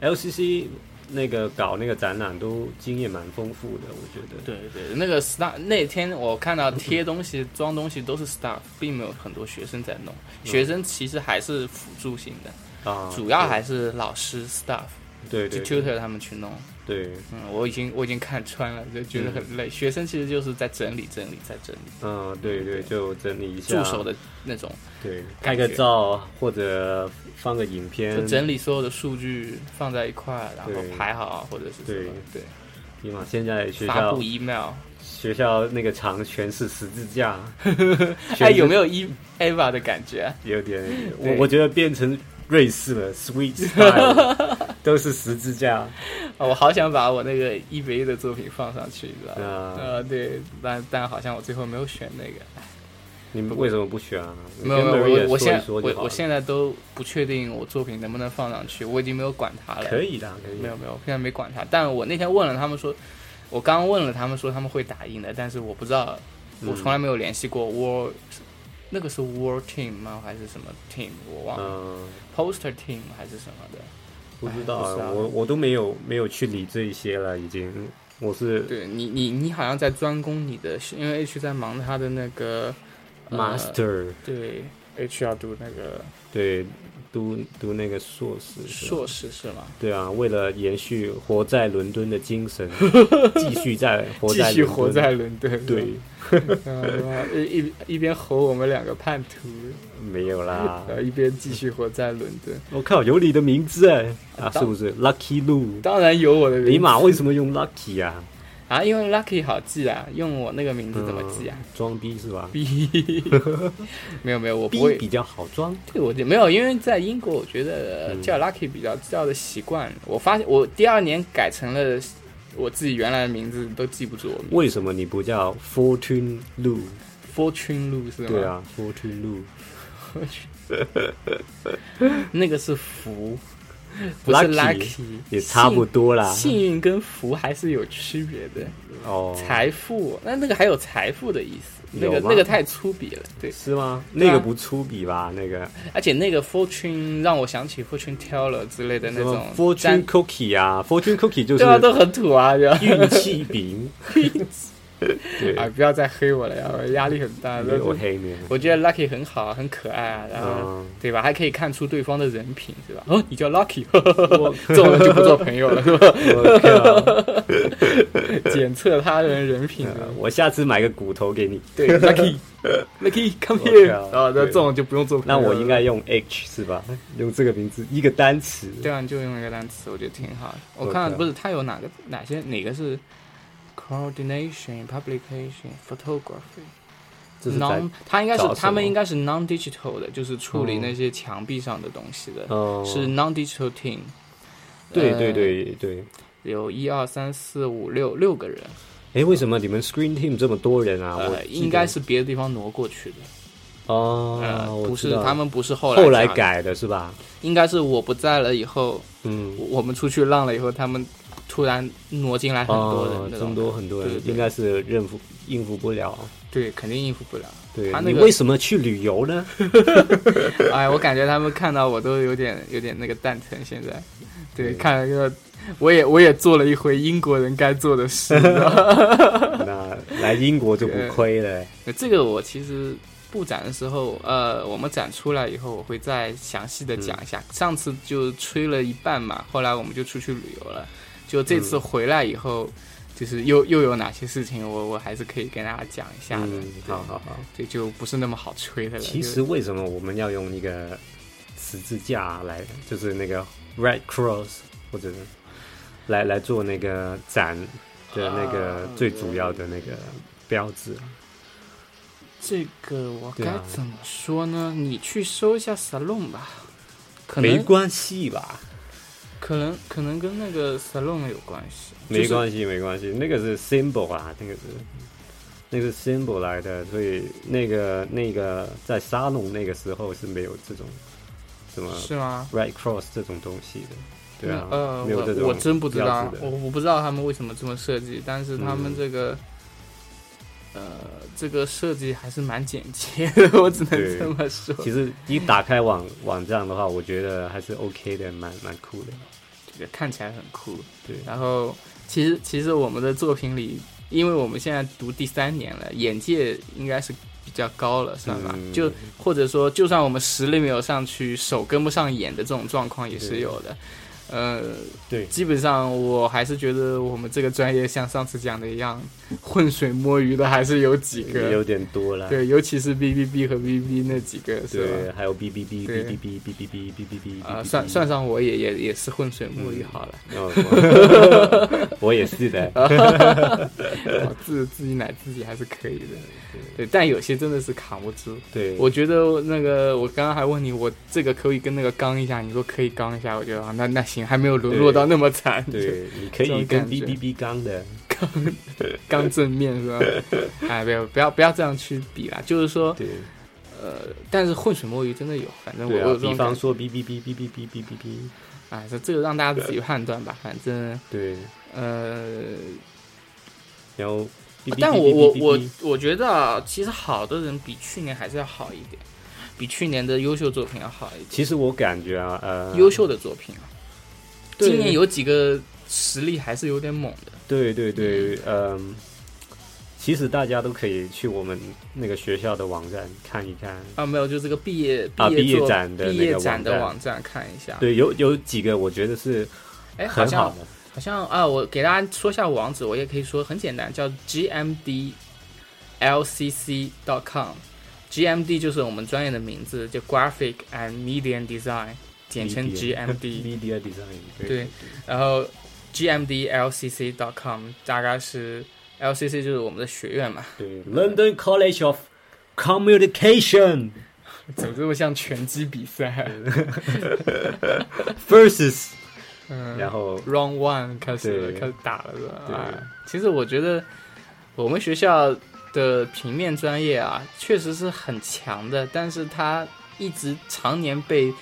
[SPEAKER 1] 那 LCC 那个搞那个展览都经验蛮丰富的，我觉得。
[SPEAKER 2] 对对，那个 staff 那天我看到贴东西、装东西都
[SPEAKER 1] [LAUGHS]
[SPEAKER 2] 是 staff，并没有很多学生在弄，
[SPEAKER 1] 嗯
[SPEAKER 2] 学生其实还是辅助型的，
[SPEAKER 1] 啊，
[SPEAKER 2] 主要还是老师 staff
[SPEAKER 1] 对
[SPEAKER 2] 就
[SPEAKER 1] 对对
[SPEAKER 2] tutor 他们去弄。
[SPEAKER 1] 对，
[SPEAKER 2] 嗯，我已经我已经看穿了，就觉得很累。学生其实就是在整理、整理、再整理，
[SPEAKER 1] 嗯，对对，啊就整理一下
[SPEAKER 2] 助手，的那种。
[SPEAKER 1] 对，拍
[SPEAKER 2] 感觉
[SPEAKER 1] 个照或者放个影
[SPEAKER 2] 就
[SPEAKER 1] 片，
[SPEAKER 2] 整理所有的数据放在一块儿，然后啊
[SPEAKER 1] 对
[SPEAKER 2] 排好或者是什么，对，
[SPEAKER 1] 起码现在学
[SPEAKER 2] 发
[SPEAKER 1] 校
[SPEAKER 2] 布 email，
[SPEAKER 1] 学校那个墙全是十字
[SPEAKER 2] [LAUGHS]
[SPEAKER 1] 架，
[SPEAKER 2] 哎，有没有 E Eva 的感觉？
[SPEAKER 1] 有点我
[SPEAKER 2] 对
[SPEAKER 1] 我觉得变成瑞士了，Sweet
[SPEAKER 2] [LAUGHS]
[SPEAKER 1] Style 都是十字架，
[SPEAKER 2] 啊，我好想把我那个一比一的作品放上去，你知道吗？
[SPEAKER 1] 啊
[SPEAKER 2] 呃，对，但但好像我最后没有选那个。
[SPEAKER 1] 你们为什么不选啊？你
[SPEAKER 2] 没
[SPEAKER 1] 跟
[SPEAKER 2] 有没
[SPEAKER 1] Maria
[SPEAKER 2] 有，我
[SPEAKER 1] 说
[SPEAKER 2] 我现
[SPEAKER 1] 一说就
[SPEAKER 2] 我
[SPEAKER 1] 好
[SPEAKER 2] 我
[SPEAKER 1] 了
[SPEAKER 2] 现在都不确定我作品能不能放上去，我已经没有管它了。
[SPEAKER 1] 可以的，可以
[SPEAKER 2] 没
[SPEAKER 1] 的
[SPEAKER 2] 有没有，我现在没管它。但我那天问了他们说，我刚问了他们说他们会打印的，但是我不知道，我
[SPEAKER 1] 嗯
[SPEAKER 2] 从来没有联系过 War，、那个是 War Team 吗？还是什么 Team？我忘了、
[SPEAKER 1] 嗯。
[SPEAKER 2] p o s t e r Team 还是什么的。
[SPEAKER 1] 不知道
[SPEAKER 2] 哎不知
[SPEAKER 1] 啊，
[SPEAKER 2] 道
[SPEAKER 1] 我我都没有没有去理这一些了，已经。我是
[SPEAKER 2] 对你你你好像在专攻你的，因为 H 在忙他的那个、呃
[SPEAKER 1] master，、
[SPEAKER 2] 对 H 要读那个
[SPEAKER 1] 对，读读那个硕士。是吧
[SPEAKER 2] 硕士是吗？
[SPEAKER 1] 对啊，为了延续活在伦敦的精
[SPEAKER 2] [LAUGHS]
[SPEAKER 1] 神，继续在活
[SPEAKER 2] 继
[SPEAKER 1] 在
[SPEAKER 2] 续
[SPEAKER 1] 伦
[SPEAKER 2] 活
[SPEAKER 1] 敦
[SPEAKER 2] 在伦敦。
[SPEAKER 1] 对，
[SPEAKER 2] 嗯一一边吼我们两个叛徒，
[SPEAKER 1] 没有啦
[SPEAKER 2] 然。后一边继续活在伦敦。
[SPEAKER 1] [LAUGHS] 我靠，有你的名字哎啊，
[SPEAKER 2] 当
[SPEAKER 1] 是不是 Lucky Lu？
[SPEAKER 2] 当然有我的名字
[SPEAKER 1] 尼玛，为什么用 Lucky 啊？
[SPEAKER 2] 啊，因为 Lucky 好记啊，用我那个名字怎么记啊？
[SPEAKER 1] 嗯？装逼是吧？
[SPEAKER 2] 逼， [LAUGHS] 没有没有，我不
[SPEAKER 1] 逼
[SPEAKER 2] 会
[SPEAKER 1] 比。较好装。
[SPEAKER 2] 对，我就没有，因为在英国，我觉得
[SPEAKER 1] 嗯
[SPEAKER 2] 叫 Lucky 比较叫的习惯。我发现我第二年改成了我自己原来的名字，都记不住我名字。
[SPEAKER 1] 为什么你不叫 Fortune Lu？
[SPEAKER 2] Fortune 路是吗？
[SPEAKER 1] 对啊，Fortune Lu。
[SPEAKER 2] 那个是福，不是
[SPEAKER 1] Lucky
[SPEAKER 2] Lucky，
[SPEAKER 1] 也差不多啦。
[SPEAKER 2] 幸幸运跟福还是有区别的。
[SPEAKER 1] 哦，
[SPEAKER 2] 财富，那那个还有财富的意思，那个
[SPEAKER 1] 有吗
[SPEAKER 2] 那个太粗鄙了，对。
[SPEAKER 1] 是吗？
[SPEAKER 2] 对啊
[SPEAKER 1] 那个不粗鄙吧？那个
[SPEAKER 2] 而且那个 fortune 让我想起 fortune teller 之类的那
[SPEAKER 1] 什么
[SPEAKER 2] 种
[SPEAKER 1] fortune
[SPEAKER 2] 占
[SPEAKER 1] cookie 啊，fortune cookie 就
[SPEAKER 2] 对啊，
[SPEAKER 1] 是
[SPEAKER 2] 都很土啊，对吧？
[SPEAKER 1] 运气
[SPEAKER 2] [LAUGHS]
[SPEAKER 1] 饼。对，
[SPEAKER 2] 啊，不要再黑我了呀，我压力很大。
[SPEAKER 1] 没有
[SPEAKER 2] 我
[SPEAKER 1] 黑面。
[SPEAKER 2] 我觉得 lucky 很好，很可爱啊，然后
[SPEAKER 1] 嗯
[SPEAKER 2] 对吧？还可以看出对方的人品，对吧？哦，你叫 lucky，呵 [LAUGHS] 呵呵这种人就不做朋
[SPEAKER 1] [LAUGHS]
[SPEAKER 2] 友了，是吧？
[SPEAKER 1] 我靠！
[SPEAKER 2] 检测他人人品的。
[SPEAKER 1] [LAUGHS] 我下次买个骨头给你。
[SPEAKER 2] 对，Lucky，Lucky come
[SPEAKER 1] 我
[SPEAKER 2] here，
[SPEAKER 1] 靠
[SPEAKER 2] 啊，那
[SPEAKER 1] 对
[SPEAKER 2] 这种就不用做朋
[SPEAKER 1] 那
[SPEAKER 2] 友了。
[SPEAKER 1] 我应该用 H 是吧？ [LAUGHS] 用这个名字一个单词。
[SPEAKER 2] 对啊，你就用一个单词，我觉得挺好的。我
[SPEAKER 1] 我
[SPEAKER 2] 看
[SPEAKER 1] 看
[SPEAKER 2] 不是它有哪个哪些哪个是 coordination、publication、photography。
[SPEAKER 1] 这是在
[SPEAKER 2] non，它应该
[SPEAKER 1] 找
[SPEAKER 2] 是
[SPEAKER 1] 什
[SPEAKER 2] 他
[SPEAKER 1] 么
[SPEAKER 2] 们应该是 non digital 的，就是处理
[SPEAKER 1] 哦
[SPEAKER 2] 那些墙壁上的东西的，
[SPEAKER 1] 哦，
[SPEAKER 2] 是 non digital team。
[SPEAKER 1] 对
[SPEAKER 2] 呃
[SPEAKER 1] 对，对对。
[SPEAKER 2] 有一二三四五六六个人，
[SPEAKER 1] 哎，为什么你们 Screen Team 这么多人啊？我
[SPEAKER 2] 呃，
[SPEAKER 1] 记得
[SPEAKER 2] 应该是别的地方挪过去的，
[SPEAKER 1] 哦
[SPEAKER 2] 呃，，
[SPEAKER 1] 我
[SPEAKER 2] 不
[SPEAKER 1] 知
[SPEAKER 2] 是
[SPEAKER 1] 道
[SPEAKER 2] 他们不是后来
[SPEAKER 1] 后来
[SPEAKER 2] 加的，
[SPEAKER 1] 改的是吧？
[SPEAKER 2] 应该是我不在了以后，
[SPEAKER 1] 嗯，
[SPEAKER 2] 我我们出去浪了以后，他们突然挪进来 [LAUGHS] 很多人
[SPEAKER 1] 哦，
[SPEAKER 2] 那
[SPEAKER 1] 这
[SPEAKER 2] 种
[SPEAKER 1] 么
[SPEAKER 2] 感
[SPEAKER 1] 多
[SPEAKER 2] 觉，
[SPEAKER 1] 很多
[SPEAKER 2] 对
[SPEAKER 1] 人，
[SPEAKER 2] 对对
[SPEAKER 1] 应该是应付应付不了。
[SPEAKER 2] 对，肯定应付不了。 [LAUGHS]
[SPEAKER 1] 对
[SPEAKER 2] 他那
[SPEAKER 1] 你
[SPEAKER 2] 个
[SPEAKER 1] 为什么去旅游
[SPEAKER 2] [LAUGHS]
[SPEAKER 1] 呢？
[SPEAKER 2] 哎，我感觉他们看到我都有点有点那个蛋疼。现在，对，
[SPEAKER 1] 嗯
[SPEAKER 2] 看了个，我也我也做了一回英国人该做的事。你知道吗
[SPEAKER 1] 那来英国就不亏了。
[SPEAKER 2] 这个我其实布展的时候，呃，我们展出来以后，我会再详细的讲一下。
[SPEAKER 1] 嗯
[SPEAKER 2] 上次就吹了一半嘛，后来我们就出去旅游了。就这
[SPEAKER 1] 嗯
[SPEAKER 2] 次回来以后，就是又又有哪些事情我，我还是可以跟大家讲一下的。
[SPEAKER 1] 嗯，
[SPEAKER 2] 对
[SPEAKER 1] 好好好。
[SPEAKER 2] 这就不是那么好吹的了。
[SPEAKER 1] 其
[SPEAKER 2] 就
[SPEAKER 1] 实为什么我们要用那个十字架来，就是那个 Red Cross 或者是来来做那个展的那个
[SPEAKER 2] 啊
[SPEAKER 1] 最主要的那个标志？
[SPEAKER 2] 这个我
[SPEAKER 1] 对
[SPEAKER 2] 该
[SPEAKER 1] 啊
[SPEAKER 2] 怎么说呢？你去搜一下 salon 吧，可
[SPEAKER 1] 没
[SPEAKER 2] 能
[SPEAKER 1] 关系吧？
[SPEAKER 2] 可能可能跟那个 salon 有关系，
[SPEAKER 1] 没
[SPEAKER 2] 系。
[SPEAKER 1] 关系，没关系，那个是 symbol 啊，那个是那个是 symbol 来的，所以那个那个在沙龙那个时候是没有这种什么
[SPEAKER 2] 是吗？
[SPEAKER 1] Red Cross 这种东西的，对啊，
[SPEAKER 2] 那呃，
[SPEAKER 1] 没有这种
[SPEAKER 2] 我我真不知道
[SPEAKER 1] 标志，的
[SPEAKER 2] 我我不知道他们为什么这么设计，但是他们
[SPEAKER 1] 嗯
[SPEAKER 2] 这个，呃，这个设计还是蛮简洁的，我只能
[SPEAKER 1] 对
[SPEAKER 2] 这么说。
[SPEAKER 1] 其实一打开网网站的话，我觉得还是 OK 的，蛮蛮酷的。
[SPEAKER 2] 对看起来很酷。
[SPEAKER 1] 对
[SPEAKER 2] 然后其实其实我们的作品里，因为我们现在读第三年了，眼界应该是比较高了，算吧？
[SPEAKER 1] 嗯
[SPEAKER 2] 就或者说，就算我们实力没有上去，手跟不上眼的这种状况也是有的。呃，
[SPEAKER 1] 对，
[SPEAKER 2] 基本上我还是觉得我们这个专业像上次讲的一样，浑水摸鱼的还是有几
[SPEAKER 1] 有
[SPEAKER 2] 个，
[SPEAKER 1] 点多了。
[SPEAKER 2] 对，尤其是 B B B 和 V B 那几个是吧？
[SPEAKER 1] 对，还有哔哔哔
[SPEAKER 2] 对
[SPEAKER 1] 哔哔哔哔哔哔哔哔哔
[SPEAKER 2] 啊、
[SPEAKER 1] 哔，
[SPEAKER 2] 算算上我也也也是浑水摸鱼好了，
[SPEAKER 1] 哦。我
[SPEAKER 2] [LAUGHS]
[SPEAKER 1] 我也是的，
[SPEAKER 2] 啊我自自己奶自己还是可以的，嗯对，但有些真的是扛不住。
[SPEAKER 1] 对，
[SPEAKER 2] 我觉得那个，我刚刚还问你，我这个可以跟那个刚一下，你说可以刚一下，我觉得啊，那那行，还没有沦落到那么惨，，
[SPEAKER 1] 对，你可
[SPEAKER 2] 这种
[SPEAKER 1] 以跟
[SPEAKER 2] 感觉
[SPEAKER 1] 哔哔哔刚的，
[SPEAKER 2] 刚正面是吧？哎，不要不要不要这样去比啦，就是说，
[SPEAKER 1] 对
[SPEAKER 2] 呃，但是浑水摸鱼真的有，反正我
[SPEAKER 1] 对
[SPEAKER 2] 我有
[SPEAKER 1] 啊，
[SPEAKER 2] 这
[SPEAKER 1] 比
[SPEAKER 2] 种
[SPEAKER 1] 方
[SPEAKER 2] 感觉，
[SPEAKER 1] 说哔哔哔哔哔哔哔哔哔，
[SPEAKER 2] 哎，这这个让大家自己判断吧，反正
[SPEAKER 1] 对，
[SPEAKER 2] 呃，
[SPEAKER 1] 然后哔哔哔哔哔哔，
[SPEAKER 2] 但我我我我觉得啊，其实好的人比去年还是要好一点，比去年的优秀作品要好一点。
[SPEAKER 1] 其实我感觉啊，呃，
[SPEAKER 2] 优秀的作品啊。
[SPEAKER 1] 对
[SPEAKER 2] 今年有几个实力还是有点猛的，
[SPEAKER 1] 对对对，嗯，其实大家都可以去我们那个学校的网站看一看。
[SPEAKER 2] 啊，没有，就这个毕业
[SPEAKER 1] 啊
[SPEAKER 2] 业作
[SPEAKER 1] 毕业展的
[SPEAKER 2] 毕
[SPEAKER 1] 那
[SPEAKER 2] 业
[SPEAKER 1] 个
[SPEAKER 2] 展的
[SPEAKER 1] 网站
[SPEAKER 2] 网站看一下。，
[SPEAKER 1] 对，有有几个我觉得是
[SPEAKER 2] 哎，好
[SPEAKER 1] 很
[SPEAKER 2] 像
[SPEAKER 1] 好的，
[SPEAKER 2] 好像啊，我给大家说一下网址，我也可以说很简单，叫 gmdlcc.com。GMD 就是我们专业的名字，叫 Graphic and Media Design，简称 GMD。
[SPEAKER 1] media design
[SPEAKER 2] 对，然后 gmdlcc.com 大概是 LCC 就是我们的学院嘛，
[SPEAKER 1] 对，London College of Communication
[SPEAKER 2] 怎么这么像拳击比赛？啊
[SPEAKER 1] versus，
[SPEAKER 2] 嗯，
[SPEAKER 1] 然后
[SPEAKER 2] round one 开始
[SPEAKER 1] 对
[SPEAKER 2] 开始打了是吧？
[SPEAKER 1] 对
[SPEAKER 2] 哎其实我觉得我们学校的平面专业啊，确实是很强的，但是它一直常年被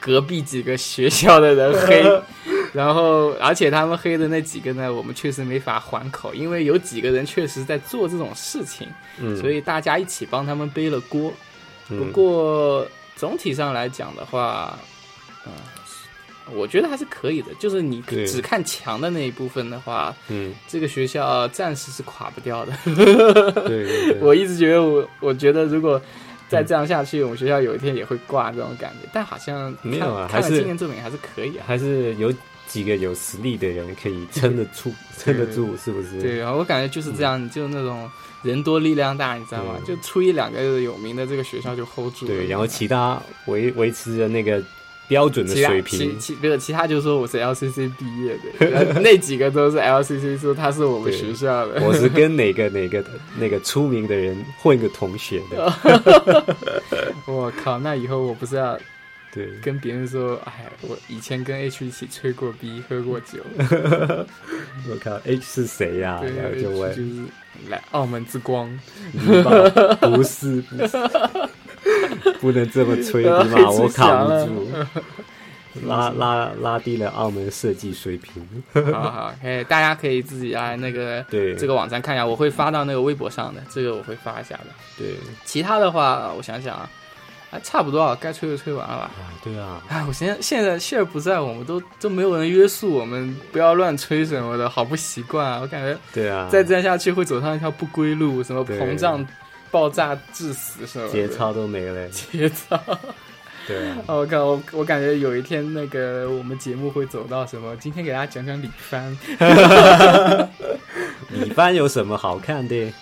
[SPEAKER 2] 隔壁几个学校的人黑，
[SPEAKER 1] [LAUGHS]
[SPEAKER 2] 然后而且他们黑的那几个呢，我们确实没法还口，因为有几个人确实在做这种事情，
[SPEAKER 1] 嗯，
[SPEAKER 2] 所以大家一起帮他们背了锅。不
[SPEAKER 1] 嗯
[SPEAKER 2] 过总体上来讲的话，嗯、我觉得还是可以的。就是你
[SPEAKER 1] 对
[SPEAKER 2] 只看强的那一部分的话，
[SPEAKER 1] 嗯，
[SPEAKER 2] 这个学校暂时是垮不掉的。
[SPEAKER 1] 对对对，
[SPEAKER 2] [LAUGHS] 我一直觉得我，我觉得如果再这样下去，我们学校有一天也会挂这种感觉。但好像看
[SPEAKER 1] 嗯没有啊
[SPEAKER 2] 看
[SPEAKER 1] 还
[SPEAKER 2] 了
[SPEAKER 1] 是
[SPEAKER 2] 今年作品还是可以
[SPEAKER 1] [LAUGHS]
[SPEAKER 2] 啊。
[SPEAKER 1] 还是有几个有实力的人可以撑得住，撑得住，是不是？
[SPEAKER 2] 对，然后我感觉就是这样，就那种人多力量大，你知道吗？
[SPEAKER 1] 嗯
[SPEAKER 2] 就出一两个有名的，这个学校就 hold 住了。
[SPEAKER 1] 对，然后其他维维持着那个标准的
[SPEAKER 2] 其他
[SPEAKER 1] 水
[SPEAKER 2] 其
[SPEAKER 1] 平，
[SPEAKER 2] 其没有其他就说我是 LCC 毕业的， [LAUGHS] 然后那几个都是 LCC 说他是我们
[SPEAKER 1] 对
[SPEAKER 2] 学校的。
[SPEAKER 1] [LAUGHS] 我是跟哪个哪个那个出名的人混个同学
[SPEAKER 2] 哦
[SPEAKER 1] 的，
[SPEAKER 2] 我靠，那以后我不是要
[SPEAKER 1] 对，
[SPEAKER 2] 跟别人说，哎，我以前跟 H 一起吹过逼，喝
[SPEAKER 1] [LAUGHS]
[SPEAKER 2] 过酒，
[SPEAKER 1] 我靠，H 是谁呀、
[SPEAKER 2] 对
[SPEAKER 1] 然后就
[SPEAKER 2] 就
[SPEAKER 1] 问，
[SPEAKER 2] 是来澳门之光， [LAUGHS]
[SPEAKER 1] 你爸不是，不是，不能这么吹逼
[SPEAKER 2] 黑
[SPEAKER 1] 嘛，
[SPEAKER 2] 吃
[SPEAKER 1] 我
[SPEAKER 2] 翔
[SPEAKER 1] 扛不
[SPEAKER 2] 了
[SPEAKER 1] 住，拉拉拉低了澳门设计水平，
[SPEAKER 2] 好好，哎，大家可以自己来那个
[SPEAKER 1] 对
[SPEAKER 2] 这个网站看一下，我会发到那个微博上的，这个我会发一下的。
[SPEAKER 1] 对，
[SPEAKER 2] 其他的话，我想想啊，啊，差不多啊，该吹的吹完了吧。
[SPEAKER 1] 啊，对啊，
[SPEAKER 2] [LAUGHS] 哎，我现在现在现在不在，我们都都没有人约束我们，不要乱吹什么的，好不习惯啊！我感觉
[SPEAKER 1] 对啊，
[SPEAKER 2] 再这样下去会走上一条不归路，什么
[SPEAKER 1] 对
[SPEAKER 2] 膨胀、爆炸致死什么的
[SPEAKER 1] 节，操都没了，
[SPEAKER 2] 节操！
[SPEAKER 1] 对啊，
[SPEAKER 2] 啊我靠，我我感觉有一天那个我们节目会走到什么？今天给大家讲讲李帆，
[SPEAKER 1] 李帆有什么好看的？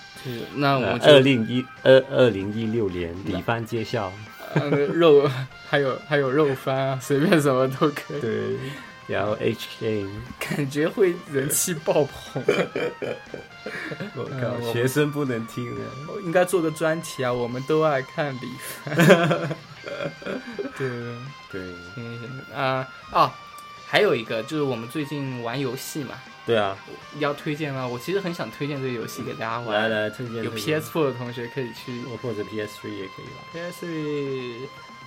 [SPEAKER 2] 那我们就
[SPEAKER 1] 呃二零一二二零一六年，李帆揭晓，
[SPEAKER 2] 呃肉，还有还有肉帆啊，随便什么都可以，
[SPEAKER 1] 对，然后 H K，
[SPEAKER 2] 感觉会人气爆
[SPEAKER 1] [LAUGHS]
[SPEAKER 2] 棚。
[SPEAKER 1] 嗯我
[SPEAKER 2] 呃我
[SPEAKER 1] 靠，学生不能听啊的，
[SPEAKER 2] 我应该做个专题啊，我们都爱看李帆。 [LAUGHS] 对，
[SPEAKER 1] 对，
[SPEAKER 2] 行行啊哦，还有一个就是我们最近玩游戏嘛，
[SPEAKER 1] 对啊，
[SPEAKER 2] 要推荐吗？我其实很想推荐这个游戏给大家玩，
[SPEAKER 1] 来来推荐
[SPEAKER 2] 有 PS4 的同学可以去
[SPEAKER 1] 或者 PS3 也可以吧。
[SPEAKER 2] PS，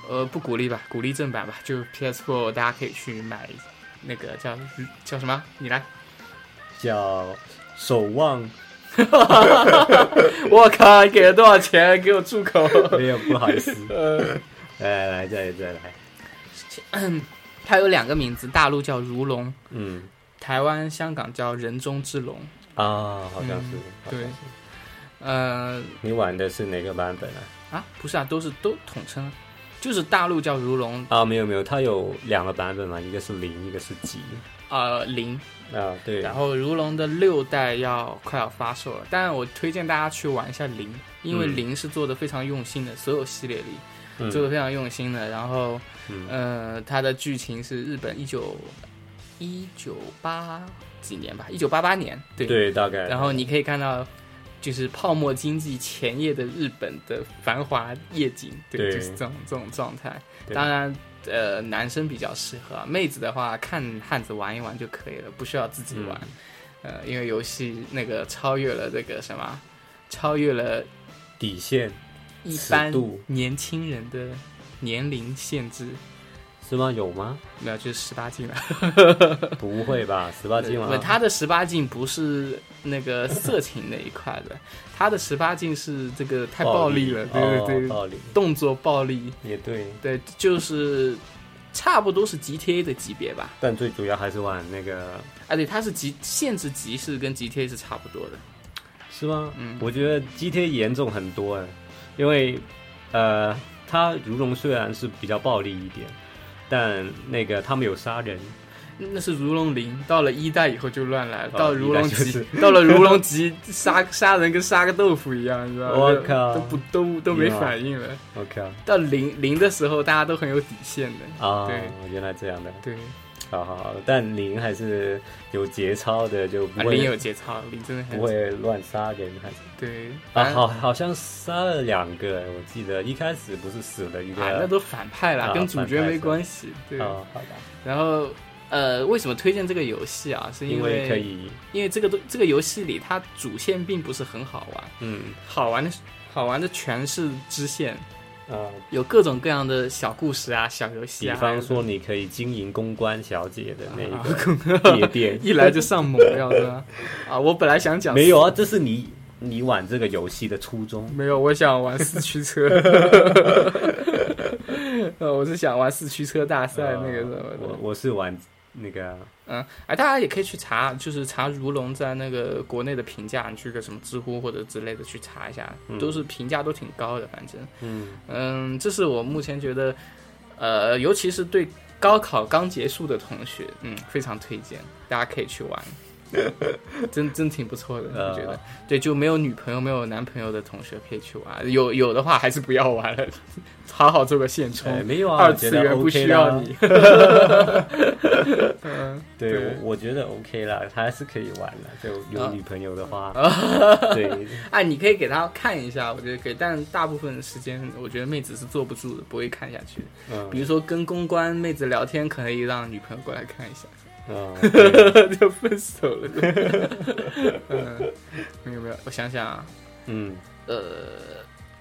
[SPEAKER 2] 呃，不鼓励吧，鼓励正版吧，就 PS4 大家可以去买那个叫叫什么？你来，
[SPEAKER 1] 叫《守望》，
[SPEAKER 2] 我靠，给了多少钱？给我住口！
[SPEAKER 1] 没有不好意
[SPEAKER 2] [LAUGHS]
[SPEAKER 1] 思，
[SPEAKER 2] 呃。
[SPEAKER 1] 来来来，再来再来，
[SPEAKER 2] [LAUGHS] 它有两个名字，大陆叫如龙，
[SPEAKER 1] 嗯
[SPEAKER 2] 台湾、香港叫人中之龙。
[SPEAKER 1] 啊，好像是
[SPEAKER 2] 嗯，
[SPEAKER 1] 好像
[SPEAKER 2] 对
[SPEAKER 1] 是。
[SPEAKER 2] 呃，
[SPEAKER 1] 你玩的是哪个版本啊？
[SPEAKER 2] 啊，不是啊，都是都统称啊。就是大陆叫如龙，
[SPEAKER 1] 啊，没有没有，它有两个版本嘛，一个是零，一个是几
[SPEAKER 2] 呃，零。
[SPEAKER 1] 啊，对，
[SPEAKER 2] 然后如龙的六代要快要发售了，但我推荐大家去玩一下零，因为
[SPEAKER 1] 嗯
[SPEAKER 2] 零是做的非常用心的，所有系列里
[SPEAKER 1] 嗯
[SPEAKER 2] 做的非常用心的。然后，
[SPEAKER 1] 嗯
[SPEAKER 2] 呃，它的剧情是日本一九一九八几年吧，一九八八年，对。
[SPEAKER 1] 对，大概，
[SPEAKER 2] 然后你可以看到，就是泡沫经济前夜的日本的繁华夜景，对，
[SPEAKER 1] 对
[SPEAKER 2] 就是这种这种状态。
[SPEAKER 1] 对
[SPEAKER 2] 当然，呃，男生比较适合啊，妹子的话看汉子玩一玩就可以了，不需要自己玩。
[SPEAKER 1] 嗯
[SPEAKER 2] 呃，因为游戏那个超越了这个什么，超越了
[SPEAKER 1] 底线
[SPEAKER 2] 一般
[SPEAKER 1] 尺度
[SPEAKER 2] 年轻人的年龄限制，
[SPEAKER 1] 是吗？有吗？
[SPEAKER 2] 没有，就是十八禁了。
[SPEAKER 1] 不会吧，十八禁
[SPEAKER 2] [LAUGHS] 不，
[SPEAKER 1] 吗？
[SPEAKER 2] 他的十八禁不是那个色情那一块的，他的十八禁是这个太暴力了，对
[SPEAKER 1] 哦
[SPEAKER 2] 对对，
[SPEAKER 1] 暴力
[SPEAKER 2] 动作暴力，
[SPEAKER 1] 也对，
[SPEAKER 2] 对，就是差不多是 GTA 的级别吧。
[SPEAKER 1] 但最主要还是玩那个，
[SPEAKER 2] 啊，对，它是级限制级是跟 GTA 是差不多的。
[SPEAKER 1] 是吗？
[SPEAKER 2] 嗯
[SPEAKER 1] 我觉得 GTA 严重很多哎，因为呃，它如龙虽然是比较暴力一点，但那个他们有杀人，
[SPEAKER 2] 那是如龙零，到了一代以后就乱来了，
[SPEAKER 1] 哦
[SPEAKER 2] 到如龙
[SPEAKER 1] 一代就
[SPEAKER 2] 级，
[SPEAKER 1] 是
[SPEAKER 2] 到了如龙级杀杀人跟杀个豆腐一样，你知道吗？
[SPEAKER 1] 我
[SPEAKER 2] 就
[SPEAKER 1] 靠
[SPEAKER 2] 都不都都没
[SPEAKER 1] 天啊
[SPEAKER 2] 反应了。
[SPEAKER 1] 我靠
[SPEAKER 2] 到零零的时候，大家都很有底线的。
[SPEAKER 1] 啊
[SPEAKER 2] 对，
[SPEAKER 1] 原来这样的，
[SPEAKER 2] 对，
[SPEAKER 1] 好好好，但零还是有节操的，就不
[SPEAKER 2] 啊，
[SPEAKER 1] 会、
[SPEAKER 2] 零有节操，零真的很
[SPEAKER 1] 不会乱杀人，还是
[SPEAKER 2] 对
[SPEAKER 1] 啊，
[SPEAKER 2] 反
[SPEAKER 1] 好，好像杀了两个，我记得一开始不是死了一个，
[SPEAKER 2] 啊，那都反派啦，
[SPEAKER 1] 啊
[SPEAKER 2] 跟主角
[SPEAKER 1] 反派
[SPEAKER 2] 没
[SPEAKER 1] 是
[SPEAKER 2] 关系。对，
[SPEAKER 1] 哦，好吧，
[SPEAKER 2] 然后呃，为什么推荐这个游戏啊？是
[SPEAKER 1] 因
[SPEAKER 2] 为
[SPEAKER 1] 为可以，
[SPEAKER 2] 因为这个东这个游戏里它主线并不是很好玩，
[SPEAKER 1] 嗯
[SPEAKER 2] 好玩的是好玩的全是支线，
[SPEAKER 1] 啊，
[SPEAKER 2] 有各种各样的小故事啊、小游戏
[SPEAKER 1] 比
[SPEAKER 2] 啊。
[SPEAKER 1] 方说你可以经营公关小姐的那一
[SPEAKER 2] 啊
[SPEAKER 1] 个夜
[SPEAKER 2] [LAUGHS]
[SPEAKER 1] 店，
[SPEAKER 2] 一来就上猛料是吧？啊，我本来想讲
[SPEAKER 1] 没有啊，这是你你玩这个游戏的初衷，
[SPEAKER 2] 没有，我想玩四驱
[SPEAKER 1] [LAUGHS]
[SPEAKER 2] 车。 [LAUGHS] 呃，我是想玩四驱车大赛那个什么
[SPEAKER 1] 呃
[SPEAKER 2] 的
[SPEAKER 1] 我。我是玩那个
[SPEAKER 2] 嗯，哎，大家也可以去查，就是查如龙在那个国内的评价，你去个什么知乎或者之类的去查一下，都是评价都挺高的，反正，
[SPEAKER 1] 嗯
[SPEAKER 2] 嗯，这是我目前觉得，呃，尤其是对高考刚结束的同学，嗯，非常推荐，大家可以去玩， [LAUGHS] 真真挺不错的，
[SPEAKER 1] 呃
[SPEAKER 2] 我觉得，对，就没有女朋友、没有男朋友的同学可以去玩，有有的话还是不要玩了， [LAUGHS] 好好做个现充。
[SPEAKER 1] 哎，没有啊，
[SPEAKER 2] 二
[SPEAKER 1] 我
[SPEAKER 2] 次
[SPEAKER 1] 觉得
[SPEAKER 2] 元不
[SPEAKER 1] OK
[SPEAKER 2] 需要
[SPEAKER 1] 啦 [LAUGHS]
[SPEAKER 2] 你， [LAUGHS] 嗯
[SPEAKER 1] 对
[SPEAKER 2] 对
[SPEAKER 1] 我我觉得 OK 啦，还是可以玩的，就有
[SPEAKER 2] 啊
[SPEAKER 1] 女朋友的话，
[SPEAKER 2] [LAUGHS]
[SPEAKER 1] 对，
[SPEAKER 2] 哎，你可以给他看一下，我觉得可以，但大部分时间我觉得妹子是坐不住的，不会看下去的。
[SPEAKER 1] 嗯
[SPEAKER 2] 比如说跟公关妹子聊天，可以让女朋友过来看一下， [LAUGHS]
[SPEAKER 1] 嗯，
[SPEAKER 2] 就分手了。 [LAUGHS] 嗯，没有没有，我想想啊，
[SPEAKER 1] 嗯，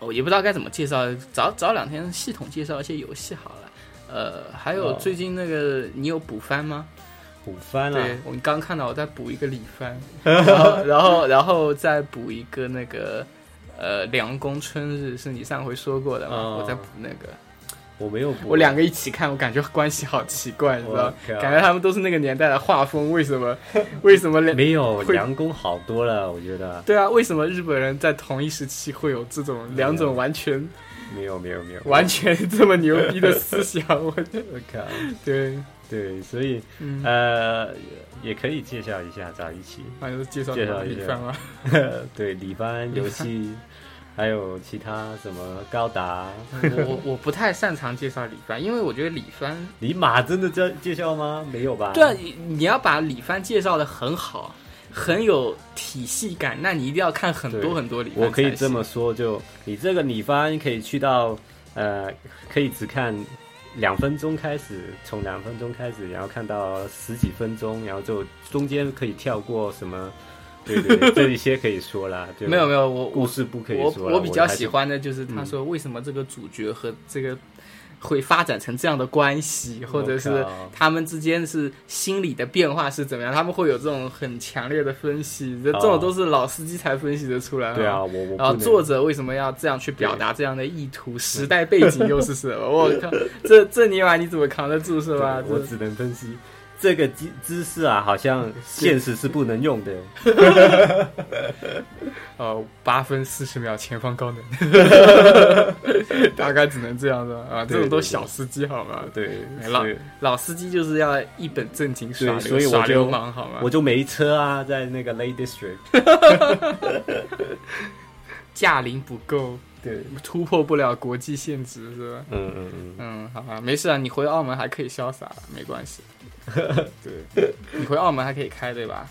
[SPEAKER 2] 我也不知道该怎么介绍，早早两天系统介绍一些游戏好了。呃，还有
[SPEAKER 1] 哦
[SPEAKER 2] 最近那个你有补番吗？
[SPEAKER 1] 补番啊啦，
[SPEAKER 2] 对，我刚看到我在补一个李
[SPEAKER 1] [LAUGHS]
[SPEAKER 2] 帆，然后然后然后再补一个那个呃《凉宫春日》，是你上回说过的嘛？
[SPEAKER 1] 哦
[SPEAKER 2] 我在补那个，
[SPEAKER 1] 我没有补，
[SPEAKER 2] 我两个一起看，我感觉关系好奇怪，你知道吗？
[SPEAKER 1] 我靠
[SPEAKER 2] 感觉他们都是那个年代的画风，为什么 [LAUGHS] 为什么两
[SPEAKER 1] 没有
[SPEAKER 2] 会
[SPEAKER 1] 梁工好多了，我觉得
[SPEAKER 2] 对啊？为什么日本人在同一时期会有这种两种完全
[SPEAKER 1] 没有没有没有
[SPEAKER 2] 完全这么牛逼的思想？我 [LAUGHS] 觉得
[SPEAKER 1] 我靠，
[SPEAKER 2] 对，
[SPEAKER 1] 对，所以
[SPEAKER 2] 嗯，
[SPEAKER 1] 呃也可以介绍一下在一起， [LAUGHS]
[SPEAKER 2] 反正介绍
[SPEAKER 1] 介绍一
[SPEAKER 2] 李
[SPEAKER 1] 下
[SPEAKER 2] 帆嘛，
[SPEAKER 1] [LAUGHS] 对李帆游戏，还有其他什么高达，
[SPEAKER 2] 我我不太擅长介绍李帆，因为我觉得李帆
[SPEAKER 1] 李马真的介介绍吗？没有吧？
[SPEAKER 2] 对啊，你你要把李帆介绍的很好，很有体系感，那你一定要看很多
[SPEAKER 1] 对
[SPEAKER 2] 很多李帆。
[SPEAKER 1] 我可以这么，说，就你这个李帆可以去到呃，可以只看两分钟开始，从两分钟开始，然后看到十几分钟，然后就中间可以跳过什么，对
[SPEAKER 2] [LAUGHS]
[SPEAKER 1] 对，这一些可以说啦，就
[SPEAKER 2] 没有没有，我
[SPEAKER 1] 故
[SPEAKER 2] 我
[SPEAKER 1] 事不可以
[SPEAKER 2] 我
[SPEAKER 1] 说啦
[SPEAKER 2] 我比较
[SPEAKER 1] 还是嗯
[SPEAKER 2] 喜欢的就是他说为什么这个主角和这个会发展成这样的关系，或者是
[SPEAKER 1] 靠
[SPEAKER 2] 他们之间是心理的变化是怎么样，他们会有这种很强烈的分析，这这种
[SPEAKER 1] 哦
[SPEAKER 2] 都是老司机才分析得出来。
[SPEAKER 1] 对啊，。我我
[SPEAKER 2] 然后
[SPEAKER 1] 不能
[SPEAKER 2] 作者为什么要这样去表达这样的意图？时代背景又是什么？我靠，这这尼玛你怎么扛得住是吧？
[SPEAKER 1] 对我啊
[SPEAKER 2] 这
[SPEAKER 1] 只能分析这个姿姿势啊，好像现实是不能用的。
[SPEAKER 2] 呃，八分四十秒，前方高能， [LAUGHS] 大概只能这样子啊。这种都小司机好吗？
[SPEAKER 1] 对，
[SPEAKER 2] 哎老
[SPEAKER 1] 所以
[SPEAKER 2] 老司机就是要一本正经耍
[SPEAKER 1] 对
[SPEAKER 2] 流
[SPEAKER 1] 所以我
[SPEAKER 2] 耍
[SPEAKER 1] 就
[SPEAKER 2] 流氓好吗？
[SPEAKER 1] 我就没车啊，在那个 Lake District。
[SPEAKER 2] 驾龄不够，
[SPEAKER 1] 对，
[SPEAKER 2] 突破不了国际限制是吧？
[SPEAKER 1] 嗯嗯嗯，
[SPEAKER 2] 嗯，好吧，没事啊，你回澳门还可以潇洒，没关 [LAUGHS] 系。对，你回澳门还可以开对吧？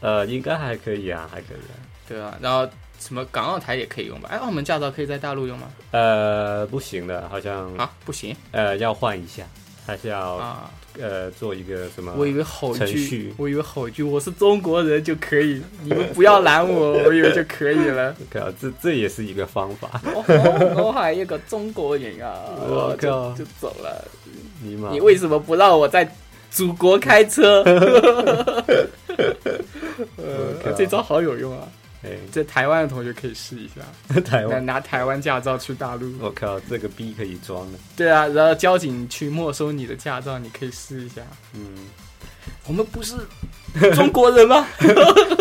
[SPEAKER 1] 呃，应该还可以啊，还可以啊。
[SPEAKER 2] 对啊，然后什么港澳台也可以用吧？哎，澳门驾照可以在大陆用吗？
[SPEAKER 1] 呃，不行的，好像
[SPEAKER 2] 啊，不行
[SPEAKER 1] 呃要换一下，还是要、
[SPEAKER 2] 啊！
[SPEAKER 1] 呃做一个什么？
[SPEAKER 2] 我以为吼一
[SPEAKER 1] 程
[SPEAKER 2] 句
[SPEAKER 1] 序，
[SPEAKER 2] 我以为吼一句我是中国人就可以，你们不要拦 [LAUGHS] 我，我以为就可以了。
[SPEAKER 1] 靠，这这也是一个方法。 [LAUGHS]
[SPEAKER 2] 哦 [LAUGHS] 吼，我还一个中国人啊，
[SPEAKER 1] 我靠
[SPEAKER 2] 就就走了。
[SPEAKER 1] 尼玛
[SPEAKER 2] 你，为什么不让我在祖国开 [LAUGHS] 车？
[SPEAKER 1] 我靠
[SPEAKER 2] 呃，这招好有用啊！
[SPEAKER 1] 哎， [LAUGHS]
[SPEAKER 2] 在台湾的同学可以试一下，
[SPEAKER 1] 台
[SPEAKER 2] 拿
[SPEAKER 1] 湾，
[SPEAKER 2] 拿台湾哦驾照去大陆。
[SPEAKER 1] 我靠，这个逼可以装的。
[SPEAKER 2] 对啊，然后交警去没收你的驾照，你可以试一下。
[SPEAKER 1] 嗯， [LAUGHS]
[SPEAKER 2] 我们不是中国人吗？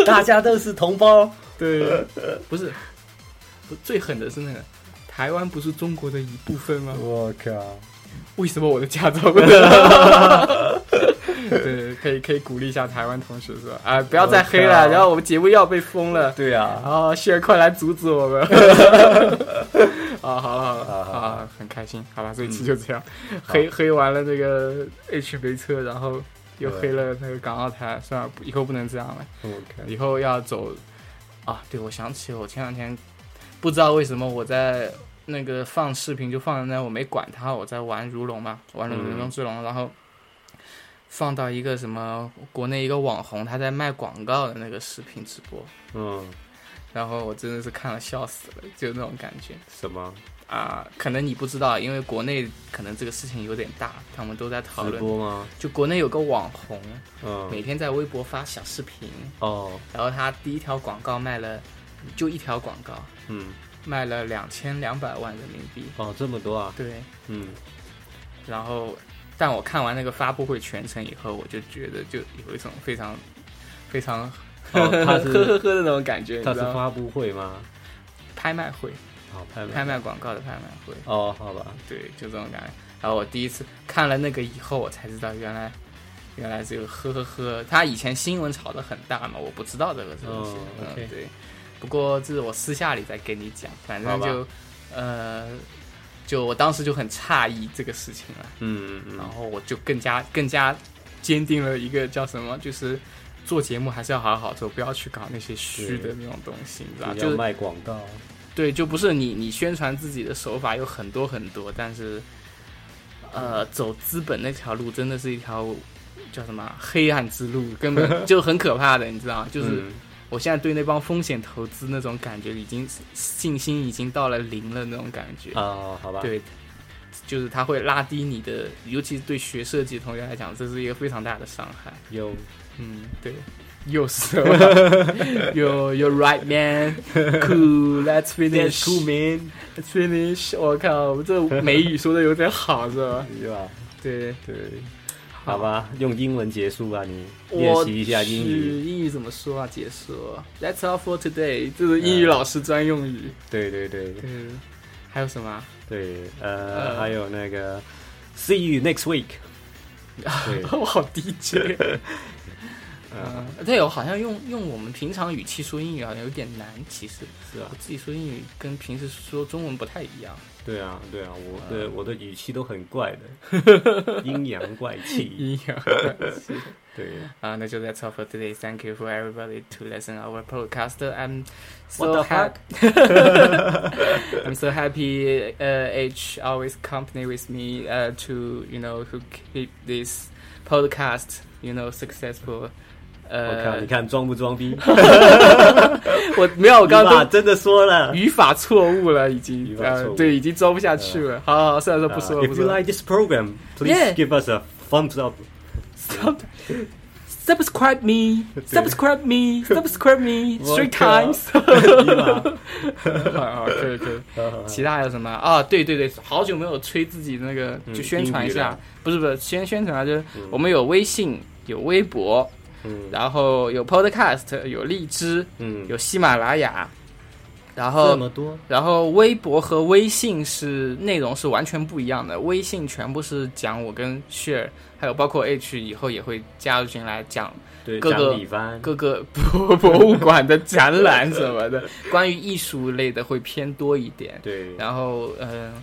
[SPEAKER 1] 大家都是同胞。
[SPEAKER 2] 对，不是，不最狠的是那个。台湾不是中国的一部分吗？
[SPEAKER 1] 我靠，
[SPEAKER 2] 为什么我的驾照不能？ [LAUGHS] 对，可以可以鼓励一下台湾同学是吧？啊、不要再黑
[SPEAKER 1] 我
[SPEAKER 2] 了，
[SPEAKER 1] 靠
[SPEAKER 2] 然后我们节目又要被封了。
[SPEAKER 1] 对啊，
[SPEAKER 2] 啊，雪快来阻止
[SPEAKER 1] [LAUGHS]
[SPEAKER 2] 我们！啊，好了好了
[SPEAKER 1] 好好嗯
[SPEAKER 2] 啊，很开心，好吧，这一期就这样，黑黑完了那个 H 没车，然后又
[SPEAKER 1] 对
[SPEAKER 2] 黑了那个港澳台，算了，不以后不能这样了，
[SPEAKER 1] 我靠，
[SPEAKER 2] 以后要走啊！对，我想起我前两天不知道为什么我在那个放视频就放在那，我没管它，我在玩如龙嘛，玩了
[SPEAKER 1] 嗯
[SPEAKER 2] 人中之龙，然后。放到一个什么国内一个网红他在卖广告的那个视频直播，
[SPEAKER 1] 嗯，
[SPEAKER 2] 然后我真的是看了笑死了，就那种感觉
[SPEAKER 1] 什么
[SPEAKER 2] 啊！可能你不知道，因为国内可能这个事情有点大，他们都在讨
[SPEAKER 1] 直
[SPEAKER 2] 论。
[SPEAKER 1] 播吗？
[SPEAKER 2] 就国内有个网红，每
[SPEAKER 1] 嗯，
[SPEAKER 2] 天在微博发小视频，
[SPEAKER 1] 哦，
[SPEAKER 2] 然后他第一条广告卖了，就一条广告
[SPEAKER 1] 嗯，
[SPEAKER 2] 卖了两千两百万人民币，
[SPEAKER 1] 哦，这么多啊，
[SPEAKER 2] 对。
[SPEAKER 1] 嗯，
[SPEAKER 2] 然后，但我看完那个发布会全程以后，我就觉得就有一种非常非常 [LAUGHS]
[SPEAKER 1] 哦，他
[SPEAKER 2] 呵
[SPEAKER 1] [LAUGHS] 是
[SPEAKER 2] 呵呵的那种感觉，你
[SPEAKER 1] 他
[SPEAKER 2] 知
[SPEAKER 1] 是
[SPEAKER 2] 道吗？
[SPEAKER 1] 发布会吗？
[SPEAKER 2] 拍卖会，
[SPEAKER 1] 好，拍
[SPEAKER 2] 拍
[SPEAKER 1] 卖，
[SPEAKER 2] 卖广告的拍卖会。
[SPEAKER 1] 哦，好吧，
[SPEAKER 2] 对，就这种感觉。然后我第一次看了那个以后，我才知道原来原来这个呵呵呵，他以前新闻炒得很大嘛，我不知道这个东西。
[SPEAKER 1] 哦
[SPEAKER 2] 嗯，
[SPEAKER 1] OK
[SPEAKER 2] 对。不过这是我私下里再跟你讲，反
[SPEAKER 1] 好
[SPEAKER 2] 正
[SPEAKER 1] 吧
[SPEAKER 2] 就
[SPEAKER 1] 嗯
[SPEAKER 2] 呃，就我当时就很诧异这个事情了，啊
[SPEAKER 1] 嗯嗯
[SPEAKER 2] 然
[SPEAKER 1] 嗯，
[SPEAKER 2] 后我就更加更加坚定了一个叫什么，就是。做节目还是要好好做，不要去搞那些虚的
[SPEAKER 1] 对啊
[SPEAKER 2] 那种东西，你知道吧？
[SPEAKER 1] 你
[SPEAKER 2] 就
[SPEAKER 1] 要
[SPEAKER 2] 是
[SPEAKER 1] 卖广告，
[SPEAKER 2] 对，就不是你你宣传自己的手法有很多很多，但是，呃，走资本那条路真的是一条叫什么啊黑暗之路，根
[SPEAKER 1] [LAUGHS]
[SPEAKER 2] 本就很可怕的，你知道吗？就是
[SPEAKER 1] 嗯
[SPEAKER 2] 我现在对那帮风险投资那种感觉已经信心已经到了零了那种感觉，
[SPEAKER 1] 哦，好吧，
[SPEAKER 2] 对。就是它会拉低你的，尤其是对学设计的同学来讲，这是一个非常大的伤害。
[SPEAKER 1] 有，
[SPEAKER 2] 嗯，对，又 [LAUGHS] 是，You You right man, cool, let's finish,
[SPEAKER 1] Cool man，
[SPEAKER 2] finish，我靠，我们这美语说的有点好是吧？
[SPEAKER 1] 对吧？
[SPEAKER 2] 对，
[SPEAKER 1] 对，嗯好，吧，用英文结束啊，你练
[SPEAKER 2] 我
[SPEAKER 1] 习一下英语。
[SPEAKER 2] 是。英语怎么说啊？解说，That's all for today，这是英语老师专用语。
[SPEAKER 1] 对对嗯对
[SPEAKER 2] 嗯，还有什么啊？ [LAUGHS]
[SPEAKER 1] 对，
[SPEAKER 2] 呃
[SPEAKER 1] 呃，还有那个，see you next week。对
[SPEAKER 2] 我好低
[SPEAKER 1] [LAUGHS]
[SPEAKER 2] 级。
[SPEAKER 1] 嗯
[SPEAKER 2] 嗯，对，我好像用用我们平常语气说英语好像有点难，其实
[SPEAKER 1] 是啊
[SPEAKER 2] 我，自己说英语跟平时说中文不太一样。
[SPEAKER 1] 对啊，对啊，
[SPEAKER 2] 嗯
[SPEAKER 1] 我的我的语气都很怪的，
[SPEAKER 2] [LAUGHS]
[SPEAKER 1] 阴阳怪气。
[SPEAKER 2] 阴阳。
[SPEAKER 1] 对，
[SPEAKER 2] Uh, no, that's all for today. Thank you for everybody to listen our podcast. I'm
[SPEAKER 1] What
[SPEAKER 2] so
[SPEAKER 1] the
[SPEAKER 2] happy. [LAUGHS] I'm so happy. Uh, H always company with me uh, to you know to keep this podcast you know successful. Uh,
[SPEAKER 1] 我靠，你
[SPEAKER 2] 呃，
[SPEAKER 1] 看
[SPEAKER 2] [LAUGHS]
[SPEAKER 1] 装不装逼？
[SPEAKER 2] 我没有，我
[SPEAKER 1] 我
[SPEAKER 2] 刚刚
[SPEAKER 1] 真的说了
[SPEAKER 2] 都。语法错误了，已经
[SPEAKER 1] 语法
[SPEAKER 2] 呃
[SPEAKER 1] 错，误
[SPEAKER 2] 对，已经装不下去了。好好，好算了，算了，不说了，
[SPEAKER 1] Uh,
[SPEAKER 2] 不
[SPEAKER 1] If
[SPEAKER 2] 说
[SPEAKER 1] you
[SPEAKER 2] 了。
[SPEAKER 1] like this program,
[SPEAKER 2] Yeah.
[SPEAKER 1] please give us a thumbs
[SPEAKER 2] [LAUGHS]
[SPEAKER 1] up.
[SPEAKER 2] Sub- subscribe me, subscribe me, subscribe me
[SPEAKER 1] 我
[SPEAKER 2] three
[SPEAKER 1] 靠
[SPEAKER 2] times. [LAUGHS]
[SPEAKER 1] 对吧
[SPEAKER 2] 啊，可以可以。
[SPEAKER 1] 好好好
[SPEAKER 2] [LAUGHS] 其他还有什么啊？对对对，好久没有吹自己那个，
[SPEAKER 1] 嗯
[SPEAKER 2] 就宣传一
[SPEAKER 1] 英语
[SPEAKER 2] 下
[SPEAKER 1] 了，
[SPEAKER 2] 不是不是，先宣传一下，就是
[SPEAKER 1] 嗯
[SPEAKER 2] 我们有微信有微博，
[SPEAKER 1] 嗯
[SPEAKER 2] 然后有 Podcast，有荔枝，
[SPEAKER 1] 嗯，
[SPEAKER 2] 有喜马拉雅，然
[SPEAKER 1] 这
[SPEAKER 2] 后
[SPEAKER 1] 么多，
[SPEAKER 2] 然后微博和微信是内容是完全不一样的，微信全部是讲我跟 Share，还有包括 H 以后也会加入进来讲
[SPEAKER 1] 对，
[SPEAKER 2] 各个
[SPEAKER 1] 讲李帆，
[SPEAKER 2] 各个博 [LAUGHS] 博物馆的展览什么的， [LAUGHS] 关于艺术类的会偏多一点。
[SPEAKER 1] 对，
[SPEAKER 2] 然后嗯、呃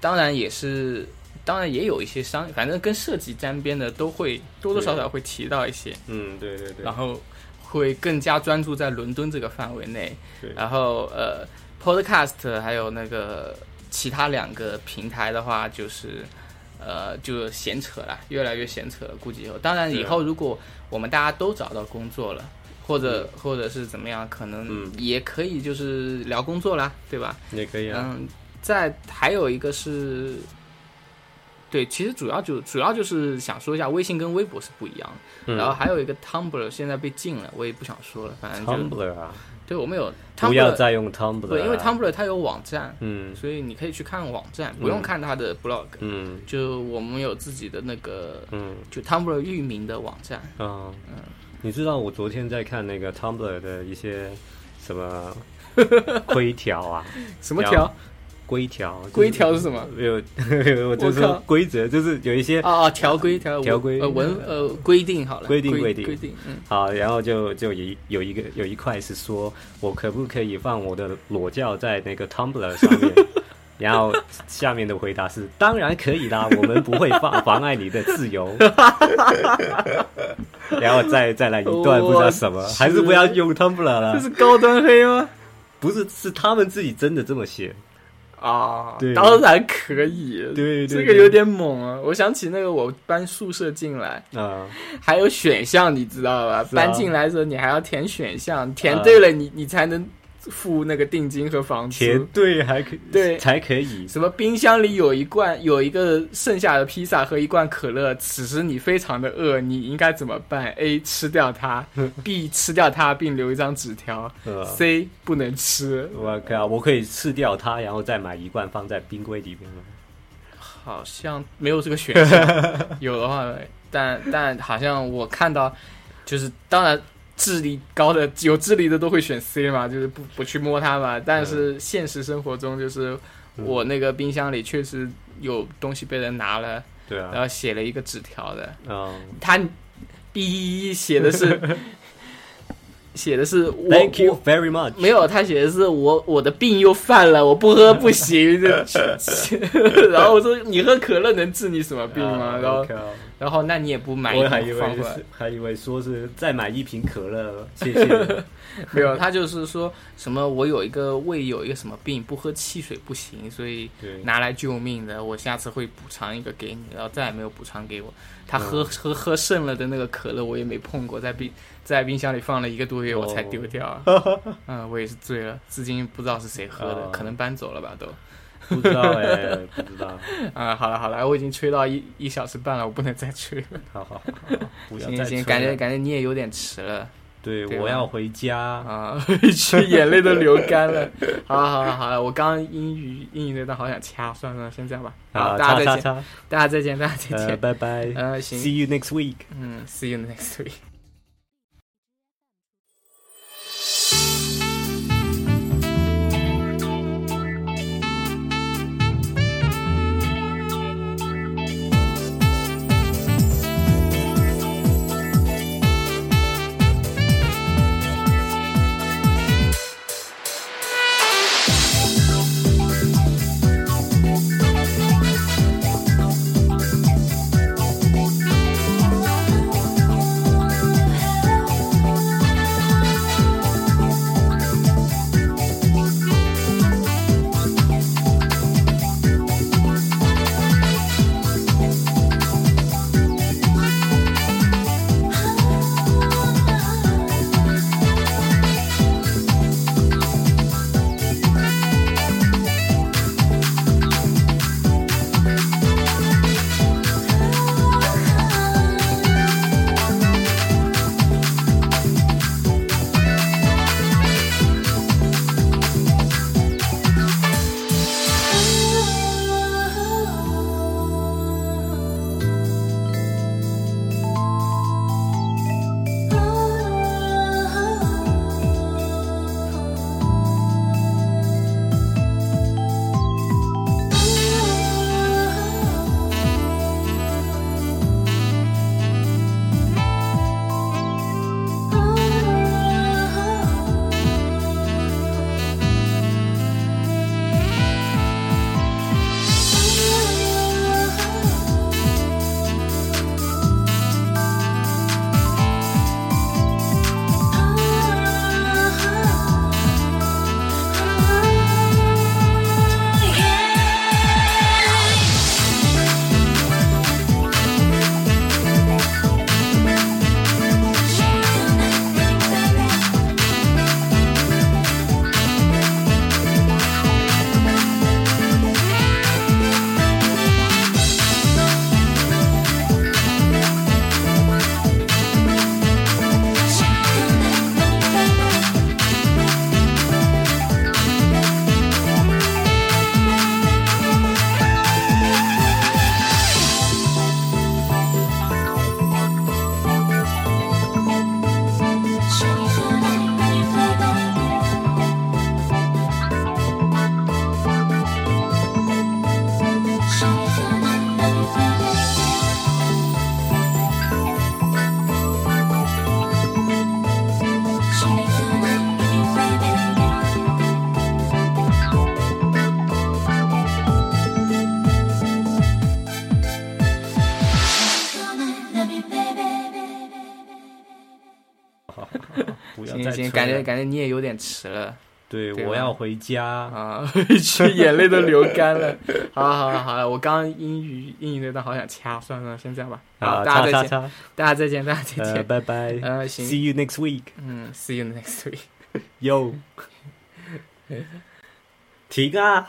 [SPEAKER 2] 当然也是，当然也有一些商，反正跟设计沾边的都会多多少少会提到一些，
[SPEAKER 1] 嗯，对对对
[SPEAKER 2] 然，后会更加专注在伦敦这个范围内。
[SPEAKER 1] 对，
[SPEAKER 2] 然后呃，Podcast 还有那个其他两个平台的话，就是呃就闲扯了，越来越闲扯了，估计以后。当然
[SPEAKER 1] 是
[SPEAKER 2] 以后如果我们大家都找到工作了。或者或者是怎么样，可能
[SPEAKER 1] 嗯
[SPEAKER 2] 也可以就是聊工作啦，对吧？
[SPEAKER 1] 也可以啊，
[SPEAKER 2] 嗯，再还有一个是，对，其实主要就主要就是想说一下，微信跟微博是不一样的。
[SPEAKER 1] 嗯
[SPEAKER 2] 然后还有一个 Tumblr 现在被禁了，我也不想说了，反正就
[SPEAKER 1] Tumblr 啊，
[SPEAKER 2] 对我们有 Tumblr，
[SPEAKER 1] 不要再用 Tumblr，
[SPEAKER 2] 对，因为
[SPEAKER 1] 啊
[SPEAKER 2] Tumblr 它有网站，
[SPEAKER 1] 嗯
[SPEAKER 2] 所以你可以去看网站，不用看它的 blog。
[SPEAKER 1] 嗯
[SPEAKER 2] 就我们有自己的那个，
[SPEAKER 1] 嗯
[SPEAKER 2] 就 Tumblr 域名的网站。
[SPEAKER 1] 嗯，你知道我昨天在看那个 Tumblr 的一些什
[SPEAKER 2] [LAUGHS]
[SPEAKER 1] 么规条啊，
[SPEAKER 2] 什
[SPEAKER 1] 么条？规条，就是
[SPEAKER 2] 规条是什么？
[SPEAKER 1] 有， [LAUGHS] 我就
[SPEAKER 2] 我
[SPEAKER 1] 说
[SPEAKER 2] 靠
[SPEAKER 1] 规则，就是有一些
[SPEAKER 2] 哦哦，条规条
[SPEAKER 1] 条规
[SPEAKER 2] 呃文呃规定好了，
[SPEAKER 1] 规定
[SPEAKER 2] 规
[SPEAKER 1] 规定
[SPEAKER 2] 规定，嗯，
[SPEAKER 1] 好，然后就就有一有一个有一块是说我可不可以放我的裸照在那个 Tumblr 上
[SPEAKER 2] [LAUGHS]
[SPEAKER 1] 面？然后下面的回答是：当然可以啦，我们不会妨妨碍你的自
[SPEAKER 2] [LAUGHS]
[SPEAKER 1] 由。然后再再来一段不知道什么
[SPEAKER 2] 我，去
[SPEAKER 1] 还是不要用 Tumblr
[SPEAKER 2] 这
[SPEAKER 1] 了。
[SPEAKER 2] 是高端黑吗？
[SPEAKER 1] 不是，是他们自己真的这么写。
[SPEAKER 2] 啊，
[SPEAKER 1] 对
[SPEAKER 2] 当然可以，
[SPEAKER 1] 对对
[SPEAKER 2] 这个
[SPEAKER 1] 对
[SPEAKER 2] 有点猛啊！我想起那个我搬宿舍进来，
[SPEAKER 1] 啊、
[SPEAKER 2] 还有选项，你知道吧？
[SPEAKER 1] 是啊
[SPEAKER 2] 搬进来的时候你还要填选项，填对了你你才能付那个定金和房租。
[SPEAKER 1] 填对还可
[SPEAKER 2] 对
[SPEAKER 1] 才可以。
[SPEAKER 2] 什么冰箱里有一罐有一个剩下的披萨和一罐可乐，此时你非常的饿，你应该怎么办？A 吃掉它，B 吃掉它并留一张
[SPEAKER 1] [LAUGHS]
[SPEAKER 2] 纸条
[SPEAKER 1] 呃，
[SPEAKER 2] ，C 不能吃。
[SPEAKER 1] 我靠，我可以吃掉它，然后再买一罐放在冰柜里面吗？
[SPEAKER 2] 好像没有这个选项，
[SPEAKER 1] [LAUGHS]
[SPEAKER 2] 有的话，但但好像我看到，就是当然智力高的有智力的都会选 C 嘛，就是不不去摸它嘛。但
[SPEAKER 1] 嗯
[SPEAKER 2] 是现实生活中，就是我那个冰箱里确实有东西被人拿了，
[SPEAKER 1] 对
[SPEAKER 2] 然
[SPEAKER 1] 啊，
[SPEAKER 2] 后写了一个纸条的，
[SPEAKER 1] 嗯。
[SPEAKER 2] 他 B 写
[SPEAKER 1] [LAUGHS]
[SPEAKER 2] 的是写的是我
[SPEAKER 1] Thank you
[SPEAKER 2] 我
[SPEAKER 1] very much。
[SPEAKER 2] 没有，他写的是我我的病又犯了，我不喝不行。
[SPEAKER 1] [LAUGHS]
[SPEAKER 2] 这 [LAUGHS] 然后我说你喝可乐能治你什么病吗？
[SPEAKER 1] 啊
[SPEAKER 2] 然后
[SPEAKER 1] 我靠
[SPEAKER 2] 然后那你也不买一
[SPEAKER 1] 我还以
[SPEAKER 2] 瓶放
[SPEAKER 1] 为
[SPEAKER 2] 回来
[SPEAKER 1] 是，还以为说是再买一瓶可乐，谢
[SPEAKER 2] [LAUGHS]
[SPEAKER 1] 谢。
[SPEAKER 2] 没有，他就是说什么我有一个胃有一个什么病，不喝汽水不行，所以
[SPEAKER 1] 对，
[SPEAKER 2] 拿来救命的，我下次会补偿一个给你，然后再也没有补偿给我。他
[SPEAKER 1] 哦
[SPEAKER 2] 喝、喝喝剩了的那个可乐，我也没碰过，在冰在冰箱里放了一个多月，
[SPEAKER 1] 哦
[SPEAKER 2] 我才丢
[SPEAKER 1] [LAUGHS]
[SPEAKER 2] 掉啊。嗯，我也是醉了，至今不知道是谁喝的，
[SPEAKER 1] 哦
[SPEAKER 2] 可能搬走了吧都。
[SPEAKER 1] 不知道哎，不知道。
[SPEAKER 2] 啊、好了好了，我已经吹到一一小时半了，我不能再吹了。
[SPEAKER 1] 好好好，不要
[SPEAKER 2] 行
[SPEAKER 1] 再吹
[SPEAKER 2] 行，
[SPEAKER 1] 了
[SPEAKER 2] 感觉感觉你也有点迟了
[SPEAKER 1] 对，
[SPEAKER 2] 对吧
[SPEAKER 1] 我要回家。
[SPEAKER 2] 啊， [LAUGHS] 一去眼泪都流干了。好了好了好了，我刚刚英语英语那段好想掐，算了算了，先这样吧。好，
[SPEAKER 1] 啊，
[SPEAKER 2] 大
[SPEAKER 1] 叉叉
[SPEAKER 2] 家再见，
[SPEAKER 1] 叉，
[SPEAKER 2] 大家再见，大家再
[SPEAKER 1] 呃，
[SPEAKER 2] 见。
[SPEAKER 1] 拜拜
[SPEAKER 2] 呃，行。
[SPEAKER 1] ，See you next week。
[SPEAKER 2] Mm, see you next week.
[SPEAKER 1] 好，不要
[SPEAKER 2] 行
[SPEAKER 1] 再
[SPEAKER 2] 行
[SPEAKER 1] 吹
[SPEAKER 2] 行，感觉
[SPEAKER 1] 了
[SPEAKER 2] 感觉你也有点迟了
[SPEAKER 1] 对，
[SPEAKER 2] 对
[SPEAKER 1] 我
[SPEAKER 2] 吧
[SPEAKER 1] 要回家。
[SPEAKER 2] [LAUGHS] 啊，去眼泪都流干了。好了好了好了，我刚刚英语英语那段好想掐，算了，先这样吧。好，
[SPEAKER 1] 啊，
[SPEAKER 2] 大
[SPEAKER 1] 叉
[SPEAKER 2] [LAUGHS] 家再
[SPEAKER 1] 叉
[SPEAKER 2] 见，
[SPEAKER 1] 叉，
[SPEAKER 2] 大家再见，大家再
[SPEAKER 1] 呃，
[SPEAKER 2] 见。
[SPEAKER 1] 拜拜
[SPEAKER 2] 呃，行，
[SPEAKER 1] ，See you next week，
[SPEAKER 2] 嗯，see you next week。
[SPEAKER 1] yo，停啊！